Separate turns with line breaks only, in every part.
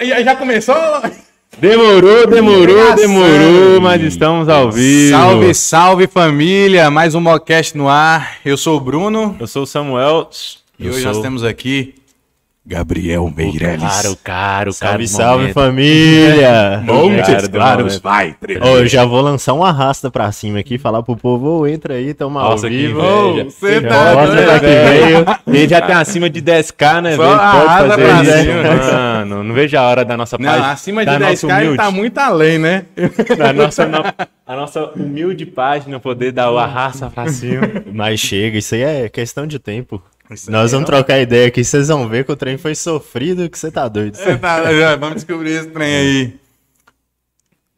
Já, já começou?
Demorou, demorou,
Engraçado.
demorou, mas estamos ao vivo.
Salve, salve família! Mais um Mocast no ar. Eu sou o Bruno
Eu sou o Samuel.
e hoje nós temos aqui Gabriel Meirelles.
Caro, caro,
Salve,
caro.
salve, família. Cara
Montes
do
claros,
momento.
vai,
Ó, eu já vou lançar um arrasta pra cima aqui, falar pro povo, ô, entra aí, tamo ao
Nossa, que
vivo.
inveja.
Ô, cê
Que
tá
bosta
doido,
pra que
velho.
veio. Ele já tem acima de 10k, né,
Só
velho?
arrasa
Pode
pra
fazer
cima.
isso, mano. Não vejo a hora da nossa
Não,
página.
acima
da
de
nossa
10k ele
humilde-
tá muito além, né?
da nossa, a nossa humilde página poder dar o arrasta pra cima.
Mas chega, isso aí é questão de tempo. Nós vamos trocar ideia aqui, vocês vão ver que o trem foi sofrido, que você tá doido.
Cê tá- já, Vamos descobrir esse trem aí.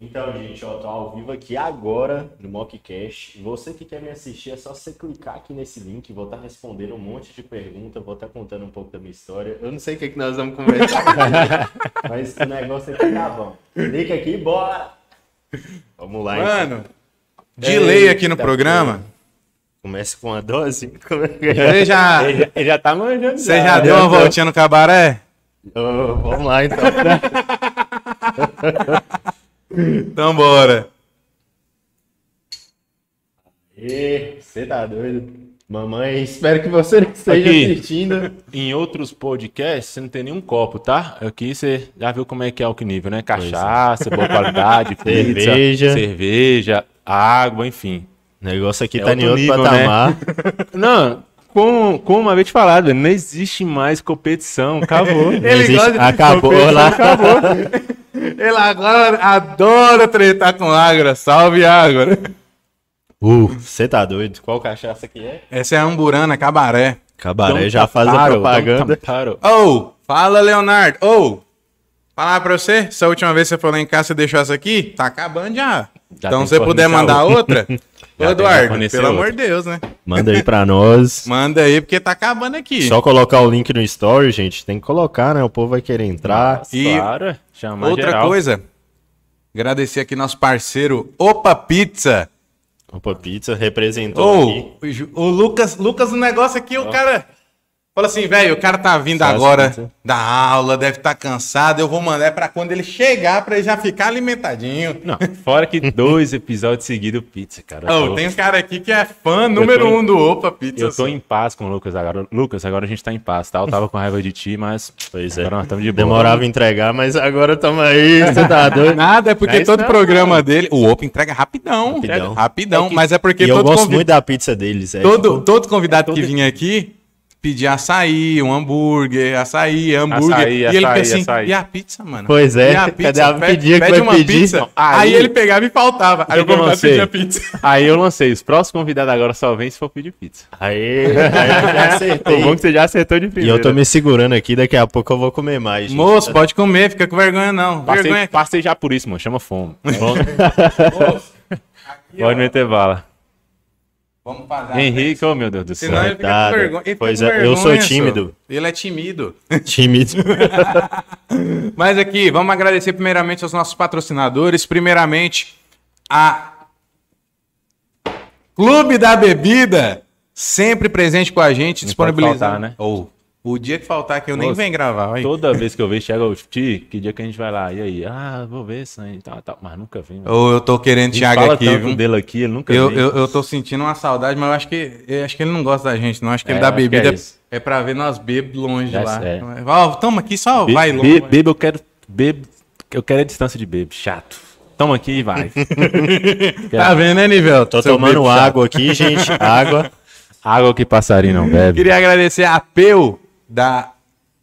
Então, gente, ó, tô ao vivo aqui agora no Mockcast. Você que quer me assistir, é só você clicar aqui nesse link, vou estar respondendo um monte de perguntas, vou estar contando um pouco da minha história. Eu não sei o que, que nós vamos conversar, mas o negócio aqui tá bom. Clica aqui e bora! Vamos lá, então.
Mano, delay aqui no
Eita,
programa.
Começa com uma dose?
Você já,
Ele já, ele já tá manjando.
você já deu uma voltinha no cabaré?
Ô, vamos lá, então.
Então bora.
Você tá doido? Mamãe, espero que você não esteja
Aqui.
assistindo.
Em outros podcasts, você não tem nenhum copo, tá? Aqui você já viu como é que é o que nível, né? Cachaça, boa qualidade, pizza,
Cerveja.
cerveja, água, enfim.
O negócio aqui
É
tá em
outro
outro
nível, né?
patamar.
Não, como, como uma vez te falado, velho, não existe mais competição, acabou.
Não existe- Acabou lá.
Ele agora adora tretar com Ágora. Salve, Ágora.
Uh, você tá doido? Qual cachaça que é?
Essa é a Amburana Cabaré.
Cabaré né?
Então tá
já faz a propaganda.
Parou.
Ô, fala, Leonardo. Ô, falar pra você, essa última vez que você falou em casa, você deixou essa aqui? Tá acabando já.
Já
então,
tem
se você
que
puder
fornecer
mandar outra, Ô,
Já tem que
Eduardo,
fornecer
pelo amor
outra.
de Deus, né?
Manda aí pra nós.
Manda aí, porque tá acabando aqui.
Só colocar o link no story, gente. Tem que colocar, né? O povo vai querer entrar.
E
Claro, é. Chama
outra
geral.
coisa, agradecer aqui nosso parceiro Opa Pizza.
Opa, pizza representou aqui.
Ô, o Ju- o Lucas, Lucas, o negócio aqui, o cara. Fala assim, velho, o cara tá vindo
Faz
agora
pizza.
da aula, deve estar cansado. Eu vou mandar é pra quando ele chegar, pra ele já ficar alimentadinho.
Não, fora que dois episódios seguidos, pizza, cara.
Ô,
Eu tô-
tem um cara aqui que é fã número
Tá tô em-
um do Opa Pizza. assim.
Eu tô em paz com o Lucas agora. Lucas, agora a gente tá em paz, tá? Eu tava com raiva de ti, mas
Pois é.
agora nós estamos de boa.
Demorava a entregar, mas agora tamo aí. Você tá doido?
Nada, é
Não
porque
é isso
todo
não,
programa dele. O Opa entrega rapidão.
Rapidão.
Rapidão. mas é porque
E eu
todo,
gosto
convi-
muito da pizza deles. É,
todo, todo convidado que vinha
tipo.
aqui pedia açaí, um hambúrguer, açaí, hambúrguer.
Açaí,
e ele
açaí,
fica assim,
açaí.
e a pizza, mano?
Pois
e
é,
a
cadê
pizza?
a
Pe-
pedia que vai pedir? Não,
aí...
aí-
ele pegava e faltava. Aí
que
o
que eu
convidado
lancei?
pedia pizza.
Aí eu lancei, os próximos convidados agora só vem se for pedir pizza.
Aê, aí É, eu já acertei.
O bom é que você já acertou de
E
primeira.
eu tô me segurando aqui, daqui a pouco eu vou comer mais. gente.
Moço, pode comer, fica com vergonha não.
Passei,
é
Vergonha.
passei já por isso, mano. Chama fome. Pode meter bala.
Vamos parar.
Henrique, oh meu Deus do céu.
tá, Senão ele fica
Coitado.
com vergonha. ele fica
Pois
com
é, eu sou
vergonha,
tímido.
senhor. Ele é tímido.
Tímido.
Mas aqui, vamos agradecer primeiramente aos nossos patrocinadores. Primeiramente, a Clube da Bebida, sempre presente com a gente,
Não
disponibilizando.
pode faltar, né?
Ou o dia que faltar que eu nem
Nossa,
venho gravar, vai.
Toda vez que eu vejo, chega o Ti, que dia que a gente vai lá? E aí? Ah, vou ver sangue e tal, tal. Mas nunca vi, mano.
Ou eu tô querendo
A gente
Thiago
fala
aqui,
tanto
viu?
dele aqui, ele nunca
Eu,
vem.
eu, eu tô sentindo uma saudade, mas eu acho que, eu acho que ele não gosta da gente, não. Acho que
É,
ele dá
acho que é
bebida.
isso.
é, pra ver nós bebemos longe
É,
lá.
é.
Ó, tamo aqui, só
Be-
vai
be-
longe.
Bebo, eu quero. Bebo, eu quero a distância de bebo. Chato. Toma aqui e vai.
Tá vendo, né, Nível?
Tô tomando água aqui, gente. Água.
Água que passarinho não bebe.
Queria agradecer a Peu da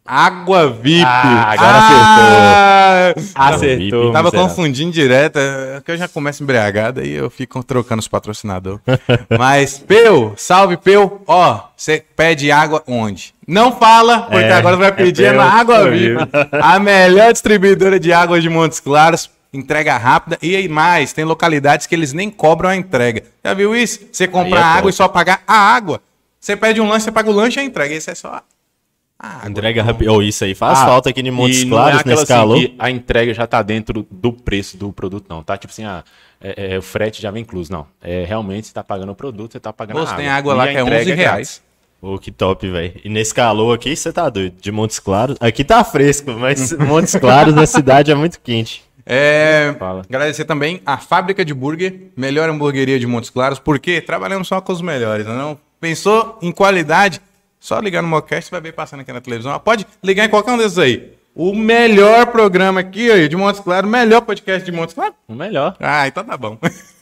Água VIP.
Ah, agora
Ah, acertou.
Acertou.
Tava
miserável.
confundindo direto, é que eu já começo embriagado aí eu fico trocando os patrocinadores. Mas, Peu, salve Peu. Ó, você pede água onde? Não fala, porque
É,
agora vai
é
pedir
Peu,
na Água
Peu.
VIP. A melhor distribuidora de água de Montes Claros. Entrega rápida e aí mais, tem localidades que eles nem cobram a entrega. Já viu isso? Você comprar
é
água
top.
e só pagar a água. Você pede um lanche, você paga o lanche e a entrega. Isso é só a água.
Entrega rápido. Ou isso aí faz
Ah,
falta aqui em Montes
e não é
Claros,
aquela
nesse
assim
calor.
que a entrega já tá dentro do preço do produto, não, tá? Tipo assim, ah, é- é, o frete já vem incluso, não. É, realmente você tá pagando o produto, você tá pagando
Moço,
a
tem água lá
E a
que é
entrega
11
grátis.
reais.
Ô, que top, velho. E nesse calor aqui, você tá doido. De Montes Claros. Aqui tá fresco, mas Montes Claros, a cidade é muito quente.
É,
Fala.
agradecer também a Fábrica de Burger, melhor hamburgueria de Montes Claros, porque trabalhamos só com os melhores, não? é não? Pensou em qualidade? Só ligar no Mocast, vai ver passando aqui na televisão. Ah, Pode ligar em qualquer um desses aí. O melhor programa aqui ó, de Montes Claros, o melhor podcast de Montes Claros.
O melhor.
Ah, então tá bom.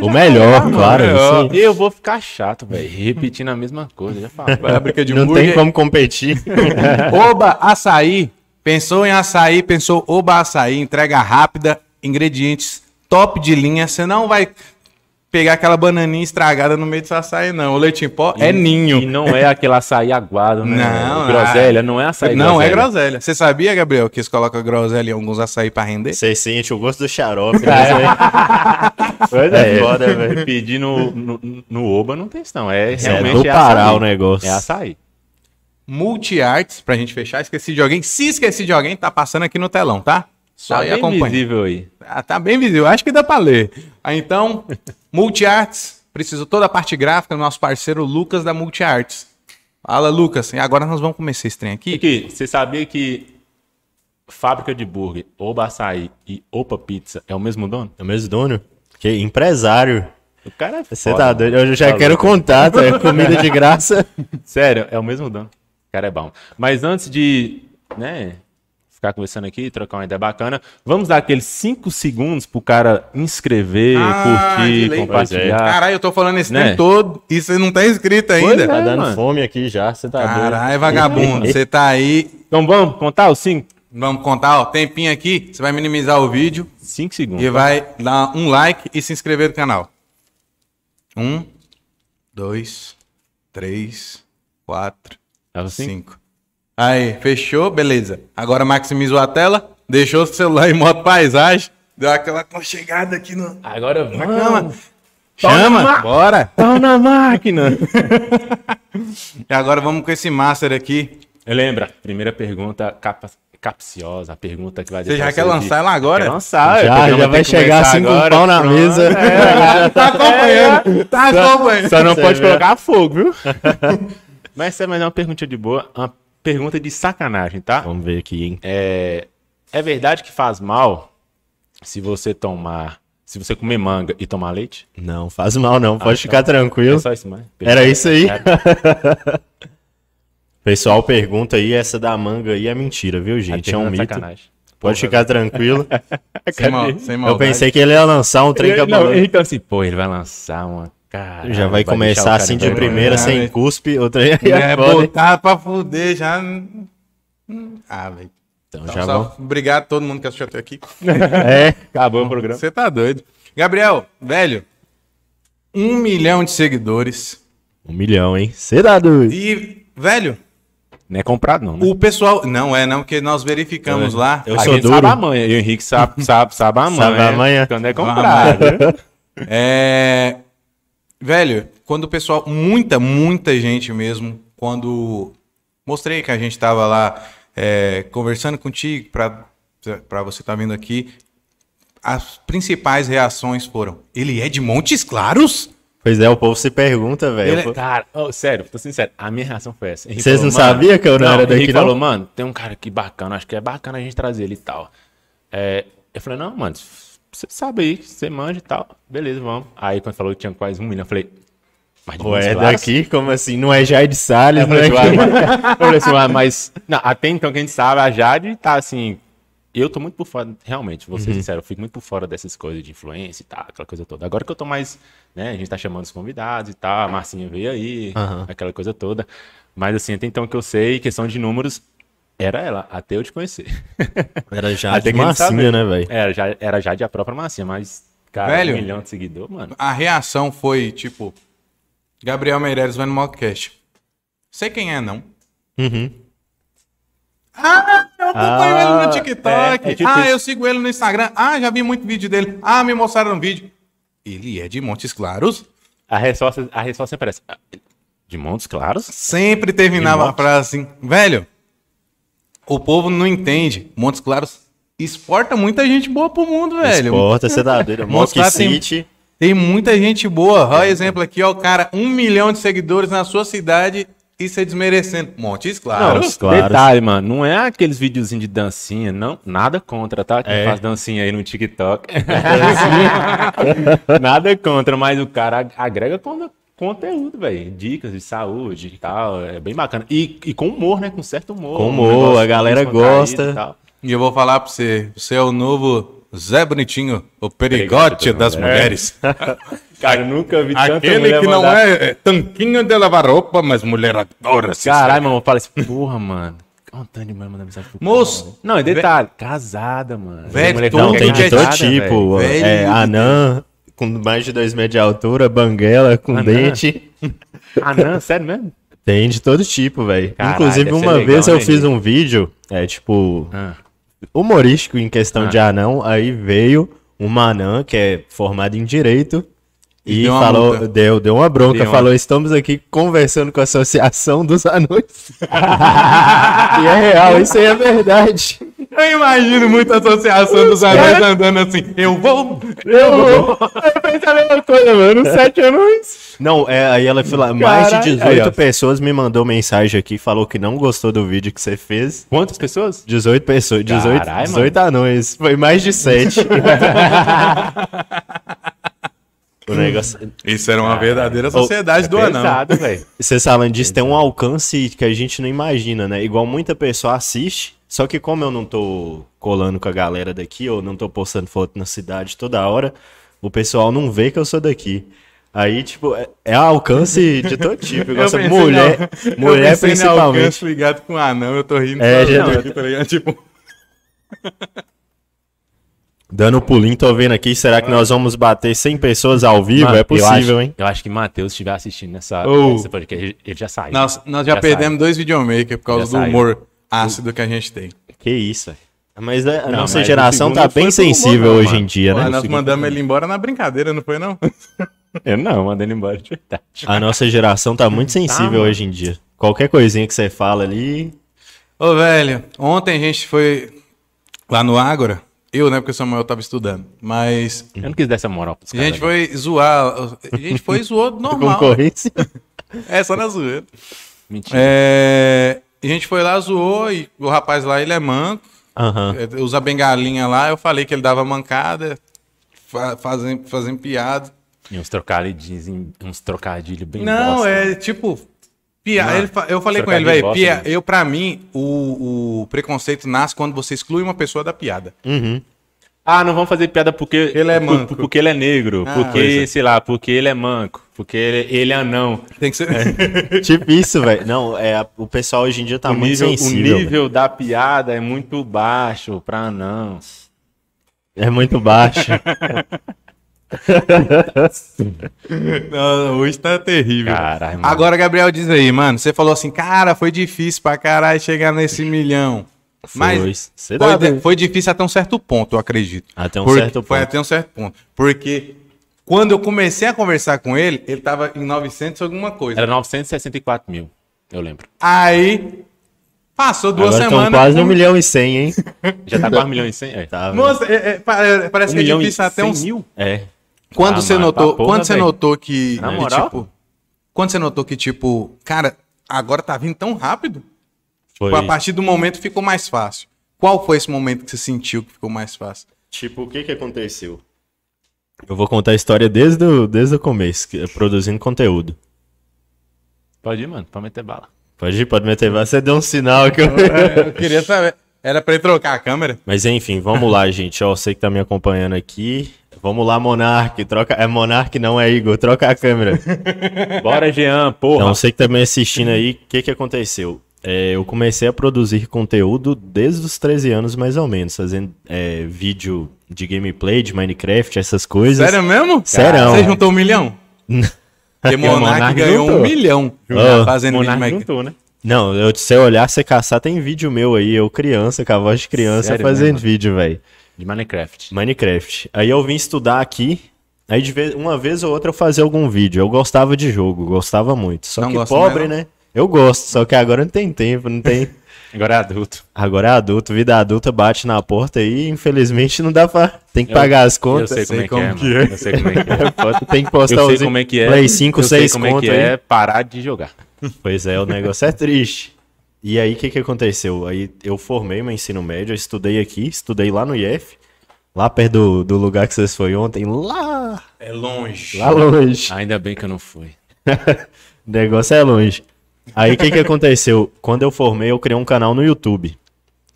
O melhor, claro.
É
melhor.
isso aí.
Eu vou ficar chato, velho. Repetindo a mesma coisa, já falei.
Fábrica de
Não tem
Burger.
como competir.
Oba Açaí. Pensou em açaí, pensou Oba Açaí, entrega rápida, ingredientes top de linha. Você não vai pegar aquela bananinha estragada no meio do seu açaí, não. O leite em pó é
E
ninho.
não é aquele açaí aguado, né?
Não,
groselha, não é açaí
Não, é groselha. Você sabia, Gabriel, que eles colocam groselha em alguns açaí pra render?
Você sente o gosto do xarope. Né?
Pois é,
É.
foda, velho. Pedir no, no, no Oba não tem isso, não. É
Isso É
realmente
do
é
Pará
açaí.
o negócio.
É açaí.
Multiarts, pra gente fechar, esqueci de alguém. Se esqueci de alguém, tá passando aqui no telão, tá? Só
Tá
aí
bem
acompanha.
visível aí.
Ah, tá bem visível, acho que dá pra ler. Ah, então, Multiarts, preciso toda a parte gráfica do nosso parceiro Lucas da Multiarts. Fala, Lucas. E agora nós vamos começar esse trem
E
aqui.
que você sabia que fábrica de burger, Oba Açaí e Opa Pizza é o mesmo dono?
É o mesmo dono? Que empresário.
O cara é
Você
foda,
tá doido? Eu já
Tá
quero
louco.
contato. É comida de graça.
Sério, é o mesmo dono. O cara é bom. Mas antes de, né, ficar conversando aqui, trocar uma ideia bacana, vamos dar aqueles 5 segundos pro cara inscrever,
Ah, de
curtir,
lei.
compartilhar.
Caralho, eu tô falando esse
tá? Né?
tempo todo e você não tá inscrito
Pois
ainda.
é.
Tá dando
mano.
fome aqui já. Você tá doido?
Caralho, é vagabundo, você tá aí.
Então vamos contar os 5?
Vamos contar, ó, tempinho aqui. Você vai minimizar o vídeo
5 segundos.
e vai dar um like e se inscrever no canal. Um, dois, três, quatro,
É os cinco?
5. Aí, fechou, beleza. Agora maximizou a tela, deixou o celular em modo paisagem, deu aquela conchegada aqui no,
Agora
na
vamos.
cama.
Toma!
Chama, bora.
Pau na máquina!
E agora vamos com esse master aqui.
Lembra, primeira pergunta capa- capciosa, a pergunta que vai
Você já
deixar
quer
você
lançar
de-
ela agora?
Quer lançar, o
Já,
programa
já
tem que
vai chegar
começar
assim com um
agora,
pau na
pronto.
mesa.
Tá acompanhando, tá acompanhando.
Só não
é Você
pode
vê.
colocar fogo, viu? Mas essa é mais uma pergunta de boa, uma pergunta de sacanagem, tá?
Vamos ver aqui, hein?
É, é verdade que faz mal se você tomar, se você comer manga e tomar leite?
Não, faz mal não. Pode
tá.
ficar tranquilo.
É só isso, mano.
Era isso aí. Pessoal pergunta aí, essa da manga aí é mentira, viu, gente? É um mito.
Sacanagem.
Pode ficar tranquilo.
Sem, mal, sem
Eu
maldade.
pensei que ele ia lançar um trem
Ele, não,
cabuloso.
então assim, pô, ele vai lançar uma cara.
Já vai começar assim de primeira,
doido. Ah,
sem
velho.
cuspe. Outra aí
É,
é foda, hein?
botar pra fuder já. Ah, velho.
Então
Então,
já
só
vamos.
Obrigado a todo mundo que assistiu até aqui.
É.
Acabou o programa.
Você tá doido. Gabriel, velho, um milhão de seguidores.
Um milhão, hein? Cê dá doido.
E, velho,
Não é comprado, não. Né?
O pessoal. Não é, não, porque nós verificamos lá.
Eu
a
sou
gente
duro.
sabe a manha. E o Henrique sabe, sabe, sabe a manha.
Sabe a manha.
Quando é comprado.
É. Velho, quando o pessoal. Muita, muita gente mesmo. Quando. Mostrei que a gente tava lá é, conversando contigo, pra, pra você tá vindo aqui. As principais reações foram: ele é de Montes Claros?
Pois é, o povo se pergunta,
Ele-
velho.
cara, ô, sério, tô sincero. A minha reação foi essa. Henrique
Vocês
falou,
não
"Mano,
sabiam que eu não
o
era
Henrique
daqui, não?"
falou, mano, tem um cara aqui bacana. Acho que é bacana a gente trazer ele e tal. É, eu falei, não, mano, você sabe aí, você manja e tal. Beleza, vamos. Aí quando falou que tinha quase um milhão, eu falei, mas de
Pô,
Montes
é
Claros?
daqui? Como assim? Não é Jair de Salles,
Eu
não
falei
é
assim, uai,
aqui?
mas, eu falei
"Ah,
assim, uai, mas- não, até então que a gente sabe, a Jade tá assim. Eu tô muito por fora, realmente, vou ser sincero, eu fico muito por fora dessas coisas de influência e tal, aquela coisa toda. Agora que eu tô mais, né, a gente tá chamando os convidados e tal, a Marcinha veio aí,
Aham.
aquela coisa toda. Mas assim, até então que eu sei, questão de números, era ela, até eu te conhecer.
Era já
Até
de
que a gente sabe.
massinha, né, velho?
Era, já, era Jade a própria Marcinha, mas, cara,
Velho.
um milhão de seguidor, mano.
A reação foi tipo: Gabriel Meireles vai no mockcast. Sei quem é, não.
Uhum.
Ah, eu acompanho
Ah,
ele no TikTok.
é, é tipo
ah,
isso.
eu sigo ele no Instagram. Ah, já vi muito vídeo dele. Ah, me mostraram um vídeo. Ele é de Montes Claros.
A resposta, a resposta sempre é essa. De Montes Claros?
Sempre terminava
De
a frase assim. Velho, o povo não entende. Montes Claros exporta muita gente boa pro mundo,
É,
velho.
um
Exporta, cê dá doido.
Montes
Mock
Claros tem-
City.
Tem muita gente boa. Olha o exemplo aqui, ó. O cara, um milhão de seguidores na sua cidade Isso é desmerecendo. Montes, claro.
Não,
claro.
detalhe, mano, não é aqueles videozinhos de dancinha, não, nada contra, tá? Quem
É.
faz dancinha aí no TikTok. nada contra, mas o cara agrega con- conteúdo, velho. Dicas de saúde e tal, é bem bacana. E, e com humor, né? Com certo humor.
Com
um
humor,
negócio
a galera
descontraído
gosta.
e tal.
E eu vou falar pra você, você é o novo Zé Bonitinho, o perigote
Obrigado,
das
Tom.
mulheres.
É.
Cara, eu nunca vi tanta
Aquele
mulher
que não
mandar-
é, é tanquinho de lavar roupa, mas mulher adora se
Caralho, meu irmão, fala assim, porra, mano. Olha o tanto de mulher mandando mensagem pro cara,
Moço,
velho. Não, e detalhe, casada, mano.
Velho,
Mulher que
todo
Não, tem de todo
casada, velho.
tipo.
velho.
é,
Velho.
anã, com mais de 2 metros de altura, banguela, com
Anã.
dente.
Ah, não, sério mesmo?
Tem de todo tipo, velho.
Caralho,
Inclusive,
deve ser
uma
legal,
vez eu
né,
fiz
gente?
um vídeo, é tipo,
Ah.
humorístico em questão
Ah.
de anão, aí veio uma anã que é formada em direito
E
e,
deu uma multa.
falou, deu, deu uma bronca,
Deu uma-
falou, estamos aqui conversando com a associação dos anões. e é real, isso aí é verdade.
Eu imagino muita associação dos anões andando assim, eu vou...
Tá
Eu, eu pensei a mesma coisa, mano, sete anões. Não, é, aí ela falou, mais de
Caralho.
18
Aí, ó.
pessoas me mandou mensagem aqui, falou que não gostou do vídeo que você fez.
Quantas pessoas?
18 pessoas, 18,
Caralho, mano.
18 anões. Foi mais de 7. o negócio.
Isso
Ah.
era uma verdadeira sociedade do anão.
Pesado, velho.
Vocês falam disso, tem um alcance que a gente não imagina, né? Igual muita pessoa assiste, só que como eu não tô colando com a galera daqui, ou não tô postando foto na cidade toda hora, o pessoal não vê que eu sou daqui. Aí, tipo, é, é alcance de todo tipo. Igual
Eu
essa
pensei
mulher,
na- eu
mulher
pensei na
principalmente.
alcance ligado com anão, eu tô rindo.
É,
sozinho
já-
aqui, tá ligado? Tipo,
Dando um pulinho, tô vendo aqui. Será que nós vamos bater 100 pessoas ao vivo?
Mano,
é possível,
eu acho,
hein?
Eu acho que Matheus estiver assistindo nessa,
Ou-
nessa podcast, ele já saiu.
nós, nós já,
É Já
perdemos dois videomakers por causa
Já
do
saiu.
humor ácido que a gente tem.
Que isso, velho. Mas é, a
Não,
nossa
mas o
geração
segundo
tá
não foi
bem
por humor,
sensível
não,
hoje
mano.
em dia,
Mas
né?
nós mandamos ele embora na brincadeira, não foi não?
Eu não, mandando embora de verdade.
A nossa geração tá muito sensível
mano.
hoje em dia. Qualquer coisinha que você fala ali.
Ô, velho, ontem a gente foi lá no Ágora. Eu, né, porque o Samuel tava estudando. Mas
Eu não quis dar essa moral pros
a
caras.
gente foi zoar. A gente foi e zoou normal.
Concorrência.
É, só na zoeira.
Mentira.
É, a gente foi lá, zoou, e o rapaz lá, ele é manco,
Ah.
Aham.
é, usa bengalinha lá. Eu falei que ele dava mancada, fa- fazendo, fazendo piada.
E uns trocadilhos, uns trocadilhos bem
Não,
bosta. né?
é tipo. Pia,
Não,
ele fa- eu falei com
trocar
ele,
de
velho,
bosta,
pia,
né?
eu pra mim, o, o preconceito nasce quando você exclui uma pessoa da piada.
Uhum.
Ah, não vamos fazer piada porque
Ele é
por-
manco.
porque ele é negro,
Ah,
porque,
coisa.
sei lá, porque ele é manco, porque ele, ele é anão.
Tem que ser.
É,
Tipo isso, velho. Não, é, a- o pessoal hoje em dia tá
o
muito
nível, o
sensível. velho.
nível da piada é muito baixo pra anão.
É muito baixo.
Não, hoje tá terrível.
Caralho, mano.
Agora, Gabriel, diz aí, mano. Você falou assim, cara, foi difícil pra caralho chegar nesse milhão. Mas
Foi.
foi,
Cê dá,
de-
velho.
foi difícil até um certo ponto, eu acredito.
Até um
Porque-
certo
Foi
ponto.
até um certo ponto. Porque quando eu comecei a conversar com ele, ele tava em 900 alguma coisa.
Era 964 mil, eu lembro.
Aí, passou duas
Agora estão
semanas.
quase
um-
um milhão e cem, hein?
Já tá quase 1 milhão e 100? É.
Tá, velho.
Moça, é- é, pa- é, parece
Um
que é
milhão e
difícil até
100
uns...
mil?
É.
Quando
Ah,
você
mano,
notou,
pra porra,
quando você
velho.
notou que,
Na
que,
moral?
tipo, quando você notou que tipo, cara, agora tá vindo tão rápido?
Foi.
A partir do momento ficou mais fácil. Qual foi esse momento que você sentiu que ficou mais fácil?
Tipo, o que que aconteceu? Eu vou contar a história desde o, desde o começo, que- produzindo conteúdo.
Pode ir, mano, pra meter bala.
Pode ir, pode meter. vai. Você deu um sinal que eu...
É.
Eu queria saber. Era pra ele trocar a câmera?
Mas enfim, vamos lá, gente. Ó, você que tá me acompanhando aqui. Vamos lá, Monark. Troca... É Monark, não é Igor. Troca a câmera.
Bora, Jean, porra.
Então, você que tá me assistindo aí, o que que aconteceu? É, eu comecei a produzir conteúdo desde os 13 anos, mais ou menos. Fazendo é, vídeo de gameplay, de Minecraft, essas coisas.
Sério mesmo?
Sério.
Você juntou um milhão? Porque Monark
Monark
ganhou um
juntou.
milhão
Ah,
fazendo vídeo
Monarca
Minecraft.
juntou, né?
Não, eu, se eu olhar, você caçar, tem vídeo meu aí. Eu criança, com a voz de criança,
Sério
fazendo
mesmo?
vídeo, velho.
De Minecraft.
Minecraft. Aí eu vim estudar aqui. Aí de vez, uma vez ou outra eu fazia algum vídeo. Eu gostava de jogo, gostava muito. Só
Não
que
gosta
pobre,
mais,
né? Eu gosto, só que agora não tem tempo, não tem.
Agora é adulto.
Agora é adulto, vida adulta bate na porta aí, infelizmente não dá pra. Tem que
Eu-
pagar as
Eu
contas.
sei,
sei
como é
como
que é, mano. Eu sei como é que é.
Tem que postar
Eu sei
os
como é que é.
Play 5,
eu sei
6
como é
conto
que
aí.
é parar de jogar.
Pois é, o negócio é triste. E aí, o que, que aconteceu? Aí eu formei meu ensino médio, eu estudei aqui, estudei lá no IF, lá perto do, do lugar que vocês foram ontem, lá,
É longe.
lá longe.
Ainda bem que eu não fui.
O negócio é longe. Aí o que, que aconteceu? Quando eu formei, eu criei um canal no YouTube.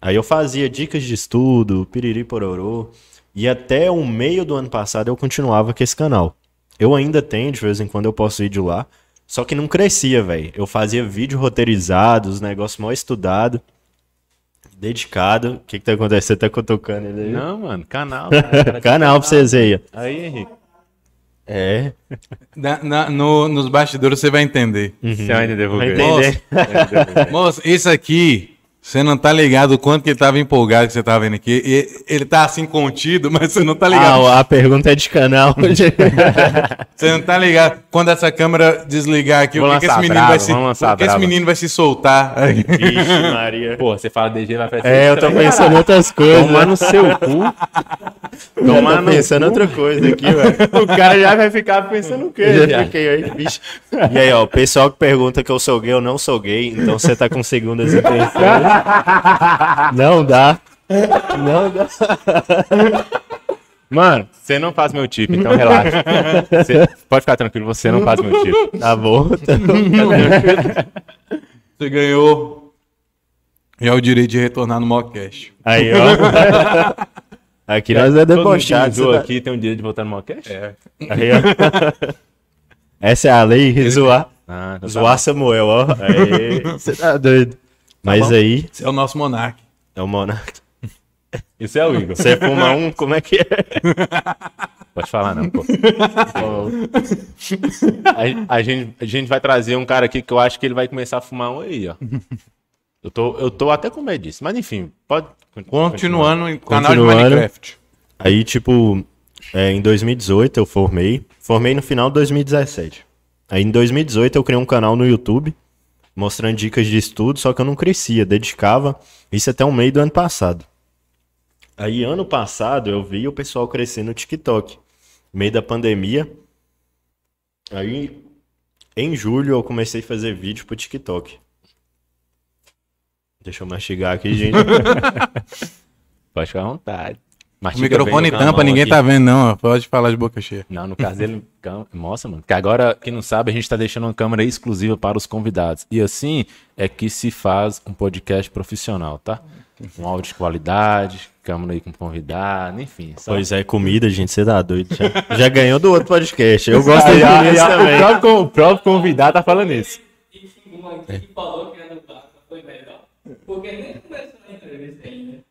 Aí eu fazia dicas de estudo, piriri pororô. E até o meio do ano passado eu continuava com esse canal. Eu ainda tenho, de vez em quando eu posso ir de lá. Só que não crescia, velho. Eu fazia vídeo roteirizado, os negócios mal estudado, dedicado. O que que tá acontecendo? Você tá cutucando ele aí?
Não, mano, canal. cara, cara,
Canal pra vocês aí. ó.
Aí, Henrique,
É,
Na- na- no- nos bastidores você vai entender.
você vai entender por
vai
quê.
entender.
Moço, isso aqui, você não tá ligado o quanto que ele tava empolgado que você tava vendo aqui. E- ele tá assim contido, mas você não tá ligado.
Ah, a pergunta é de canal.
Você não tá ligado. Quando essa câmera desligar aqui,
Vou
o que, que esse
lançar
menino
brava,
vai se.
vamos lançar
o que esse
brava.
menino vai se soltar?
Vixe, Maria.
Pô, você fala DG, vai fazer
É, eu tô pensando em outras coisas.
Tomar no seu cu.
Tomar
Tomar
tô
no
pensando em outra coisa aqui, velho.
O cara já vai ficar pensando o quê?
Eu já fiquei aí, bicho. E aí, ó, o pessoal que pergunta que eu sou gay, eu não sou gay, então você tá com segundas e terceiras. Não dá. Não dá.
Mano, você não faz meu tipo, então relaxa. Você- pode ficar tranquilo, você não faz meu tipo.
Tá bom. tá bom.
Você ganhou já o direito de retornar no mockcast.
Aí, ó. Aqui nós é
Todo mundo que me
debochado.
zoa
você tá-
aqui tem um direito de voltar no Mocast?
É.
Aí, ó. Essa é a lei, zoar.
Ah, então tá
Zoar Samuel, ó. Aí, você tá doido. Tá Mas
bom.
aí,
Você é o nosso monarca.
é o monarca.
bom. Isso é o Igor.
Você fuma um, como é que é?
Pode falar, não, pô. a, a gente, a gente vai trazer um cara aqui que eu acho que ele vai começar a fumar um aí, ó. Eu tô, eu tô até com medo disso, mas enfim, pode.
Continuando em canal de
Continuando.
Minecraft.
Aí, tipo, é, em 2018 eu formei. Formei no final de 2017. Aí em 2018 eu criei um canal no YouTube mostrando dicas de estudo, só que eu não crescia, dedicava isso até o meio do ano passado. Aí ano passado eu vi o pessoal crescer no TikTok, no meio da pandemia. Aí em julho eu comecei a fazer vídeo pro TikTok. Deixa eu mastigar aqui, gente.
Pode ficar à vontade.
O microfone tampa, ninguém
tá
tá vendo, não. ó. Pode falar de boca cheia.
Não, no caso dele. cam- Nossa, mano. Que agora, quem não sabe, a gente tá deixando uma câmera exclusiva para os convidados. E assim é que se faz um podcast profissional, tá? Um áudio de qualidade, câmera aí com convidado, enfim. sabe?
Pois é, comida, gente, você tá doido. Já, já ganhou do outro podcast. Eu gosto de
Aí,
comida
aí, o,
também.
próprio, o próprio convidado tá falando isso.
E um aqui que falou que era do Barça foi melhor. Porque nem começou a entrevista ainda.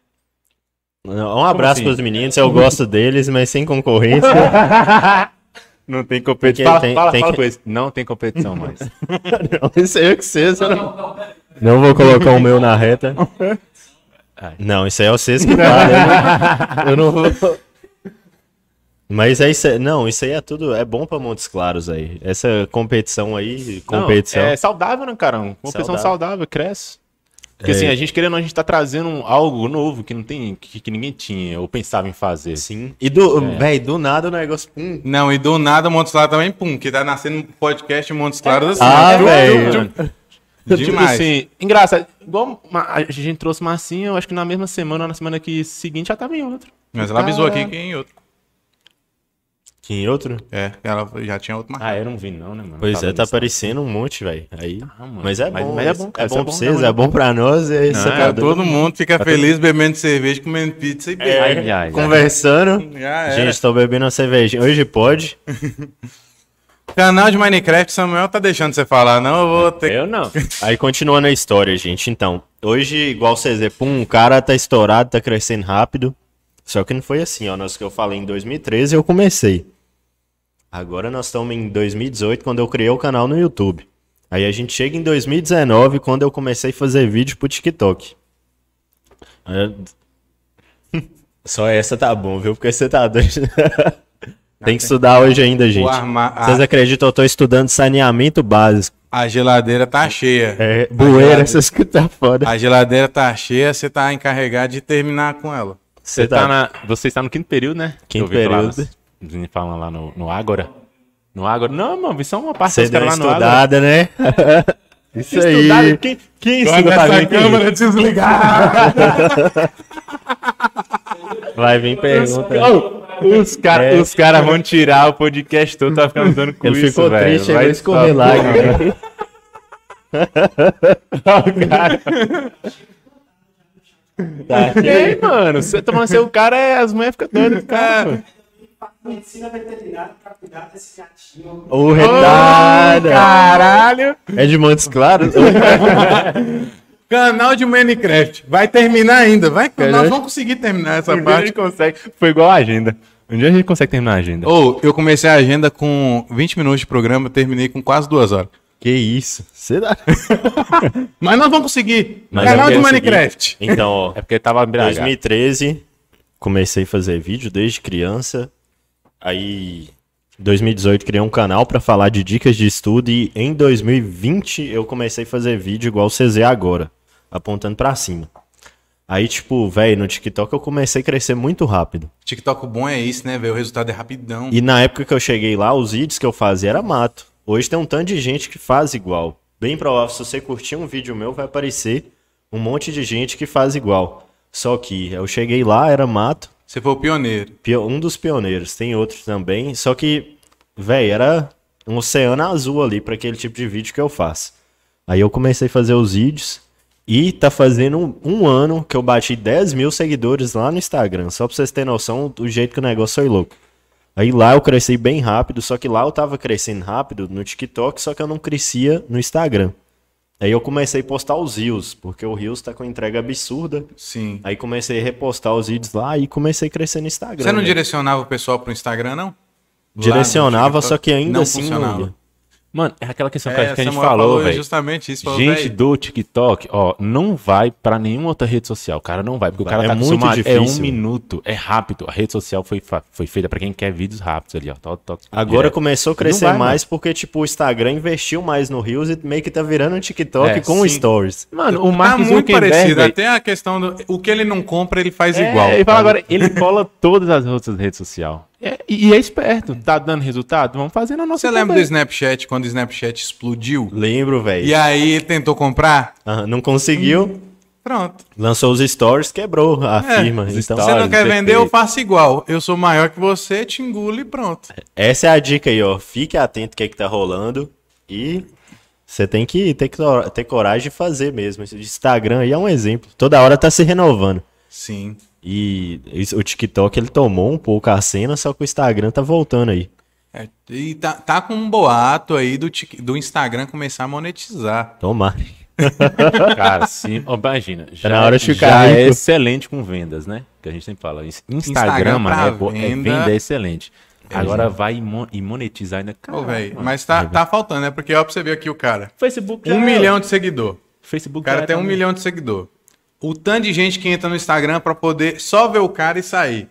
Um abraço
Como assim?
pros meninos, eu gosto deles, mas sem concorrência.
Não tem
Porque
competição. Fala,
tem-
fala,
tem
fala
que-
com isso. Não tem competição mais.
Não sei
é
o que vocês. eu Não...
Não, não, peraí.
não vou colocar o meu na reta.
Ai.
Não, isso aí é vocês que falam. Eu não, eu não vou. Mas é isso aí. Não, isso aí é tudo. É bom pra Montes Claros aí. Essa competição aí. Competição.
Não, é saudável, né, cara? Uma Competição
Saudável.
saudável, cresce. Porque
É.
assim, a gente querendo, ou não, a gente tá trazendo um- algo novo que não tem, que, que ninguém tinha ou pensava em fazer.
Sim. E do.
É.
Véi, do nada o negócio. Hum,
Não, e do nada Montes Claros também, pum, que tá nascendo podcast Montes Claros assim.
Ah,
é,
Tchum,
velho.
tchum, tchum.
Tipo
Demais.
assim, engraçado. Igual ma- a gente trouxe massinha, eu acho que na mesma semana, na semana que seguinte, já tava em outro.
Mas ela avisou aqui que é em outro.
Que outro?
É, ela já tinha outro marcado.
Ah, eu não vi não, né, mano?
Pois
Tava
é, tá
nisso.
aparecendo um monte, velho. Aí.
Ah, mano.
Mas é
Mas-
bom.
mas é bom,
É
cara, isso é
bom pra
bom,
vocês,
né,
é bom pra nós. É isso,
Não,
cara. Tá
é
Ah, Todo mundo fica feliz bebendo cerveja, comendo pizza e
Ai,
beijo.
ai, ai.
Conversando.
Já
é.
era.
É. Gente, tô bebendo uma cerveja. Hoje pode.
Canal de Minecraft, Samuel tá deixando você falar, não? Eu vou
É.
ter que.
Eu não.
Aí continuando a história, gente. Então, hoje, igual vocês vê, pum, o cara tá estourado, tá crescendo rápido. Só que não foi assim, ó. Nós que eu falei em 2013, eu comecei. Agora nós estamos em 2018, quando eu criei o canal no YouTube. Aí a gente chega em 2019, quando eu comecei a fazer vídeo pro TikTok. Aí- Só essa tá bom, viu? Porque você tá doido. Tem que estudar hoje ainda, gente.
arma- a-
Vocês acreditam? Eu tô estudando saneamento básico.
A geladeira tá cheia.
É,
gelada-
bueira, essas que tá foda.
A geladeira tá cheia, você tá encarregado de terminar com ela.
Você tá na, você está no quinto período, né? Que
Quinto
eu vi falar
período.
nas- me falam lá no, no Ágora. No Ágora. Não, mano, isso é uma parte
Você
dos
deu uma
caras lá no Ágora.
estudada, né?
Isso aí. Quem, quem ensina
tá
pra mim? Quem?
desligar.
Vai vir pergunta.
Ô,
os caras
É.
vão tirar o podcast todo, tá ficando dando com
Ele
isso,
ficou
velho.
triste,
Vai
chegou a né? escorrer
essa porra, velho.
lágrimas.
O cara-
Tá aqui.
É.
Ei, mano, você tomando seu cara, é- as mulheres ficam doidas do cara. mano.
Medicina veterinária pra cuidar desse gatinho.
O
Ô,
retardo.
Caralho!
É de Montes Claros?
Canal de Minecraft. Vai terminar ainda. Vai, nós
Caralho.
vamos conseguir terminar essa
Um dia a
parte.
gente consegue. Foi igual a agenda. Um dia a gente consegue terminar a agenda.
Ou eu comecei a agenda com 20 minutos de programa, eu terminei com quase duas horas.
que isso? Você dá.
Mas nós vamos conseguir.
Mas
Canal
eu
de
quero
Minecraft.
Então, ó.
É porque tava embriagado.
2013, comecei a fazer vídeo desde criança. Aí, em 2018, criei um canal pra falar de dicas de estudo. E em 2020, eu comecei a fazer vídeo igual o CZ agora, apontando pra cima. Aí, tipo, velho, no TikTok eu comecei a crescer muito rápido.
TikTok o bom é isso, né, velho? O resultado é rapidão.
E na época que eu cheguei lá, os vídeos que eu fazia era mato. Hoje tem um tanto de gente que faz igual. Bem provável, se você curtir um vídeo meu, vai aparecer um monte de gente que faz igual. Só que eu cheguei lá, era mato,
Você foi o pioneiro.
pio- um dos pioneiros, tem outros também, só que, velho, era um oceano azul ali pra aquele tipo de vídeo que eu faço. Aí eu comecei a fazer os vídeos e tá fazendo um, um ano que eu bati 10 mil seguidores lá no Instagram, só pra vocês terem noção do jeito que o negócio foi louco. Aí lá eu cresci bem rápido, só que lá eu tava crescendo rápido no TikTok, só que eu não crescia no Instagram. Aí eu comecei a postar os Reels, porque o Reels tá com entrega absurda.
Sim.
Aí comecei a repostar os vídeos lá e comecei a crescer no Instagram.
Você não
né?
direcionava o pessoal pro Instagram, não?
Direcionava, só que ainda
não
assim não
funcionava.
ia.
Mano, é aquela questão que
É,
a gente
Samuel
falou, velho.
justamente isso. falou,
Gente
velho,
do TikTok, ó, não vai pra nenhuma outra rede social. O cara não vai, porque o
Vai,
cara
é
tá
muito
acostumado. É um
difícil.
minuto, é rápido. A rede social foi, fa- foi feita pra quem quer vídeos rápidos ali, ó. Tó, tó,
Agora
direto.
começou a
Não
crescer
vai,
mais porque, tipo, o Instagram investiu mais no Reels e meio que tá virando um TikTok
É,
com
sim.
stories.
Mano, o
Tá
Mark
muito
Zuckerberg,
parecido.
velho,
Até a questão do. O que ele não compra, ele faz
É,
igual.
Ele
tá?
fala agora, ele cola todas as outras redes sociais. É, e e é esperto. Tá dando resultado? Vamos fazer na nossa
Você lembra do
também.
Snapchat, quando o Snapchat explodiu?
Lembro,
E
velho.
aí ele tentou comprar?
Aham, não conseguiu,
Pronto.
lançou os stories, quebrou a
É,
firma.
os
Então,
stories.
Você não quer
perfeito.
vender, eu faço igual. Eu sou maior que você, te engulo e pronto.
essa é a dica aí, ó. Fique atento o que, é que tá rolando e você tem que ter, cor- ter coragem de fazer mesmo. Esse Instagram aí é um exemplo. Toda hora tá se renovando.
Sim.
E isso- o TikTok ele tomou um pouco a cena, só que o Instagram tá voltando aí.
É, e tá, tá com um boato aí do, Tik- do Instagram começar a monetizar.
Tomar.
Cara, sim. Ó, imagina. Já,
na hora de ficar
já é
rico.
excelente com vendas, né? Que a gente sempre fala. isso. Instagram,
Instagram pra
mano, é, bo- é
venda.
venda é excelente. Agora vai e mon- e monetizar ainda.
Ô,
Caralho,
velho,
mano.
mas tá, tá faltando, né? Porque ó, pra você ver aqui o cara.
Facebook
Um
já- né?
milhão de seguidor.
Facebook é
O cara tem um milhão de seguidor. O tanto de gente que entra no Instagram pra poder só ver o cara e sair.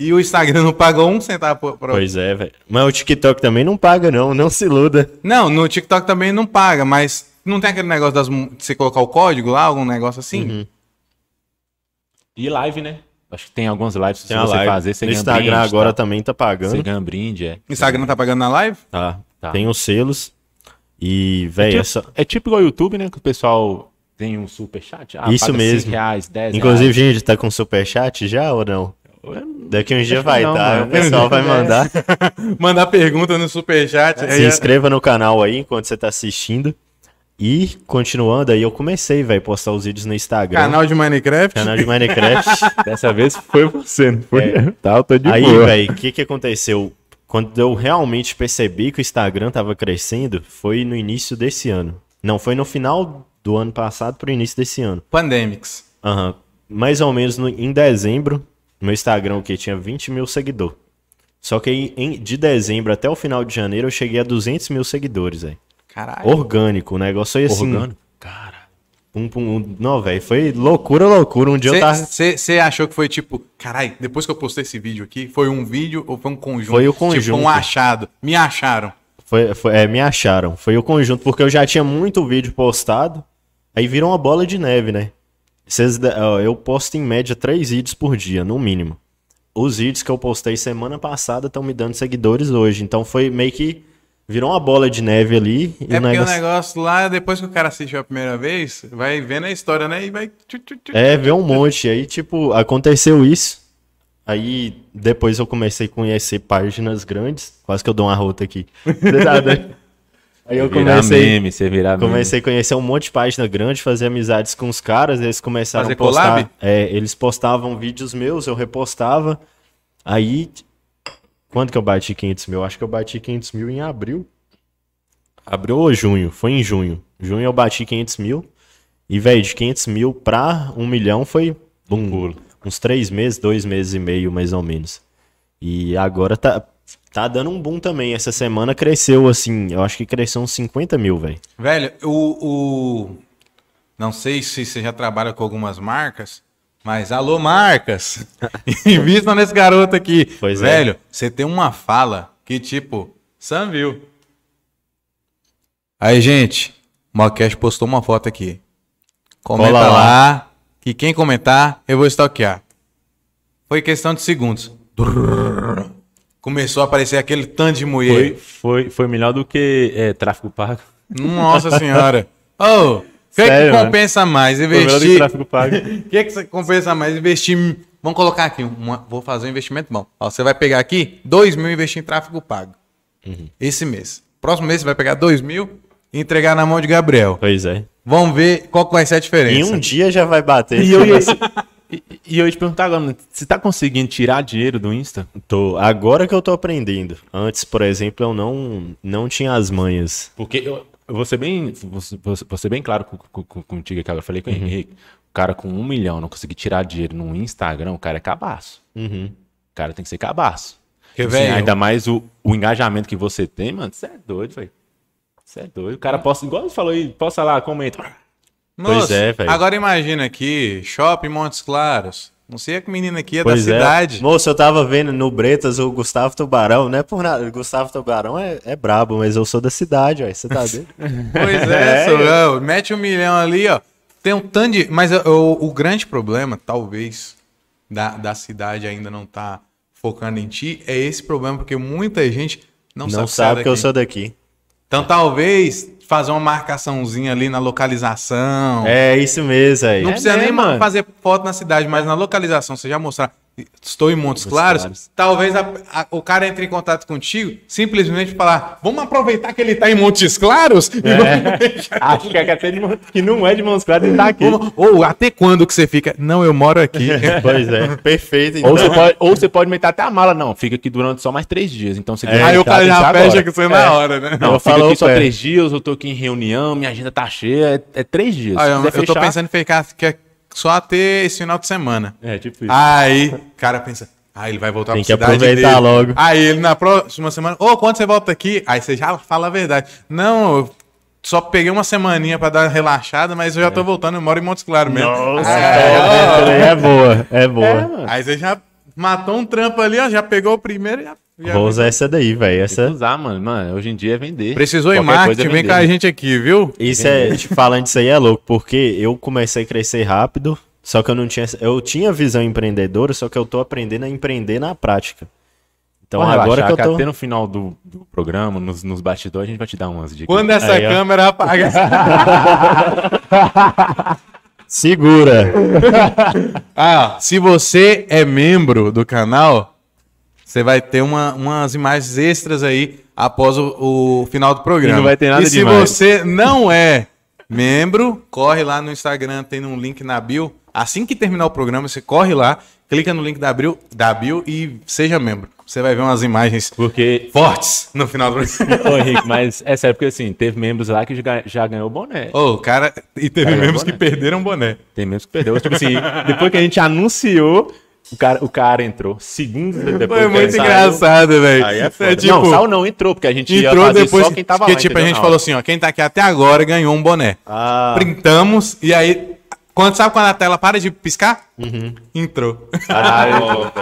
E o Instagram não pagou um centavo pra- pra.
Pois é, velho. Mas o TikTok também não paga, não. Não se iluda.
Não, no TikTok também não paga, mas não tem aquele negócio das, mu- de você colocar o código lá, algum negócio assim?
Uhum.
E live, né? Acho que tem algumas lives que
Tem
se
a
você
live.
fazer, você
no
ganha
Instagram
brinde, tá?
agora também tá pagando.
Você ganha brinde, é.
Instagram tá pagando na live?
Tá.
Tá.
Tem os selos. E,
É
velho,
tipo-
é só...
É tipo igual o YouTube, né? Que o pessoal tem um super chat.
Isso mesmo.
reais, 10
Inclusive, gente, tá com superchat já ou não?
reais.
Daqui uns dias
que
vai
não,
tá.
mano. É.
O pessoal vai mandar.
Mandar pergunta no superchat.
Se
aí é-
inscreva no canal aí enquanto você tá assistindo. E, continuando, aí eu comecei, velho, postar os vídeos no Instagram.
Canal de Minecraft.
Canal de Minecraft.
Dessa vez foi você, não foi? Tá, eu tô de
Aí,
boa.
velho, o que, que aconteceu? Quando eu realmente percebi que o Instagram tava crescendo, foi no início desse ano. Não, foi no final do ano passado pro início desse ano.
Pandemics.
Aham. Mais ou menos no- em dezembro, meu Instagram, o que tinha 20 mil seguidores. Só que aí, em- de dezembro até o final de janeiro, eu cheguei a 200 mil seguidores, velho.
Caralho.
Orgânico, o negócio aí assim...
Orgânico? Cara.
Pum, pum, um- não, velho, foi loucura, loucura. Um dia eu tava...
Você achou que foi tipo, caralho, depois que eu postei esse vídeo aqui, foi um vídeo ou foi um conjunto?
Foi o
Tipo,
conjunto.
um achado. Me acharam.
Foi, foi- é, me acharam. Foi o conjunto, porque eu já tinha muito vídeo postado. Aí virou uma bola de neve, né? Vocês da- ó, eu posto em média três vídeos por dia, no mínimo. Os vídeos que eu postei semana passada estão me dando seguidores hoje. Então foi meio que Virou uma bola de neve ali e
É porque
o
o
negócio.
negócio lá, depois que o cara assistiu a primeira vez, vai vendo a história, né? E vai. tchu, tchu, tchu.
É, vê um monte. Aí, tipo, aconteceu isso. Aí depois eu comecei a conhecer páginas grandes. Quase que eu dou uma rota aqui. Você tá doido? Aí eu
virar
comecei,
meme, você virar meme.
comecei a conhecer um monte de página grande, fazer amizades com os caras. Eles começaram
Fazer
a postar.
collab?
É, eles postavam vídeos meus, eu repostava. Aí. Quando que eu bati 500 mil? Acho que eu bati 500 mil em abril. Abril ou junho? Foi em junho. Junho eu bati 500 mil. E, velho, de 500 mil pra 1 milhão foi bum, uns 3 meses, 2 meses e meio, mais ou menos. E agora tá, tá dando um boom também. Essa semana cresceu, assim, eu acho que cresceu uns 50 mil, velho.
Velho, o, o- Não sei se você já trabalha com algumas marcas, mas alô, marcas! Invistam nesse garoto aqui.
Pois é.
Velho, você tem uma fala que tipo, Sam viu. Aí, gente, o Malcast postou uma foto aqui. Comenta
Cola
lá.
lá.
que quem comentar, eu vou stalkear. Foi questão de segundos. Drrr. Começou a aparecer aquele tanto de mulher.
Foi, foi, foi melhor do que é, tráfico pago.
Nossa senhora. Ô, o que, que
Sério, né? mano?
compensa mais?
Foi melhor do que
Investir.
tráfico pago.
O que, que você compensa mais? Investir. em- Vamos colocar aqui. uma- Vou fazer um investimento bom. Ó, você vai pegar aqui 2 mil e investir em tráfego pago.
Uhum.
Esse mês. Próximo mês você vai pegar 2 mil e entregar na mão de Gabriel.
Pois é.
Vamos ver qual que vai ser a diferença.
Em um dia já vai bater.
E eu, ia, e, e eu ia te perguntar agora, você tá conseguindo tirar dinheiro do Insta?
Tô, agora que eu tô aprendendo. Antes, por exemplo, eu não, não tinha as manhas.
Porque eu, eu vou ser bem, vou, ser- vou ser- vou ser bem claro com, com- com- contigo aqui agora. Eu falei com o Henrique, o cara com um milhão não conseguir tirar dinheiro no Instagram, o cara é cabaço.
Uhum.
O cara tem que ser cabaço.
Porque,
Assim,
velho,
ainda mais o, o engajamento que você tem, mano, você é doido, velho. Você é doido. O
Ah.
cara posta, igual você falou aí, posta lá, comenta.
Nossa,
Pois é, velho.
Agora imagina aqui, shopping Montes Claros. Não sei a que menina aqui é
Pois
da
é.
cidade.
Moço, eu tava vendo no Bretas o Gustavo Tubarão, né? Por nada. Gustavo Tubarão é, é brabo, mas eu sou da cidade, ó. Você tá doido?
Pois é, sou eu. Mete um milhão ali, ó. Tem um tanto de. Mas ó, o, o grande problema, talvez, da, da cidade ainda não tá focando em ti, é esse problema, porque muita gente não, sabe,
Não,
que
sabe que eu
daqui.
sou daqui.
Então talvez fazer uma marcaçãozinha ali na localização.
É isso mesmo, aí.
Não precisa nem
mesmo, mano.
fazer foto na cidade, mas na localização, você já mostrar. Estou em Montes Claros.
Claros.
Talvez a- a- o cara entre em contato contigo simplesmente falar: vamos aproveitar que ele tá em Montes Claros e
É.
vamos deixar
Acho que a Catarina que não é de Mãos Claras, ele tá aqui.
Ou, ou até quando que você fica? Não, eu moro aqui.
Pois é. Perfeito, então.
Ou você, pode, ou você pode meter até a mala, não. Fica aqui durante só mais três dias. Então você
É,
Aí o
tá,
cara
tem
já
que
fecha
agora.
que você na hora, né?
Não,
Eu
eu fico
falo,
aqui só
pé.
três dias, eu tô aqui em reunião, minha agenda tá cheia, é, é três dias.
Ah,
Se
eu,
quiser
eu tô
fechar-
pensando em ficar que é só até esse final de semana.
É, tipo isso.
Aí, o cara pensa, ah, ele vai voltar
Tem
pra
que
cidade
aproveitar
dele.
logo.
Aí ele na próxima semana, ô, quando você volta aqui? Aí você já fala a verdade. Não, eu só peguei uma semaninha pra dar uma relaxada, mas eu já tô voltando, eu moro em Montes Claros mesmo.
Nossa,
Ah,
é, é boa, é boa.
É, mano.
Aí você já matou um trampo ali, ó, já pegou o primeiro e já... já-
Vou usar essa daí, velho.
Tem que
Essa...
usar, mano. Mano, hoje em dia é vender.
Precisou em
Qualquer coisa
marketing,
é
vem
vender,
com a
né?
gente aqui, viu?
Isso é, te falando disso aí é louco, porque eu comecei a crescer rápido, só que eu não tinha. Eu tinha visão empreendedora, só que eu tô aprendendo a empreender na prática. Então
Pode
agora
relaxar,
que eu
cara,
tô.
Até no final do, do programa, nos, nos bastidores, a gente vai te dar umas dicas. É,
Quando essa
Aí, ó.
câmera apaga.
Segura!
ah, se você é membro do canal, você vai ter uma- umas imagens extras aí após o, o final do programa.
E não vai ter nada
E se
demais.
você não é membro, corre lá no Instagram, tem um link na bio. Assim que terminar o programa, você corre lá, clica no link da bio, da bio e seja membro. Você vai ver umas imagens
Porque.
fortes no final do programa.
Ô, Henrique, mas é sério, porque assim, teve membros lá que já, já ganhou boné.
Ô, cara, e teve
Cara,
membros
é boné.
que perderam o boné.
Tem membros que perdeu. Tipo assim, depois que a gente anunciou, o cara, o cara entrou. Segundos depois.
Foi
que ele
muito
saiu.
engraçado, velho.
Aí é foda.
É tipo,
não, saiu não, entrou, porque a gente ia
entrou
fazer
depois.
só quem tava
porque,
lá,
tipo, a
entendeu?
gente
Não,
falou assim, ó, quem tá aqui até agora ganhou um boné.
Ah,
Printamos, e aí. Quando sabe quando a tela para de piscar?
Uhum.
Entrou.
Ah,
caralho.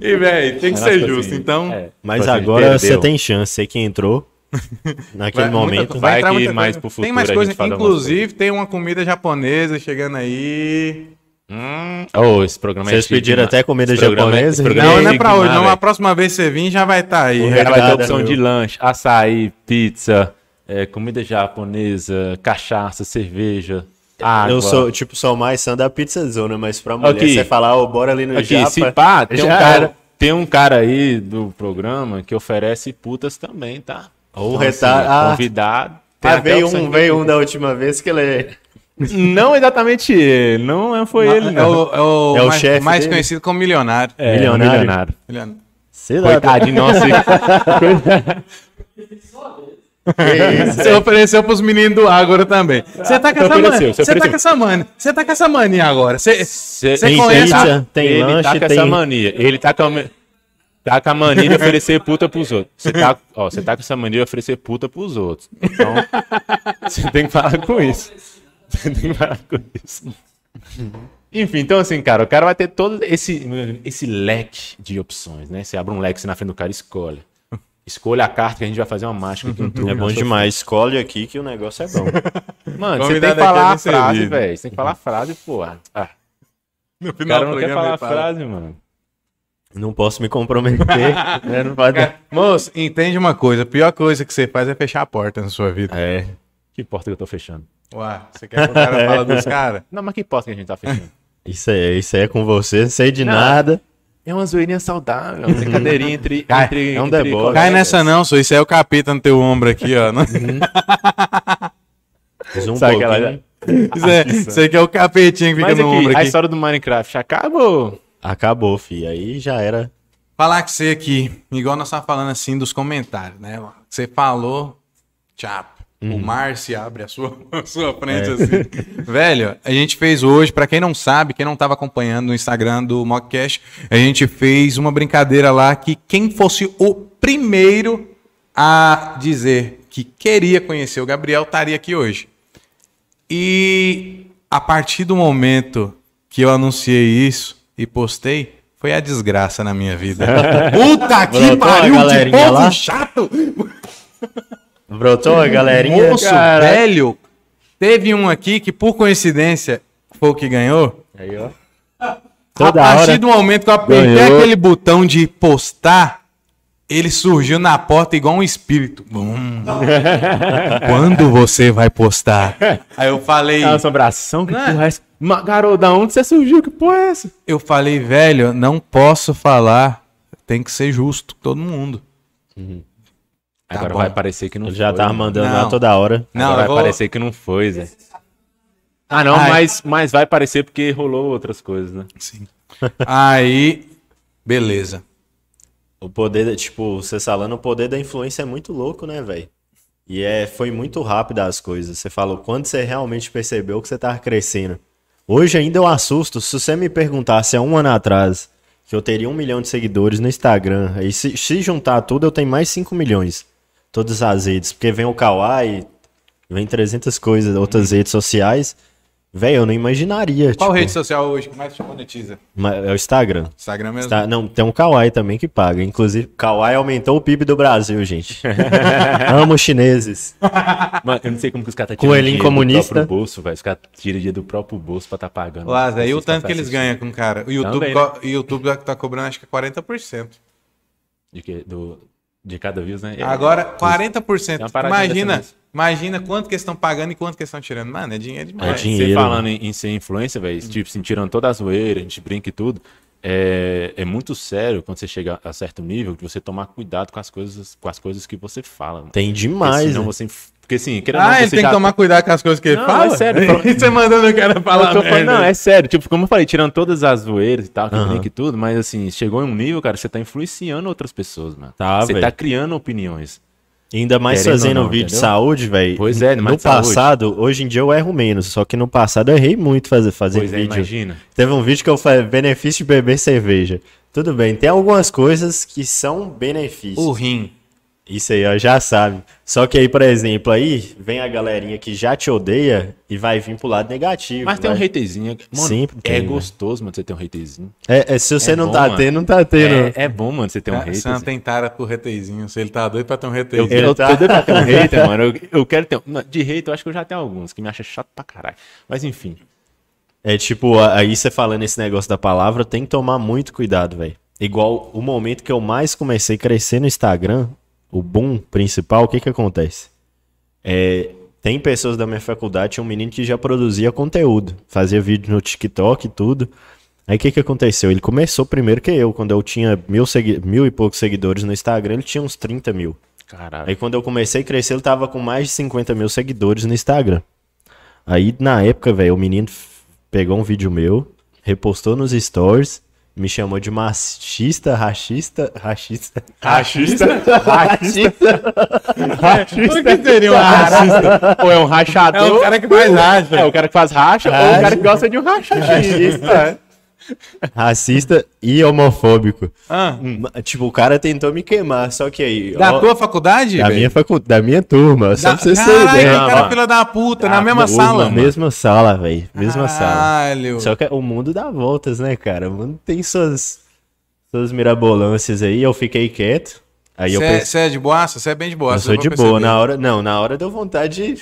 E, velho, "Ah, tem que
Mas,
ser
tipo
justo.
assim,
então.
é,
Mas
tipo assim,
agora você
perdeu.
tem chance, você que entrou naquele
muita-
momento.
um vai
entrar
que
muita
mais
coisa.
pro
Tem
futuro
mais
a
coisa.
gente fala umas
Inclusive, tem uma comida japonesa chegando aí.
Hum, oh, esse programa é
Vocês
chique,
pediram
mano.
até comida
Esse programa é-
japonesa?
esse programa
Não,
é
não é
chique
pra hoje,
demais,
não.
velho.
A próxima vez que você vir já vai estar aí.
O
O cara vai ter
Obrigado,
opção
meu.
de lanche, açaí, pizza, é, comida japonesa, cachaça, cerveja, água.
Eu sou, tipo, sou mais sã da pizza zona, mas pra mulher
Aqui.
você falar, ô, bora ali no
Aqui,
Japa.
se pá, tem um,
já
cara,
era.
tem um cara aí do programa que oferece putas também, tá?
Ou
Então, assim,
retar- ah,
convidado. tem
Ah,
até
veio
opção
um,
de-
veio um da última vez que ele... é
Não exatamente ele, não foi ele, né?
É
não.
o, é o
É o
mais,
chefe
mais
dele.
conhecido como milionário.
É, milionário.
milionário.
Milionário.
Sei lá,
Coitadinho, nossa.
Você ofereceu pros meninos do Ágora também. Você tá com essa mania.
ofereceu, você
Você tá
ofereceu.
com essa mania. Você tá com essa mania agora. Você
Cê-
você
tem
conhece.
pizza,
a-
tem
ele
lanche,
tá com
tem...
essa mania. Ele tá com a, ma- tá com a mania de oferecer puta pros outros. Você tá, ó, você tá com essa mania de oferecer puta pros outros. Então, você tem que parar com isso. Você tem que parar com isso. Enfim, então assim, cara, o cara vai ter todo esse, esse leque de opções, né? Você abre um leque assim, na frente do cara e escolhe. Escolha a carta que a gente vai fazer uma mágica aqui, um truque.
É bom demais, escolhe aqui que o negócio é bom.
Mano, você tem
Convidado
que falar a
aqui é bem
frase,
servido.
velho. Você tem que falar a frase, pô. Ah, o
No final
cara
do
não
programa
quer
é
falar
ele
a
fala.
frase, mano.
Não posso me comprometer, né? Não pode...
Moço, entende uma coisa. A pior coisa que você faz é fechar a porta na sua vida.
É.
Que porta que eu tô fechando?
Uai, você quer que o cara fala dos caras?
Não, mas que porta que a gente tá fechando?
Isso aí, isso aí é com você, não sei de
Não.
nada.
É uma zoeirinha saudável, uma brincadeirinha entre.
Cai,
entre
é um
entre
deboche.
colegas.
Cai nessa não, senhor. Isso aí é o capeta no teu ombro aqui, ó. Não-
Zoom um
Sabe
pouquinho.
aquela-
Isso, é, isso aqui é o capetinho que fica
Mas
no ombro
aqui, a
aqui.
história do Minecraft acabou.
Acabou, fi. Aí já era.
Falar que você aqui, igual nós estávamos falando assim dos comentários, né? Você falou, chapa. O mar se abre a sua, a sua frente assim. Velho, a gente fez hoje, pra quem não sabe, quem não tava acompanhando no Instagram do Mockcast, a gente fez uma brincadeira lá que quem fosse o primeiro a dizer que queria conhecer o Gabriel estaria aqui hoje. E a partir do momento que eu anunciei isso e postei, foi a desgraça na minha vida. Puta que
Brotou
pariu,
a
que
galerinha
povo
lá?
chato!
Brotou a galerinha?
Moço,
Cara,
velho, teve um aqui que por coincidência foi o que ganhou.
Aí, ó.
a
Toda
partir
hora.
do momento que eu apertei
ganhou.
aquele botão de postar, ele surgiu na porta igual um espírito. Hum. Quando você vai postar? Aí eu falei...
É uma assombração, que
Não é?
porra é essa? Ma- Garoto, da onde você surgiu? Que porra é essa?
Eu falei, velho, não posso falar. Tem que ser justo com todo mundo. Tá
Agora
bom.
vai parecer que não
Ele já
foi.
tava
né?
mandando
Não.
lá toda hora.
Não,
Agora
eu
vai
vou-
parecer que não foi, Zé. Ah, não,
Ai.
mas, mas vai parecer porque rolou outras coisas, né?
Sim. Aí, beleza.
O poder, da- tipo, você falando, o poder da influência é muito louco, né, velho? E é, foi muito rápido as coisas. Você falou quando você realmente percebeu que você tava crescendo. Hoje ainda eu assusto. Se você me perguntasse há um ano atrás que eu teria um milhão de seguidores no Instagram, aí se, se juntar tudo eu tenho mais 5 milhões. Todas as redes. Porque vem o Kawaii, vem 300 coisas, outras redes sociais. Velho, eu não imaginaria.
Qual
tipo,
rede social hoje que mais te monetiza?
ma- É o Instagram.
Instagram mesmo?
Tá, não, tem um Kawai também que paga. Inclusive, Kawai aumentou o PIB do Brasil, gente. Amo os chineses.
Mano, eu não sei como que os caras tá
Coelhinho comunista.
do próprio bolso, velho. Os caras tiram dinheiro do próprio bolso pra tá pagando.
Então, Lá, Zé, e o
Vocês pra
tanto que eles
assistir.
ganham com o cara? O YouTube,
Também,
co-
né?
YouTube tá- tá cobrando acho que 40%.
De, que, do, de cada views, né? É-
Agora, 40%.
Tem uma paradinha
Imagina,
dessa
imagina quanto que eles estão pagando e quanto que eles estão tirando. Mano, é dinheiro
É
demais.
dinheiro.
Você falando em, em ser influencer, velho, tipo, assim, tirando toda a zoeira, a gente brinca e tudo, é, é muito sério quando você chega a certo nível que você tomar cuidado com as coisas, com as coisas que você fala. mano.
Tem
Porque
demais.
senão
né?
você. inf- Porque assim, querendo ou não,
Ah, ele
você
tem que
já-
tomar cuidado com as coisas que ele
Não,
fala?
é sério, fala-
E você mandando o cara
Eu
falar
tô falando,
merda.
não, é sério. Tipo, como eu falei, tirando todas as zoeiras e tal, que
Aham.
brinca e tudo, mas assim, chegou em um nível, cara, você tá influenciando outras pessoas, mano.
Tá,
você
velho.
tá criando opiniões.
Ainda mais
Querendo
fazendo
ou não,
vídeo de
entendeu?
saúde, velho.
Pois é, mas
No
de saúde.
passado, hoje em dia eu erro menos. Só que no passado eu errei muito fazer, fazer
Pois é,
vídeo.
imagina.
Teve um vídeo que eu falei benefício de beber cerveja. Tudo bem, tem algumas coisas que são benefícios.
O rim.
Isso aí, ó, já sabe. Só que aí, por exemplo, aí vem a galerinha que já te odeia e vai vir pro lado negativo. né?
Mas tem um
vai-
haterzinho. Mano,
Sempre
é
tem, né?
gostoso, mano, você ter um haterzinho.
É, é, se você
É
não
bom,
tá
mano.
tendo, não tá tendo.
É, é bom, mano, você ter um
Ah, Você não
assim.
haterzinho.
tem tara pro reteizinho. Se ele tá doido pra ter um
Eu,
reteizinho.
Ele
eu,
tá-
eu devo ter um hater, mano. Eu, eu quero ter um. não, De hater, eu acho que eu já tenho alguns, que me acham chato pra caralho. Mas enfim.
É tipo, a- aí você falando esse negócio da palavra, tem que tomar muito cuidado, velho. Igual o momento que eu mais comecei a crescer no Instagram, o boom principal, o que que acontece? É, tem pessoas da minha faculdade, tinha um menino que já produzia conteúdo, fazia vídeo no TikTok e tudo. Aí o que que aconteceu? Ele começou primeiro que eu, quando eu tinha mil, segui- mil e poucos seguidores no Instagram, ele tinha uns 30 mil.
Caralho.
Aí quando eu comecei a crescer, ele tava com mais de 50 mil seguidores no Instagram. Aí na época, velho, o menino f- pegou um vídeo meu, repostou nos stories, me chamou de machista, rachista, rachista.
Rachista? Rachista? Rachista? O que seria um rachista? Ou é um rachador?
É o cara que faz racha.
É o cara que faz racha, ou o cara que gosta de um rachadista.
Racista e homofóbico.
Ah,
Ma- Tipo, o cara tentou me queimar, só que aí.
da
ó,
tua faculdade?
da
velho?
minha facu- da minha turma, só
Da-
pra vocês terem
Caralho,
ideia.
que cara fila da puta, na mesma
Ou
sala. mano.
Na
Ah,
mesma sala, velho. Mesma sala.
Caralho.
Só que o mundo dá voltas, né, cara? O mundo tem suas, suas mirabolâncias aí. Eu fiquei quieto. Aí eu pensei.
Você é de boaça? Você é bem de boaça. deu
Eu sou
pra
de boa.
perceber.
Na hora, não, na hora deu vontade de.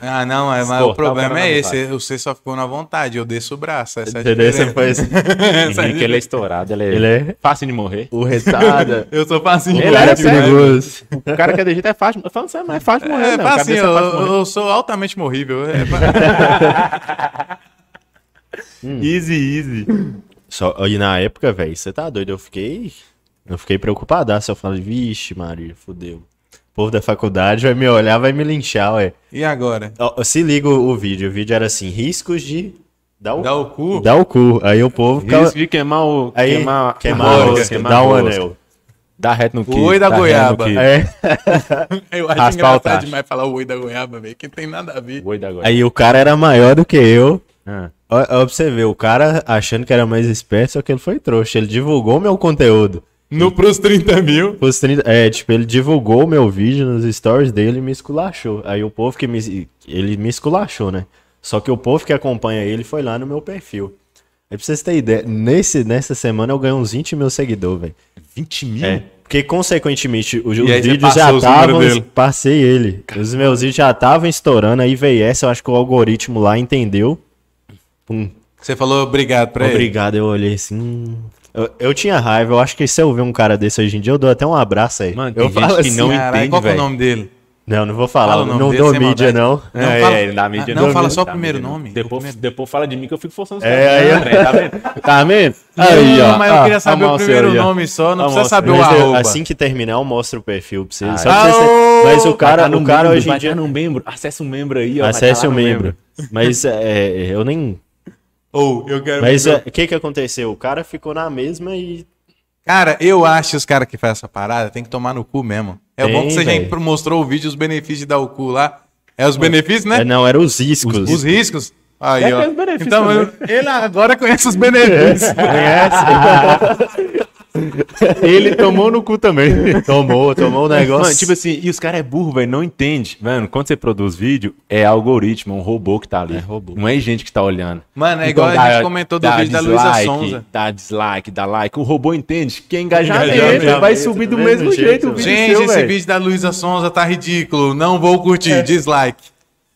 Ah, não, mas, mas
Cortar
o
o
problema
cara na
é esse.
vontade.
Você só ficou na vontade. Eu desço o braço. Essa é a
Entendeu? Você
diferença.
foi
Essa é a
Henrique, ele é estourado, ele é,
Ele é-
fácil de morrer.
o retado.
Eu sou facinho
Ele é
de
Era
era
morte, né?
perigoso.
O cara que é DG é fácil. Eu falo, você é mais fácil de morrer,
É,
né? O cara
facinho,
desse
eu,
é fácil de morrer.
eu sou altamente morrível. É, fa-
Easy, easy.
Só, e na época, velho, você tá doido. Eu fiquei. Eu fiquei preocupadaço. Eu falei, vixe, Maria, fudeu. O povo da faculdade vai me olhar, vai me linchar, ué.
e agora?
Ó, Se liga o vídeo. O vídeo era assim: riscos de. Dar o,
Dá o cu?
dar o cu. Aí o povo ficava.
Risco de queimar o.
Então, Aí,
queimar,
queimar
a
a
rosca,
rosca,
queimar
dá
a
um
rosca.
anel.
Dá reto no que.
Oi da
dá reto no
goiaba.
que.
É.
Eu acho
Raspar o
engraçado
tacho.
demais falar o oi da goiaba, velho. Que tem nada a ver.
Oi da goiaba.
Aí o cara era maior do que eu.
Ah.
Ó, ó, pra você ver, o cara achando que era mais esperto, só que ele foi trouxa. Ele divulgou o meu conteúdo.
No pros 30 mil.
Os 30 é, tipo, ele divulgou o meu vídeo nos stories dele e me esculachou. Aí o povo que me. Ele me esculachou, né? Só que o povo que acompanha ele foi lá no meu perfil. Aí pra vocês terem ideia, nesse, nessa semana eu ganhei uns 20 mil seguidores, velho.
20 mil?
É. Porque, consequentemente, os, os
aí você
vídeos já
passou os números
estavam.
dele.
Passei ele. Os meus vídeos já estavam estourando. Aí veio essa, eu acho que o algoritmo lá entendeu. Pum.
Você falou obrigado pra ele.
Obrigado, eu olhei assim. hum. Eu, eu tinha raiva, eu acho que se eu ver um cara desse hoje em dia, eu dou até um abraço aí.
Mano, tem
eu assim, ah,
gente que não
Caralho,
entende,
qual que é o
velho.
nome dele?
Não, não vou falar.
Fala o nome
não
dele
dou
sem maldade.
mídia, não.
Não fala-
na mídia
Ah, não,
É, não.
fala só o
Tá,
primeiro
mídia não.
nome.
Depois, depois fala de mim que eu fico forçando os
É, aí eu-
né? Tá vendo?
Tá vendo?
não, mas eu
Ah,
queria saber
amar
o
seu
primeiro
aí, ó.
nome só, não
Amar
precisa
o
saber o
Mas eu-
arroba.
Tá assim que terminar, eu mostro o perfil pra vocês.
Ah,
só pra vocês-
aô!
mas é o cara,
Vai tá
o
no
cara
membro,
hoje em
vai
dia.
tá no membro. Acessa o membro aí, ó. vai
Acesse
tá
o
lá no
membro. Mas é, eu nem.
Ou, eu quero.
Mas é, o que que aconteceu? O cara ficou na mesma e.
Cara, eu acho que os caras que fazem essa parada tem que tomar no cu mesmo. É
Tem,
bom que você já
velho.
mostrou o vídeo, os benefícios de dar o cu lá. É os benefícios, né?
É, não, eram os iscos.
Os riscos. Aí,
É,
ó.
tem os benefícios
Então, eu- ele agora conhece os benefícios.
Então, Ele tomou no cu também. Tomou, tomou o negócio.
Mano, tipo assim, e os caras é burro, velho, não entende. Mano, quando você produz vídeo, é algoritmo, é um robô que tá ali. Não é gente que tá olhando.
Mano, é
Então,
igual a
dá-
gente comentou do
dá
vídeo da Luísa
dislike,
Sonza.
Dá dislike, dá like. O robô entende que é engajamento.
Engajamento,
vai subir do mesmo, jeito, o vídeo
Gente,
seu,
esse
velho. É.
vídeo da Luísa Sonza tá ridículo. Não vou curtir. Dislike.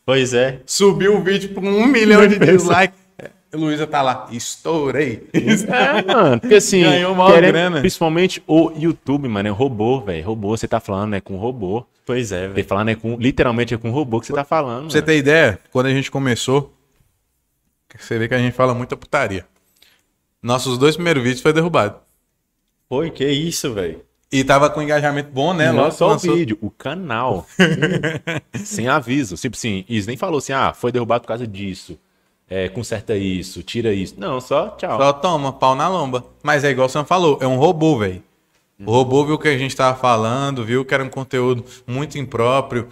Pois é.
Subiu o vídeo com um milhão de dislike. Luísa tá lá. Estourei.
É, mano, porque assim,
Ganhou maior
querendo-
grana.
principalmente o YouTube, mano, é robô, velho. Robô, você tá falando, é com robô.
Pois é,
Você
velho.
falando, é com, literalmente é com robô que você tá falando.
Pra você
mano.
ter ideia, quando a gente começou, você vê que a gente fala muita putaria. Nossos dois primeiros vídeos foi derrubado.
Foi, que isso, velho.
E tava com engajamento bom, né?
Não é
Logo
só
lançou.
o vídeo, o canal. Sem aviso. Tipo assim, isso nem falou assim, ah, foi derrubado por causa disso. É, conserta isso, tira isso. Não, só tchau.
Só toma, pau na lomba. Mas é igual você falou, é um robô, velho. O robô viu o que a gente tava falando, viu que era um conteúdo muito impróprio.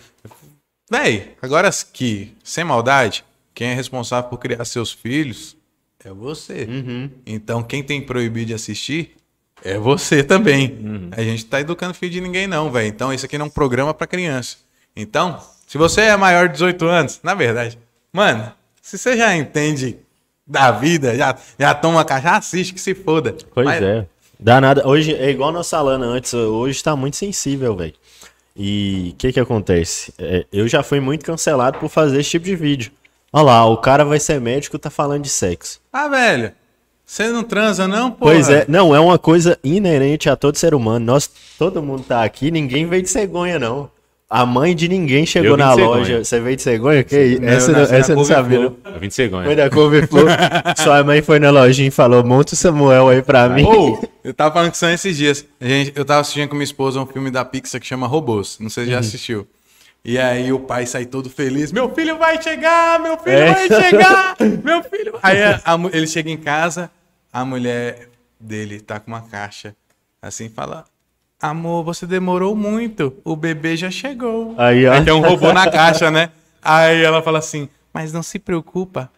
Véi, agora que, sem maldade, quem é responsável por criar seus filhos é você.
Uhum.
Então quem tem que proibir de assistir é você também.
Uhum.
A gente tá educando filho de ninguém não, velho. Então isso aqui não é um programa pra criança. Então, se você é maior de 18 anos, na verdade, mano, se você já entende da vida, já, já toma cachaça, assiste que se foda.
Pois
Mas-
é. Dá nada. Hoje é igual a nossa Lana antes. Hoje tá muito sensível, velho. E o que que acontece? É, eu já fui muito cancelado por fazer esse tipo de vídeo. Olha lá, o cara vai ser médico tá falando de sexo.
Ah, velho, você não transa não, pô?
Pois é, não, é uma coisa inerente a todo ser humano. Nós, todo mundo tá aqui, ninguém veio de cegonha, não. A mãe de ninguém chegou
Eu vim
na
de cegonha.
loja. Você veio de cegonha? Que isso? Essa,
eu
não,
nasci na
essa eu não sabia.
couve-flor.
não.
Eu vim de cegonha.
Foi da couve-flor. Sua mãe foi na lojinha e falou, monta o Samuel aí pra mim.
Ou, eu tava falando que são esses dias. A gente, eu tava assistindo com minha esposa um filme da Pixar que chama Robôs. Não
Uhum.
sei se já assistiu. E aí o pai sai todo feliz. Meu filho vai chegar! Meu filho
É.
vai chegar! Meu filho... Aí a- a mu- ele chega em casa, a mulher dele tá com uma caixa. Assim, fala... Amor, você demorou muito. O bebê já chegou.
Aí, ó.
Aí tem um robô na caixa, né? Aí ela fala assim, mas não se preocupa,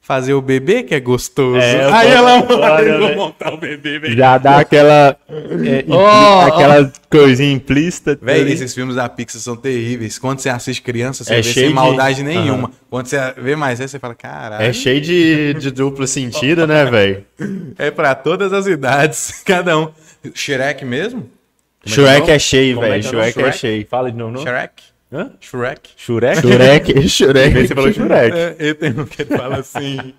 fazer o bebê que é gostoso.
É,
Aí
eu
ela
tô- olha,
vou
velho.
montar o bebê, velho.
Já dá aquela, é, impli-
Oh,
aquela coisinha implícita.
Véi,
ali.
esses filmes da Pixar são terríveis. Quando você assiste criança, você
É
vê
cheio
sem
de-
maldade nenhuma.
Aham.
Quando você vê mais aí, você fala, caralho.
É
É,
cheio de, de duplo sentido, né, velho?
pra todas as idades, cada um. Shrek mesmo?
Shrek é cheio,
Como é
velho.
que é o
Shrek é
nome?
cheio.
Fala de novo, não?
Shrek?
Hã?
Shrek?
Shurek?
Shurek, Shurek.
Você falou Shurek.
É, eu tenho um que ele fala assim.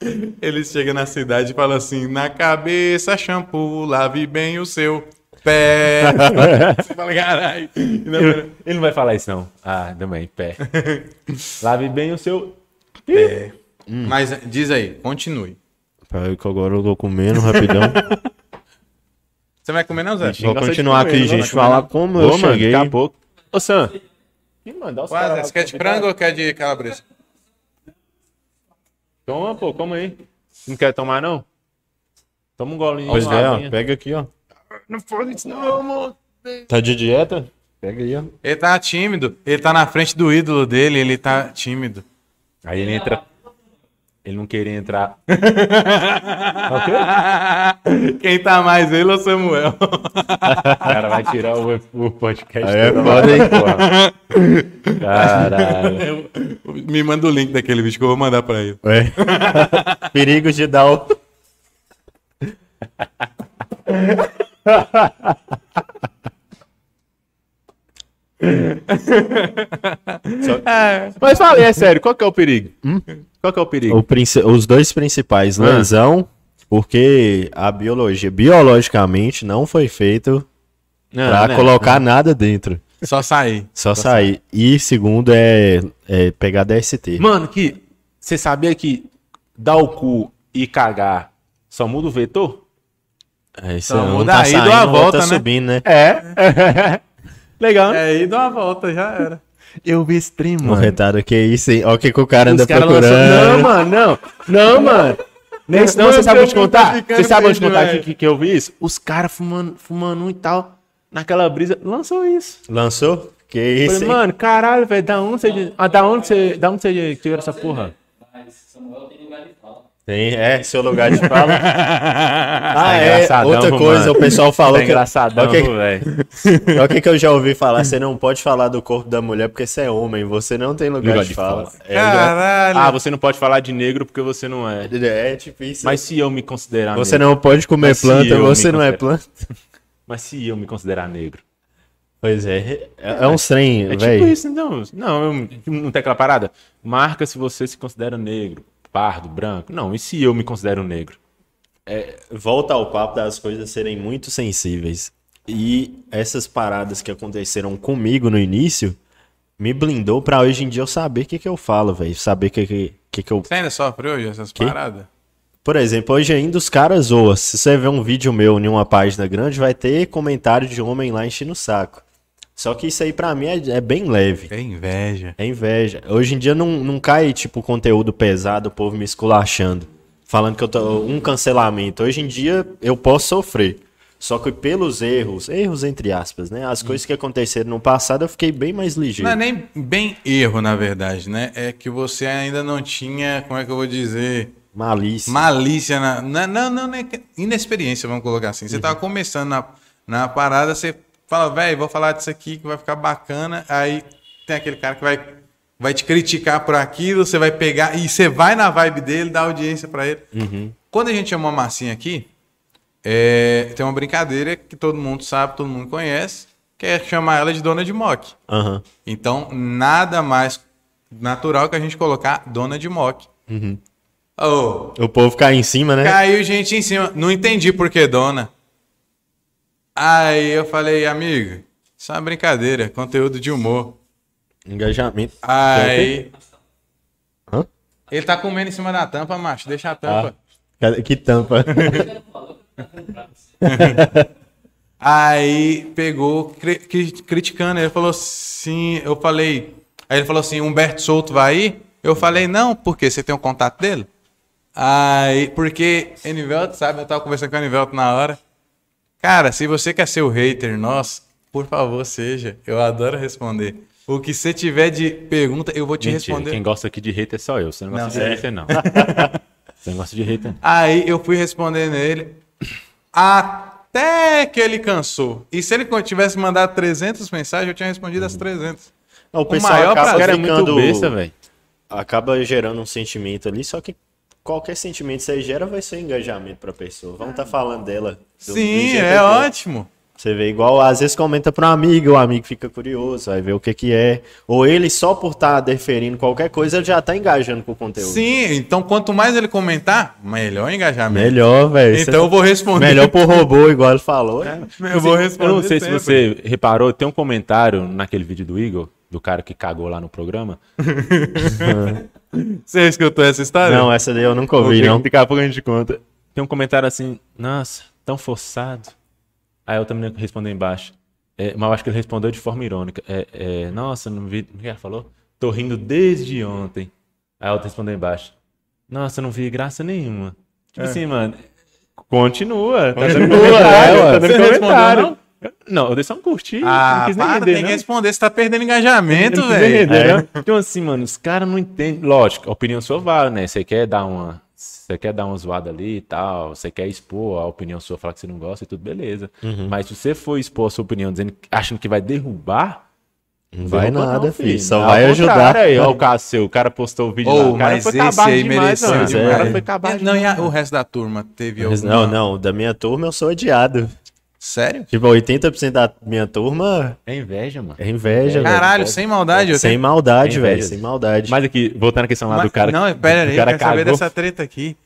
ele chega na cidade e fala assim: na cabeça, shampoo, lave bem o seu pé. você fala, caralho. E na verdade-
Ele não vai falar isso, não. Ah, também, pé. Lave bem o seu.
É. Mas diz aí, continue.
Peraí que agora eu tô comendo rapidão.
Você vai comer, não, Zé?
Vou continuar aqui, gente. Falar como eu
Ô, mano,
cheguei.
daqui a pouco. Ô, Sam. Me mandar os
Ué, Zé,
caras.
você quer de frango ou quer de calabresa?
Toma, pô, toma aí. Não quer tomar, não? Toma um golinho.
Pois
uma
é, ó,
aguinha.
pega aqui, ó.
Não pode isso, não, amor.
Tá de dieta? Pega aí, ó.
Ele tá tímido. Ele tá na frente do ídolo dele, ele tá tímido.
Aí ele entra. Ele não queria entrar.
É Quem tá mais, ele ou Samuel?
O cara vai tirar o, o podcast.
Aí é
todo.
foda, hein?
Caralho.
Me manda o link daquele vídeo que eu vou mandar pra ele.
É. Perigo de dar o.
Mas falei, é sério, qual que é o perigo? Qual que é o perigo?
O princi- Os dois principais, lesão, porque a biologia, biologicamente, não foi feito
Não,
pra
né?
colocar nada dentro.
Só sair.
Só sair. E segundo é, é pegar DST.
Mano, que você sabia que dar o cu e cagar só muda o vetor?
Aí você
Então,
não
muda
tá
aí, dá
saindo,
uma
o outro
volta,
tá
né?
subindo, né?
É. Legal. né?
É, e dá uma volta, já era.
Eu vi esse trem,
Um retado que é isso, hein? Olha o que, que o cara anda
Os caras lançam- Não,
procurando.
mano, não. Não, mano. Nesse não, você sabe onde
Meu Deus, tá
contar?
ficando
Você sabe onde
perdido,
contar
velho.
que, que eu vi isso? Os caras fumando, fumando um e tal, naquela brisa, lançou isso.
Lançou? Que isso,
Falei,
hein?
mano, caralho, velho, da onde você... Ah, da onde você, da onde você tirou essa porra?
Mas Samuel tem lugar de fala.
Tem, é, seu lugar de fala.
Tá
Ah, é,
engraçadão,
outra coisa,
mano.
o pessoal falou
Tá
que...
engraçadão,
Ok.
velho.
Olha o que, que eu já ouvi falar, você não pode falar do corpo da mulher porque você é homem, você não tem lugar,
Lugar
de,
de
fala. É,
Caralho.
Ah, você não pode falar de negro porque você não é.
já- é difícil.
Mas se eu me considerar
você
negro,
não pode comer
Mas se
planta,
eu
você
me
não é
considero-
planta.
mas se eu me considerar negro.
Pois é, é, é um trem,
É
velho.
tipo isso, então. Não, eu- não tem aquela parada. Marca se você se considera negro, pardo, branco. Não, e se eu me considero negro?
volta ao papo das coisas serem muito sensíveis. E essas paradas que aconteceram comigo no início me blindou pra hoje em dia eu saber o que, que eu falo, velho. Saber o que, que, que, que eu.
Você ainda sofre hoje essas paradas?
Por exemplo, hoje ainda os caras zoam. Se você ver um vídeo meu em uma página grande, vai ter comentário de homem lá enchendo o saco. Só que isso aí pra mim é- é bem leve.
É inveja.
É inveja. Hoje em dia não, não cai, tipo, conteúdo pesado, o povo me esculachando. Falando que eu tô. Um cancelamento. Hoje em dia eu posso sofrer. Só que pelos erros, erros entre aspas, né? As coisas que aconteceram no passado eu fiquei bem mais ligeiro.
Não é nem bem erro, na verdade, né? É que você ainda não tinha, como é que eu vou dizer,
Malícia.
malícia na. na- não, não, né? Inexperiência, vamos colocar assim. Você tava começando na, na parada, você fala, velho, vou falar disso aqui que vai ficar bacana. Aí tem aquele cara que vai, vai te criticar por aquilo, você vai pegar. E você vai na vibe dele, dá audiência pra ele. Quando a gente chama a massinha aqui, é, tem uma brincadeira que todo mundo sabe, todo mundo conhece, que é chamar ela de dona de moque.
Aham.
Então, nada mais natural que a gente colocar dona de mock. Ô,
O povo cai em cima, né?
caiu gente em cima. Não entendi por que dona. Aí eu falei, amigo, isso é uma brincadeira, conteúdo de humor.
Engajamento.
Aí.
Hã?
Ele tá comendo em cima da tampa, macho. Deixa a
Ah.
tampa.
Cadê- Que tampa.
Aí pegou cri- cri- criticando. Ele falou assim. Eu falei. Aí ele falou assim: Humberto Souto vai aí? Eu falei: Não, porque você tem o contato dele? Aí, porque Enivelto, sabe? Eu tava conversando com o Enivelto na hora. Cara, se você quer ser o hater nosso, por favor, seja. Eu adoro responder. O que você tiver de pergunta, eu vou te
Mentira,
responder.
quem gosta aqui de hater é só eu. Você não gosta
Não,
de
sério.
hater, não. Você não gosta de hater.
Aí eu fui respondendo ele até que ele cansou. E se ele tivesse mandado 300 mensagens, eu tinha respondido as
Uhum.
300.
O pessoal
maior
acaba
prazer
Esse cara é
ficando-
muito besta, velho.
Acaba gerando um sentimento ali, só que qualquer sentimento que você gera vai ser um engajamento pra pessoa. Vamos tá falando dela. do- do
Sim,
jeito
é
que-
ótimo.
Você vê igual, às vezes comenta para um amigo, o amigo fica curioso, vai ver o que que é. Ou ele só por estar tá deferindo qualquer coisa, ele já tá engajando com o conteúdo.
Sim, então quanto mais ele comentar, melhor o engajamento.
Melhor, velho.
Então eu vou É, responder.
Melhor pro robô, igual ele falou.
Eu vou responder.
é Eu não sei se
sempre.
você reparou, tem um comentário naquele vídeo do Igor, do cara que cagou lá no programa.
Você escutou essa história?
é-
Não, essa daí eu nunca ouvi,
Ok.
não. Daqui a pouco a gente conta.
Tem um comentário assim, nossa, tão forçado. Aí eu também respondo embaixo. É, mas eu acho que ele respondeu de forma irônica. É, é, nossa, não vi. O que ela falou? Tô rindo desde ontem. Aí eu respondeu embaixo. Nossa, não vi graça nenhuma. Tipo
É.
assim, mano. Continua. Tá dando
Continua,
comentário.
é, ué.
tá dando
Você respondeu,
comentário.
não?
Eu- Não, eu dei só um curtir.
Ah,
não quis nem
para,
render,
tem
não.
que responder, você tá perdendo engajamento,
Não precisa
É.
velho. É.
render, né? Então, assim, mano, os caras não entendem. Lógico, a opinião sua vale, né? Você quer dar uma. Você quer dar uma zoada ali e tal, você quer expor a opinião sua, falar que você não gosta e tudo, beleza.
Uhum.
Mas se você for expor a sua opinião dizendo, achando que vai derrubar,
Não vai
derruba
nada,
um não,
filho. Só
Ao
vai ajudar.
contrário, Aí, ó, o caso seu, o cara postou o vídeo lá,
Ou,
o cara
mas
foi
esse
cabaço
aí
demais,
mereceu É.
mano. O cara
demais.
foi cabaço
Não, e a- o resto da turma teve
Mas
alguma...
não, não, da minha turma eu sou odiado.
Sério?
Tipo, 80% da minha turma
É inveja, mano.
é inveja, velho.
Caralho, sem maldade. Eu
Sem maldade,
Tem
velho,
inveja.
sem maldade.
Mas aqui, voltando à questão lá
Mas-
do cara.
Não, pera aí,
o cara
quero saber
cagou.
dessa treta aqui.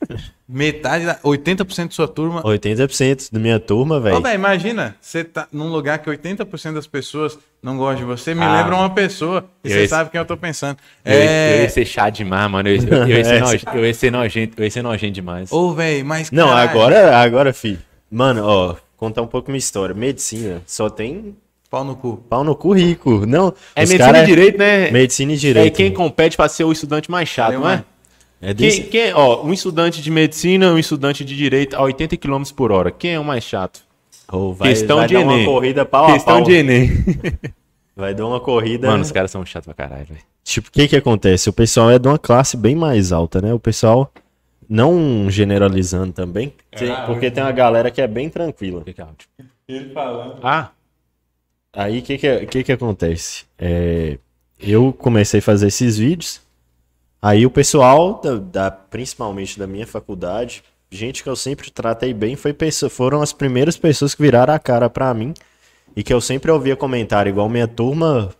Metade da. 80% da sua turma.
80% da minha turma,
Ó,
velho.
velho, imagina, você tá num lugar que 80% das pessoas não gostam de você, me
Ah.
lembra uma pessoa, e
Eu
você
ia-
sabe quem eu tô pensando.
Eu, ia- eu
É.
ia ser chá demais, mano. Eu ia, eu ia ser,
É.
noje- eu ia ser nojento, eu ia ser nojento demais.
Ô, velho, mas.
Não,
caralho,
agora, agora, filho. Mano, ó, contar um pouco minha história. Medicina só tem
Pau no cu.
pau no cu rico. Não,
É
os
medicina
cara-
e direito, né?
Medicina e
É, e
direito.
quem compete para ser o estudante mais chato,
Valeu,
não é?
mano.
É desse-
Quem, quem- ó, um estudante de medicina, um estudante de direito a 80 km por hora. Quem é o mais chato?
Ou vai,
questão
vai
de
dar
Enem.
uma corrida pau
Questão
a pau.
de Enem.
Vai dar uma corrida.
É.
Mano, os caras são chatos pra caralho, velho.
Tipo, o que que acontece? O pessoal é de uma classe bem mais alta, né? O pessoal, não generalizando também, tem- porque tem uma galera que é bem tranquila.
O que que é áudio?
Ele falando.
Ah,
Aí, o que que, que que acontece? É, eu comecei a fazer esses vídeos, aí o pessoal, da, da- principalmente da minha faculdade, gente que eu sempre tratei bem, foi, pesso- foram as primeiras pessoas que viraram a cara pra mim, e que eu sempre ouvia comentário, igual minha turma,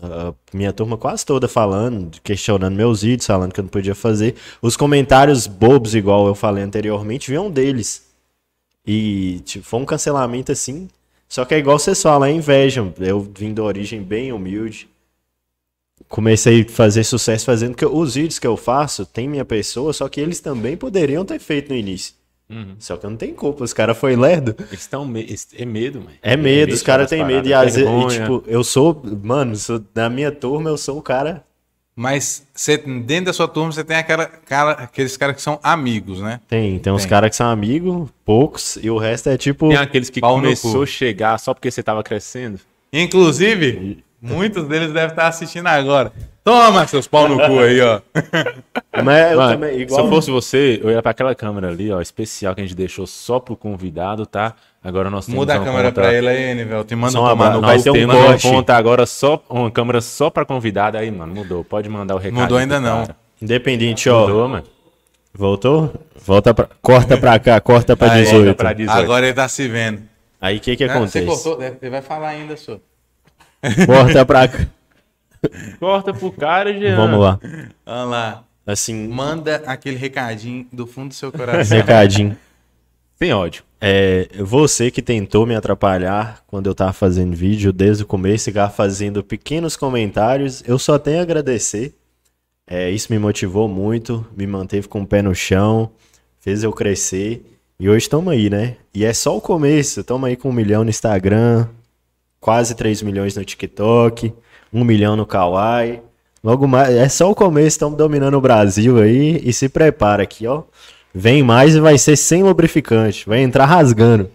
ah, minha turma quase toda falando, questionando meus vídeos, falando que eu não podia fazer. Os comentários bobos, igual eu falei anteriormente, vinham deles. E tipo, foi um cancelamento assim. Só que é igual vocês falam, é inveja. Eu vim de origem bem humilde. Comecei a fazer sucesso fazendo que eu- os vídeos que eu faço tem minha pessoa, só que eles também poderiam ter feito no início.
Uhum.
Só que eu não tenho culpa, os caras foi lerdo.
eles estão. Me... eles- É medo, mano.
É medo, os caras têm medo. E, às vezes, e,
vezes.
tipo, eu sou. Mano, sou- na minha turma eu sou o cara.
Mas você, dentro da sua turma, você tem aquela, cara, aqueles caras que são amigos, né?
Tem, tem uns
Tem.
caras que são amigos, poucos, e o resto é tipo.
Tem aqueles que
Pau no cu.
começou a chegar só porque você tava crescendo.
Inclusive, muitos deles devem estar assistindo agora. Toma, seus pau no cu aí, ó.
Mas eu
Mano,
também,
Se eu
igual.
fosse você, eu ia pra aquela câmera ali, ó, especial que a gente deixou só pro convidado, tá? Agora nós temos
Muda a
uma
câmera
conta-
pra ele aí, Nivel. Te manda
Só um
tomar no cu.
abraço.
Nós
Vai ter um
temos uma
corte.
conta agora só, uma câmera só pra convidado aí, mano. Mudou. Pode mandar o um recado.
Mudou ainda
pro cara.
não.
Independente, ó.
Mudou, mano.
Voltou? Volta pra. Corta pra cá, corta pra
Aí, volta
18.
pra 18.
Agora ele tá se vendo.
Aí o que que
Ah, Você
acontece?
cortou, né? Ele vai falar ainda, senhor.
Corta pra cá.
Corta pro cara, Jean.
Vamos lá.
Olha lá.
Assim,
Manda aquele recadinho do fundo do seu coração.
recadinho.
Sem ódio.
É, você que tentou me atrapalhar quando eu tava fazendo vídeo desde o começo e tava fazendo pequenos comentários, eu só tenho a agradecer. É, isso me motivou muito, me manteve com o pé no chão, fez eu crescer. E hoje estamos aí, né? E é só o começo. Estamos aí com um milhão no Instagram, quase 3 milhões no TikTok, um milhão no Kawaii. Logo mais, é só o começo, estamos dominando o Brasil aí e se prepara aqui, ó. Vem mais e vai ser sem lubrificante, vai entrar rasgando.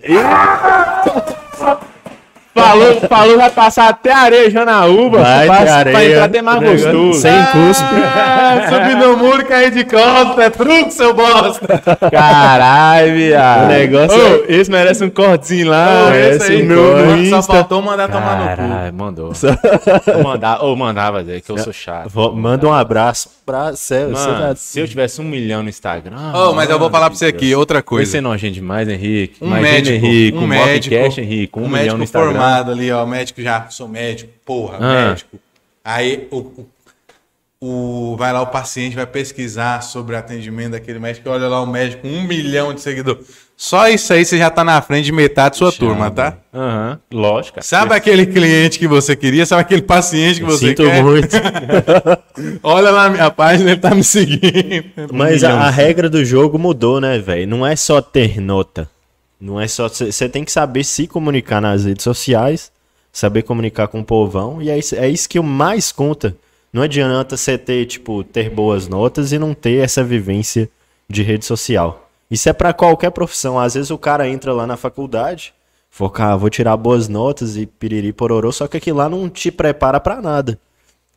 Falou, falou, vai passar até areia na uva.
Vai
é pra,
ter areia,
pra entrar até mais
negócio
gostoso.
sem custo.
Ah,
Subir no muro, cair de costa, é truque, seu bosta.
Caralho, viado.
O negócio
Ô, Esse merece um cortezinho lá.
Não,
merece
esse aí,
um corte no
só
Insta.
faltou mandar tomar no cu.
Caralho, mandou. Vou mandar, ou mandava, velho, que eu sou chato.
Vou- Manda um abraço pra Céu. tá
Mano, se eu tivesse um milhão no Instagram.
Ô, mas eu vou
mano
falar
de
pra você
Deus.
aqui outra coisa.
Você é nojento demais, Henrique.
Um
Imagina,
médico,
Henrique,
um
um
médico,
podcast, Henrique, um,
um
milhão no
médico
Instagram.
formado ali, ó, médico já, sou médico, porra,
Ah.
médico. Aí o, o, o- vai lá o paciente, vai pesquisar sobre o atendimento daquele médico, olha lá o médico, um milhão de seguidores. Só isso aí você já tá na frente de metade da sua turma, tá?
Aham, lógico. cara.
Sabe aquele cliente que você queria? Sabe aquele paciente que você
Sinto
quer?
muito.
Olha lá a minha página, ele tá me seguindo. Um
Mas
milhão.
a, a regra do jogo mudou, né, velho? Não é só ter nota. Não é só. Você tem que saber se comunicar nas redes sociais, saber comunicar com o povão. E é isso, é isso que o mais conta. Não adianta você ter, tipo, ter boas notas e não ter essa vivência de rede social. Isso é pra qualquer profissão. Às vezes o cara entra lá na faculdade, focar, vou tirar boas notas e piriri pororô, só que aquilo lá não te prepara pra nada.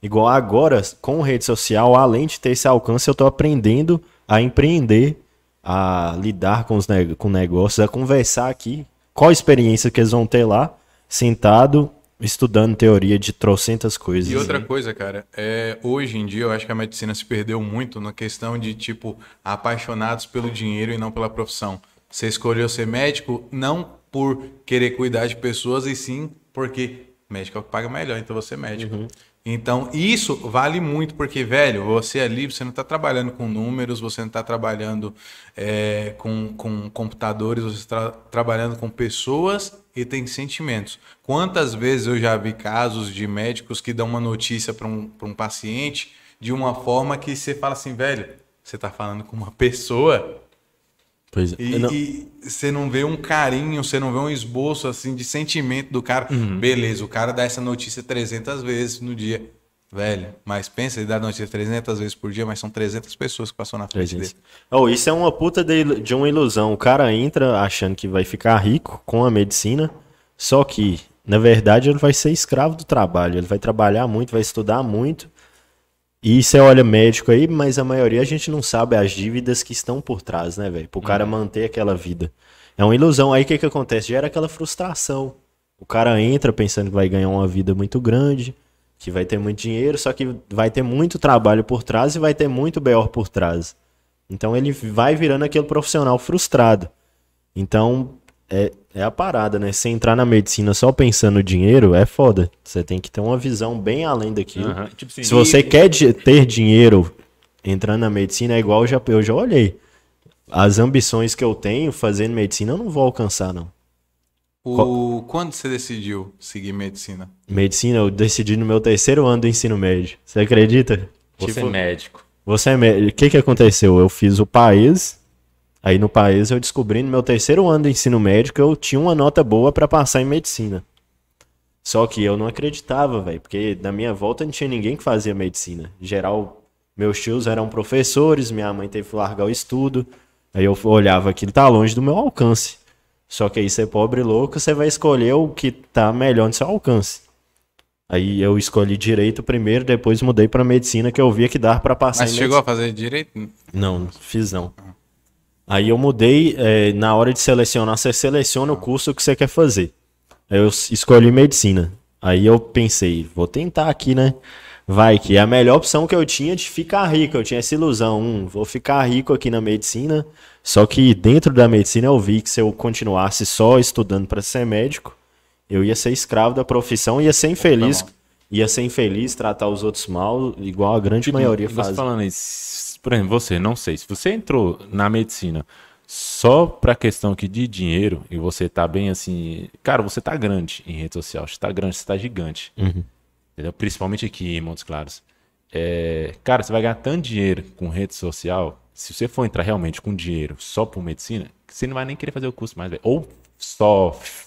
Igual agora, com rede social, além de ter esse alcance, eu tô aprendendo a empreender, a lidar com os ne- com negócios, a conversar aqui. Qual a experiência que eles vão ter lá, sentado, estudando teoria de trocentas coisas.
E outra coisa, cara, é, hoje em dia eu acho que a medicina se perdeu muito na questão de, tipo, apaixonados pelo dinheiro e não pela profissão. Você escolheu ser médico não por querer cuidar de pessoas, e sim porque médico é o que paga melhor, então você é médico.
Uhum.
Então, isso vale muito, porque, velho, você ali, você não está trabalhando com números, você não está trabalhando é, com, com computadores, você está trabalhando com pessoas e tem sentimentos. Quantas vezes eu já vi casos de médicos que dão uma notícia para um, pra um paciente de uma forma que você fala assim, velho, você está falando com uma pessoa
Pois é.
e,
Eu não-
e você não vê um carinho, você não vê um esboço assim de sentimento do cara.
Uhum.
Beleza, o cara dá essa notícia 300 vezes no dia. Velho, mas pensa, ele dá notícia 300 vezes por dia, mas são 300 pessoas que passou na frente dele.
Oh, isso é uma puta de, ilu- de uma ilusão. O cara entra achando que vai ficar rico com a medicina, só que, na verdade, ele vai ser escravo do trabalho. Ele vai trabalhar muito, vai estudar muito. E você olha médico aí, mas a maioria a gente não sabe as dívidas que estão por trás, né, velho? Pro cara manter aquela vida. É uma ilusão. Aí o que, que acontece? Gera aquela frustração. O cara entra pensando que vai ganhar uma vida muito grande, que vai ter muito dinheiro, só que vai ter muito trabalho por trás e vai ter muito BO por trás. Então ele vai virando aquele profissional frustrado. Então é, é a parada, né? Você entrar na medicina só pensando no dinheiro é foda. Você tem que ter uma visão bem além daquilo.
Aham, tipo assim,
Se você quer di- ter dinheiro entrando na medicina, é igual eu já, eu já olhei. As ambições que eu tenho fazendo medicina, eu não vou alcançar, não.
O... Quando você decidiu seguir medicina?
Assim,
Medicina, eu decidi no meu terceiro ano do ensino médio. Você acredita? Tipo,
Você
tipo,
é médico.
Você é médico. O que, que aconteceu? Eu fiz o país. Aí no país eu descobri no meu terceiro ano do ensino médio que eu tinha uma nota boa pra passar em medicina. Só que eu não acreditava, velho, porque na minha volta não tinha ninguém que fazia medicina. Em geral, meus tios eram professores, minha mãe teve que largar o estudo. Aí eu olhava aquilo, tá longe do meu alcance. Só que aí você é pobre e louco, você vai escolher o que tá melhor no seu alcance. Aí eu escolhi direito primeiro, depois mudei pra medicina que eu via que dava pra passar
Mas
em
você
medicina.
chegou a fazer direito?
Não, não fiz não. Aí eu mudei, eh, na hora de selecionar, você seleciona o
Ah.
curso que você quer fazer. Aí eu s- escolhi medicina. Aí eu pensei, vou tentar aqui, né? Vai, que é a melhor opção que eu tinha de ficar rico. Eu tinha essa ilusão, hum, vou ficar rico aqui na medicina. Só que dentro da medicina eu vi que se eu continuasse só estudando para ser médico, eu ia ser escravo da profissão, ia ser infeliz, ia ser infeliz, tratar os outros mal, igual a grande
Tipo,
maioria
você
faz.
falando isso, por exemplo, você, não sei, se você entrou na medicina só pra questão que de dinheiro e você tá bem assim, cara, você tá grande em rede social, você tá grande, você tá gigante.
Uhum.
Entendeu? Principalmente aqui em Montes Claros. É, cara, você vai ganhar tanto dinheiro com rede social, se você for entrar realmente com dinheiro só por medicina, que você não vai nem querer fazer o curso mais, velho. Ou só f-